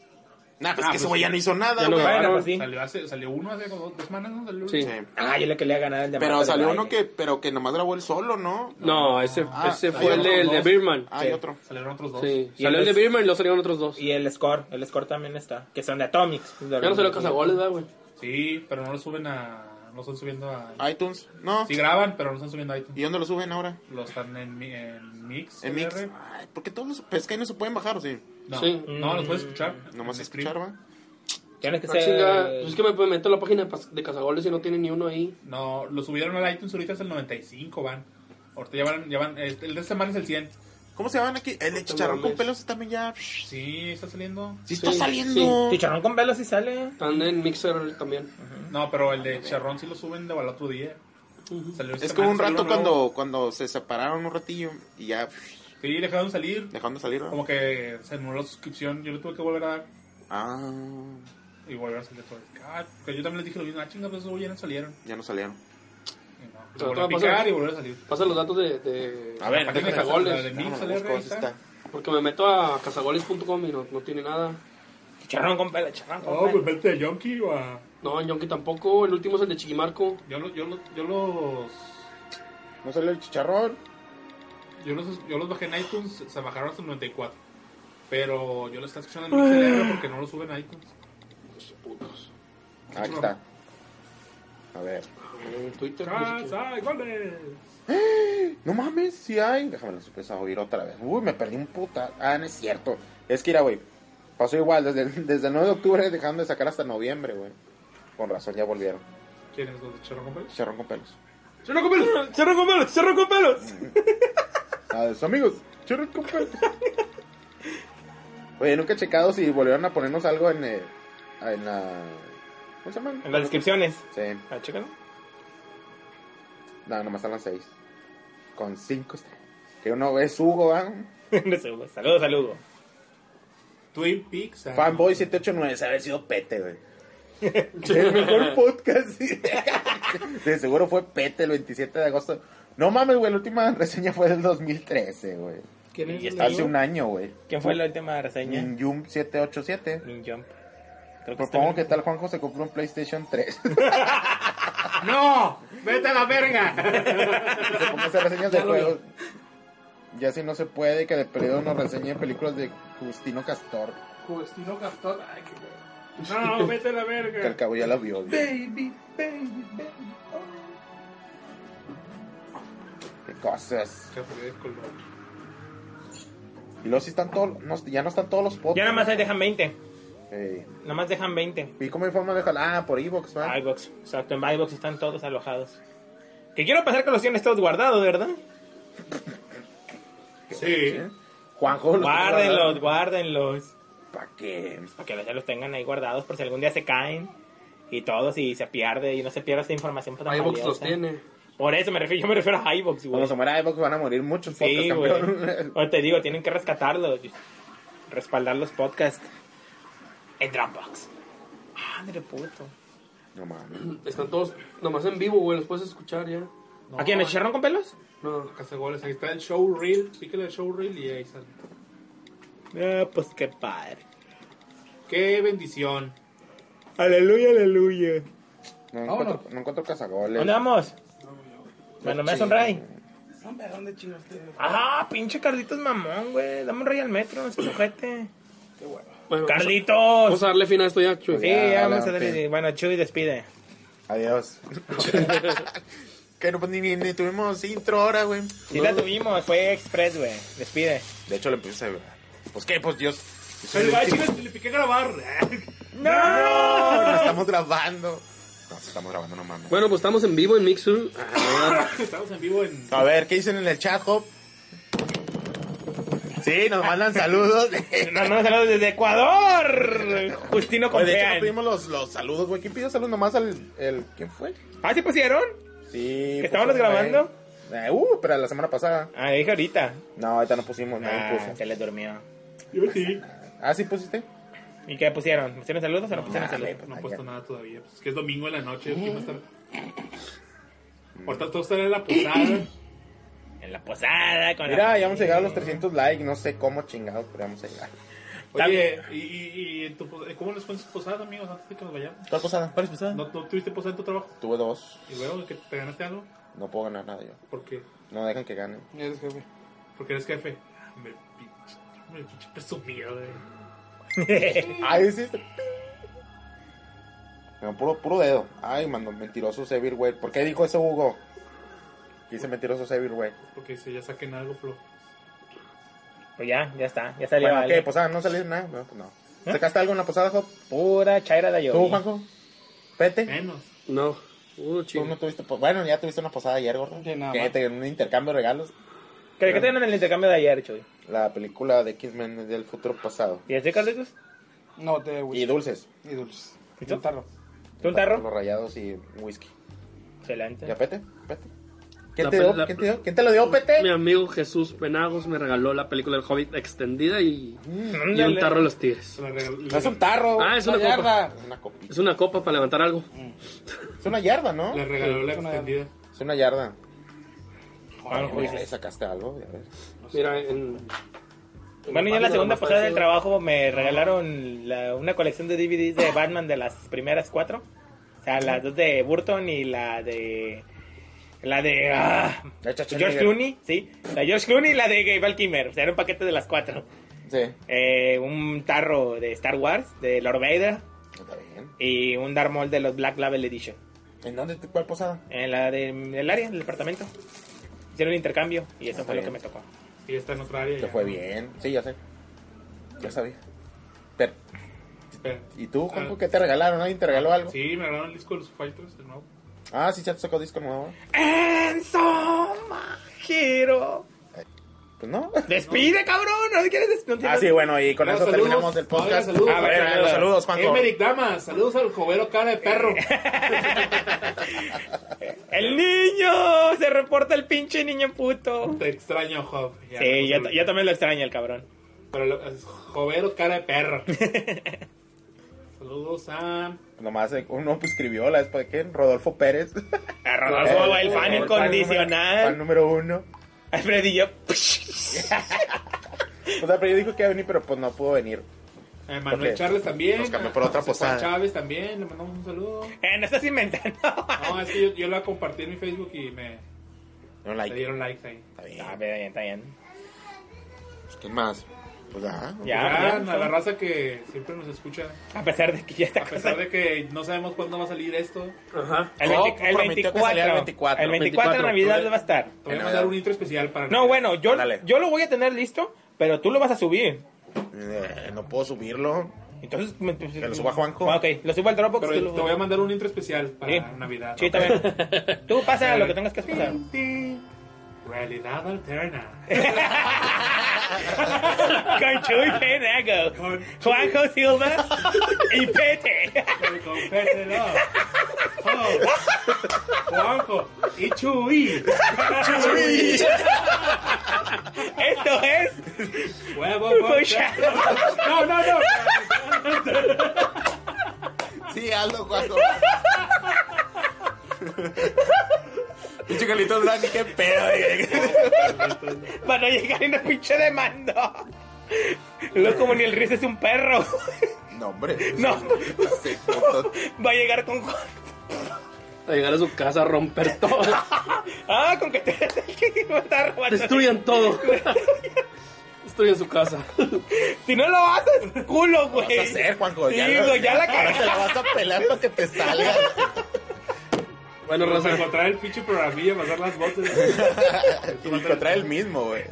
B: Nah, pues
D: Ah,
B: que ese
D: pues
B: güey ya no hizo nada,
E: ya no
B: güey.
E: grabó.
A: Bueno,
E: Claro,
A: pues sí.
D: Salió, hace, salió uno hace como dos, dos semanas, ¿no? Salió uno.
E: Sí.
B: Sí.
A: Ah, yo le quería ganar el de
B: Pero
A: Marta del
B: salió uno
A: Valle.
B: que, pero que nomás grabó él solo, ¿no?
E: No, ese,
B: Ah,
E: ese
B: hay
E: fue el
B: otros
E: de, el de
D: dos.
E: Birman.
B: Ah, hay
A: Sí.
B: otro.
D: Salieron otros dos.
E: Sí.
A: Y
E: Salió el de
A: los-
E: Birman y luego salieron otros dos.
A: Y el Score, el Score también está. Que son de Atomics.
E: Ya no salió Cazagoles, ¿verdad, güey?
D: Sí, pero no lo suben a. No están subiendo a.
B: iTunes. No.
D: Sí graban, pero no están subiendo a
B: ¿Y
D: iTunes.
B: dónde lo suben ahora?
D: Lo están en, mi- en Mix.
B: En Mix.
D: LR.
B: Ay, ¿Por qué todos los pues, es que ahí no se pueden bajar o sí?
D: No,
E: Sí.
D: no los puedes escuchar.
B: Mm, Nomás
D: En
B: escuchar,
D: stream.
B: ¿va?
A: Tienes que
E: Ah, chinga,
A: ser.
E: pues es que me me meto a la página de pas- de Cazagoles y no tiene ni uno ahí.
D: No, lo subieron al iTunes ahorita es el 95, van. Ahorita ya van. Ya van este- el de esta semana es el 100.
B: ¿Cómo se llaman aquí? El de chicharrón con
E: mames.
B: pelos también ya. Sí,
D: Sí, está saliendo.
B: está
E: Sí,
B: saliendo.
A: Chicharrón con velas sí sale.
E: Están en Mixer también.
D: No, pero el de Charrón sí lo suben de al otro día. Salió esta
B: Es que hubo un
D: semana,
B: rato
D: salió uno nuevo.
B: cuando, cuando se separaron un ratillo y ya
D: Sí, dejaron salir.
B: dejaron de salir. ¿va?
D: Como que se anuló la suscripción. Yo lo tuve que volver a dar.
B: Ah,
D: Y volver a salir todo. Ah, porque yo también les dije lo mismo. Ah, chinga, pues esos güeyes ya no salieron.
B: ya no salieron.
D: Y no,
E: Pero
D: volver a
E: todo pasa-
D: picar y volver a salir.
E: Pasa los datos de, de-
B: A ver,
E: de
D: déjame-
E: Cazagoles.
D: de-
B: Déjame
D: Mix,
B: busco,
D: LR,
B: así
D: está.
B: está.
E: Porque me meto a cazagoles.com y no, no tiene nada.
A: Chicharrón con velas, chicharrón con
D: Oh,
A: velas.
D: pues vete a Yonki o a.
E: No, en Yonki tampoco. El último es el de Chiquimarco.
D: Yo, lo- yo, lo- yo los.
B: No salió el chicharrón.
D: Yo los, yo los bajé en iTunes, se- se bajaron hasta el 94. Pero yo los estaba escuchando en mi cerebro porque no lo suben a iTunes.
E: Putos.
B: Aquí está. A ver.
E: En Twitter. pues,
D: Ah,
E: no sé qué.
D: ¡Ay, goles!
B: No mames, si hay. Déjame los empiezo a oír otra vez. Uy, me perdí un puta. Ah, no es cierto. Es que, mira, güey. Pasó igual, desde, desde el 9 de octubre dejando de sacar hasta noviembre, güey. Con razón, ya volvieron.
D: ¿Quién es los de Chorro Compel?
B: Chicharrón con pelos.
D: ¡Chorro Compel!
A: Chicharrón con velas, chicharrón con velas.
B: A ver, Ah, amigos. Chicharrón con pelos. Oye, nunca he checado si volvieron a ponernos algo en, eh, en la. ¿Cómo se llama?
A: En las descripciones.
B: Sí.
A: Ah, chécalo.
B: No, nomás están las 6. Con 5 Que uno es Hugo, ¿ah?
A: No sé, güey. Saludos, saludos.
D: Twin Peaks. ah.
B: Fanboy 789, se haber sido Pete, güey. El mejor podcast. de seguro fue Pete el 27 de agosto. No mames, güey, la última reseña fue del 2013, güey.
A: ¿Quién
B: Y está hace un año, güey.
A: ¿Quién fue la última reseña?
B: Ninjum 787.
A: Min Jump. Creo que
B: Propongo que
A: está-
B: tal Juanjo se compró un PlayStation 3.
D: ¡No! ¡Vete a la verga!
B: se ponga a hacer reseñas de juegos. Ya si no se puede, que de periodo nos reseñe películas de Justino Castor.
D: Como estilo Gastón. ¡Ay, qué pedo. ¡No, vete a la
B: Que al
D: verga!
B: cabo ya la vio. güey.
D: Baby, baby, baby.
B: Qué cosas.
D: Qué feo de color.
B: Y luego si están todos, no, ya no están todos los podcasts.
A: Ya nada más ahí dejan 20.
B: Ey.
A: Nada más dejan 20.
B: ¿Y cómo informa de Ah, por Evox, ¿va?
A: iBox. Exacto, en iBox están todos alojados. Que quiero pensar que los tienes todos guardados, ¿verdad?
D: Sí.
B: Juanjo. los
A: Guárdenlos,
B: guarda.
A: guárdenlos.
B: ¿Para qué?
A: Para que ya los tengan ahí guardados por si algún día se caen y todo, si se pierde y no se pierda esta información. pues, tan
E: iVoox los
A: valiosa.
E: tiene.
A: Por eso me refiero, yo me refiero a iBox, güey.
B: Cuando se muera Evox van a morir muchos podcasts,
A: Sí, güey.
B: campeón.
A: O te digo, tienen que rescatarlos. Respaldar los podcasts. En Dropbox. Ah, mire puto.
B: no mames.
E: Están todos nomás en vivo, güey. Los puedes escuchar ya.
A: ¿A quién? ¿Me chicharrón con pelos?
E: No.
D: Casa goles, ahí está el showreel. Píquele el showreel y ahí sale.
A: Ah, pues qué padre.
D: ¡Qué bendición!
A: Aleluya, aleluya.
B: No
C: Vámonos.
B: encuentro, no encuentro cazagoles.
A: ¿Dónde vamos? Bueno, me das un ray.
C: Hombre, ¿dónde chingaste?
A: Ah, pinche Carlitos mamón, güey. Dame un ray al metro, no se sujete.
E: Bueno, vamos a-
A: ¡Carlitos!
E: vamos a darle fin a esto ya, Chuy.
A: Sí, ya
B: Ya,
A: vamos a
B: dale,
A: darle. Bueno, Chuy despide.
B: Adiós. Que no, pues, ni, ni- ni tuvimos intro ahora, güey.
A: Sí la tuvimos, fue Express, güey. Despide.
B: De hecho, lo empecé a ver. Pues qué, pues Dios.
D: Pero, ay, chicas, le piqué grabar.
B: No estamos grabando. No, sí estamos grabando, no mames.
E: Bueno, pues estamos en vivo en Mixer. Ah,
D: Estamos en vivo en.
B: A ver, ¿qué dicen en el chat, Hop? Sí, nos mandan saludos. Oye,
A: Nos mandamos saludos desde Ecuador. Justino
B: de hecho, no
A: Contreras.
B: pedimos los, los saludos, güey. ¿Quién pidió saludos nomás al... El, ¿Quién fue?
A: Ah, ¿sí pusieron?
B: Sí.
A: ¿Que estábamos
B: puso,
A: grabando?
B: güey. Eh, uh, pero la semana pasada.
A: Ah, dije ahorita.
B: No, ahorita no pusimos, nadie
A: Ah,
B: puso.
A: se les durmió.
D: Yo sí.
B: Ah, ¿sí pusiste?
A: ¿Y qué pusieron? ¿Pusieron saludos o no pusieron
B: Ah,
A: saludos?
B: güey,
D: No han puesto nada todavía. Pues es que es domingo en la noche. ¿Quién va a estar? Ahorita todo estará en la posada.
A: En la posada, con
B: Mira,
A: la...
B: ya vamos a llegar a los 300 likes. No sé cómo chingados, pero vamos a llegar.
D: Oye, ¿y, y, y en tu pos- cómo les fue en sus posadas, amigos, antes de que nos vayamos?
B: ¿Cuál posada?
A: ¿Cuál es posada?
D: ¿No, no tuviste posada en tu trabajo?
B: Tuve dos.
D: ¿Y luego que te ganaste algo?
B: No puedo ganar nada yo.
D: ¿Por qué?
B: No dejan que ganen.
C: Eres jefe.
D: Porque eres jefe. Ah, Me pinche, me pinche presumido, güey.
A: Pues
B: Ay, sí. este- No, puro, puro dedo. Ay, mando, mentiroso Sevir, güey. ¿Por qué dijo eso Hugo? Dice mentiroso Sevir, güey.
D: Porque si ya saquen algo, Flo.
A: Pues ya, ya está. Ya salió
B: Bueno,
A: algo.
B: ¿qué? Posada, no salió nada. No, pues no.
A: ¿Eh?
B: ¿Sacaste algo en la posada, Job?
A: Pura chaira de
B: ¿Tú,
A: yo.
B: Juanjo? Vete.
D: Menos.
E: No. Uh,
B: ¿Tú
E: chido.
B: no tuviste po- Bueno, ya tuviste una posada ayer, gordo.
C: Sí, nada
B: ¿Qué?
C: más.
B: ¿Te un intercambio de regalos?
A: ¿Qué
B: Ah.
A: te dieron en el intercambio de ayer, Chuy?
B: La película de X-Men del futuro pasado.
A: ¿Y este Carlitos?
C: No, te de
B: Y
C: whisky.
B: dulces.
C: Y dulces.
A: ¿Y
C: ¿Y
A: tú?
C: un tarro.
A: ¿Tú un tarro?
B: Los rayados y whisky.
A: Excelente.
B: ¿Ya, Pete? Pete. ¿Quién
E: La
B: te
E: pel-
B: dio?
E: la-
B: ¿Quién te dio? ¿Quién te lo dio, Pete?
E: Mi amigo Jesús Penagos me regaló la película El Hobbit extendida y, y
A: Mm, Ándale.
E: un tarro de los tigres.
D: Se la regaló-
B: No es un tarro.
E: Ah, es
C: Una
E: una copa.
C: yarda.
B: Es una copita.
E: Es una copa para levantar algo.
B: Es una yarda, ¿no?
D: le regaló la
C: Sí, una-
D: extendida.
B: Es una yarda.
A: Bueno,
B: Oye,
A: pues,
B: ¿le sacaste algo? A ver.
E: Mira, en...
A: Bueno, yo en la segunda pasada del trabajo me regalaron la- una colección de DVDs de Batman de las primeras cuatro. O sea, las dos de Burton y la de... La de... ah,
B: La chacha
A: George
B: negra.
A: Clooney, sí. La de George Clooney y la de Val Kimmer. O sea, era un paquete de las cuatro.
B: Sí.
A: Eh, un tarro de Star Wars, de Lord Vader.
B: Está bien.
A: Y un Darmol de los Black Label Edition.
B: ¿En dónde? te- ¿Cuál posada?
A: En la de- del área, del departamento. Hicieron un intercambio y eso
B: Está
A: fue lo que
B: bien.
A: me tocó.
D: Y está en otra área.
B: Te
D: ya.
B: fue bien. Sí, ya sé. Ya sabía. Pero,
D: Espera.
B: ¿Y tú, Juanjo,
D: Ah.
B: qué te regalaron? ¿Alguien te regaló algo?
D: Sí, me regalaron el disco de los Fighters de nuevo.
B: Ah, sí, ya te sacó disco nuevo.
A: Enzo Majero.
B: Pues no.
A: Despide, cabrón. No quieres des- no tienes-
B: Ah, sí, bueno, y con
D: Ahora
B: eso
D: saludos.
B: terminamos el
D: Ahora
B: podcast.
D: saludos.
B: a ver, a ver, los saludos, Juanjo.
D: Emerick Damas, saludos al jovero cara de perro.
A: El niño. Se reporta el pinche niño puto.
D: Te extraño, Job. Ya,
A: Sí, yo,
D: no-
A: yo también lo extraño el cabrón.
D: Pero lo- es jovero cara de perro. saludos a.
B: Nomás eh, uno pues, escribió la vez para quién, Rodolfo Pérez.
A: A Rodolfo, el fan
B: El número- Fan
A: incondicional.
B: número uno.
A: Alfredo y yo.
B: O sea, pero yo dijo que iba a venir, pero pues no pudo venir.
D: a Manuel
B: Ok.
D: Charles también.
B: Nos cambió por otra
D: a José
B: posada.
D: Juan Chávez también, le mandamos un saludo.
A: Eh, no estás inventando.
D: No, es que yo, yo la compartí en mi Facebook y me,
B: No
D: me
B: like.
D: dieron likes ahí.
B: Está
A: Ah,
B: bien.
A: está bien, está bien.
B: Pues, ¿Qué más? Pues ah,
A: Ya,
D: Ya,
A: ya.
D: a la raza que siempre nos escucha.
A: A pesar de que ya está
D: A pesar de que no sabemos cuándo va a salir esto,
E: Ajá.
A: El,
B: No,
A: 20 el
B: Oh, prometió que salía el
A: 24.
B: 24.
A: El 24 de
E: 24.
A: Navidad va a estar.
D: te voy
B: En
D: a mandar
B: Navidad.
D: un intro especial para.
A: No, bueno, yo,
B: Ándale.
A: yo lo voy a tener listo, pero tú lo vas a subir.
B: eh, no puedo subirlo.
A: Entonces, me, que
B: lo suba Juanjo.
A: ok, lo subo al Dropbox.
D: Pero
A: tú lo-
D: te voy a mandar un intro especial para
A: Sí.
D: Navidad.
A: Sí,
D: ¿ok?
A: está bien. Tú pasa lo que tengas que pasar.
D: Realidad alterna.
A: Con Chuy Penago,
D: Con-
A: Juanjo Silva y Pete.
D: Conféselo. Oh, Juanjo y Chuy.
A: Esto es
D: Huevo
A: Pucha.
D: Podcast. No, no, no.
B: Sí, Aldo, Juanjo. Pinche Carlitos Dani, qué pedo.
A: para no llegar en una pinche demanda. Loco, ni el Riz es un perro.
B: No, hombre.
A: No.
B: Sí, puto.
A: Va a llegar con Juan.
E: A llegar a su casa a romper todo.
A: Ah, con que te que me está robando.
E: Destruyan todo. Destruyan su casa.
A: Si no lo haces, culo, güey.
B: ¿Qué vas a hacer, Juanjo?
A: Sí,
B: lo-
A: güey, ya la
B: Ahora te
A: cagaste.
B: la vas a pelar para que te salga.
E: Bueno, Rosa.
D: Para encontrar el pinche programilla, pasar las voces.
B: Y me trae el mismo, güey.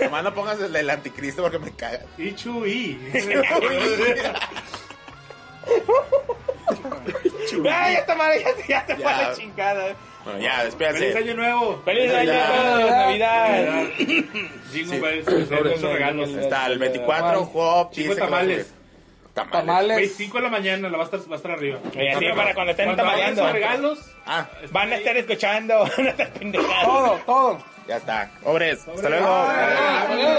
B: Nomás no pongas el del anticristo porque me caga.
D: Y Chuy.
A: ¡Ay, esta madre ya, se- ya se fue a
B: Ya.
A: la chingada!
B: Bueno, ya,
D: ¡Feliz
B: despídase.
D: año nuevo!
A: ¡Feliz año!
B: Navidad.
A: nuevo, ¡Navidad!
D: Navidad. Jingle bells, muchos regalos.
B: Está el 24, Job,
D: Chingo
B: 15
D: tamales.
B: Tamales.
C: Tamales.
D: 25 de la mañana, la va a estar, va a estar arriba.
A: Oye, así para cuando estén
D: Cuando abran
A: tamaleando.
D: esos regalos,
B: Ah,
A: Van a estar escuchando, van a estar pendejados.
C: Todo, todo.
B: ya está. Obres. Hasta luego.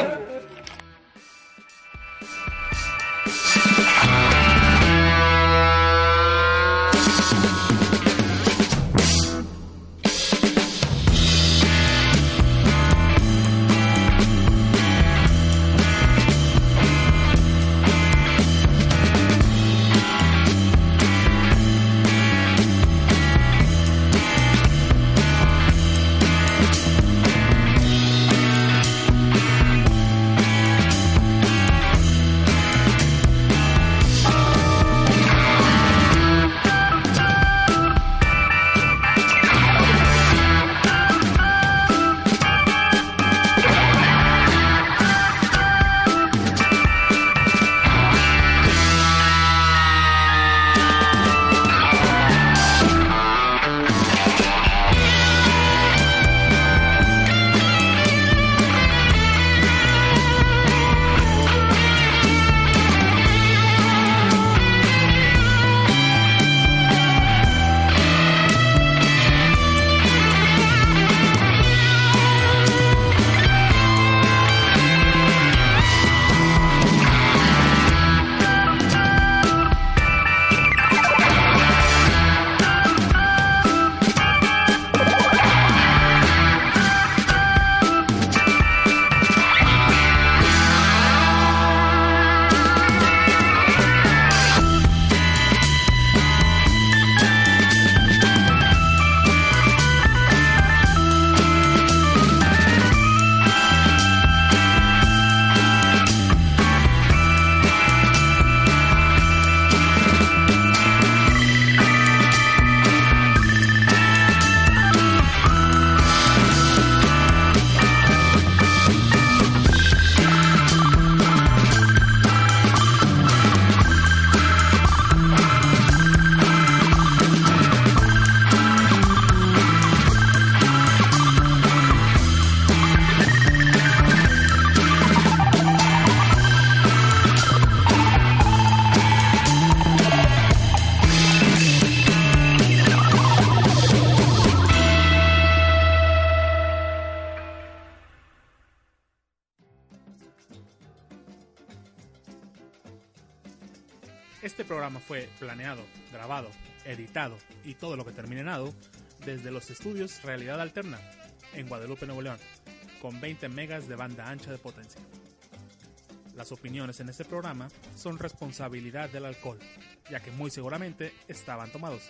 D: Este programa fue planeado, grabado, editado y todo lo que termine en ado desde los estudios Realidad Alterna en Guadalupe, Nuevo León, con 20 megas de banda ancha de potencia. Las opiniones en este programa son responsabilidad del alcohol, ya que muy seguramente estaban tomados.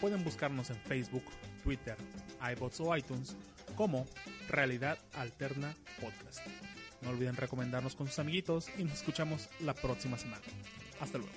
D: Pueden buscarnos en Facebook, Twitter, iBots o iTunes como Realidad Alterna Podcast. No olviden recomendarnos con sus amiguitos y nos escuchamos la próxima semana. Hasta luego.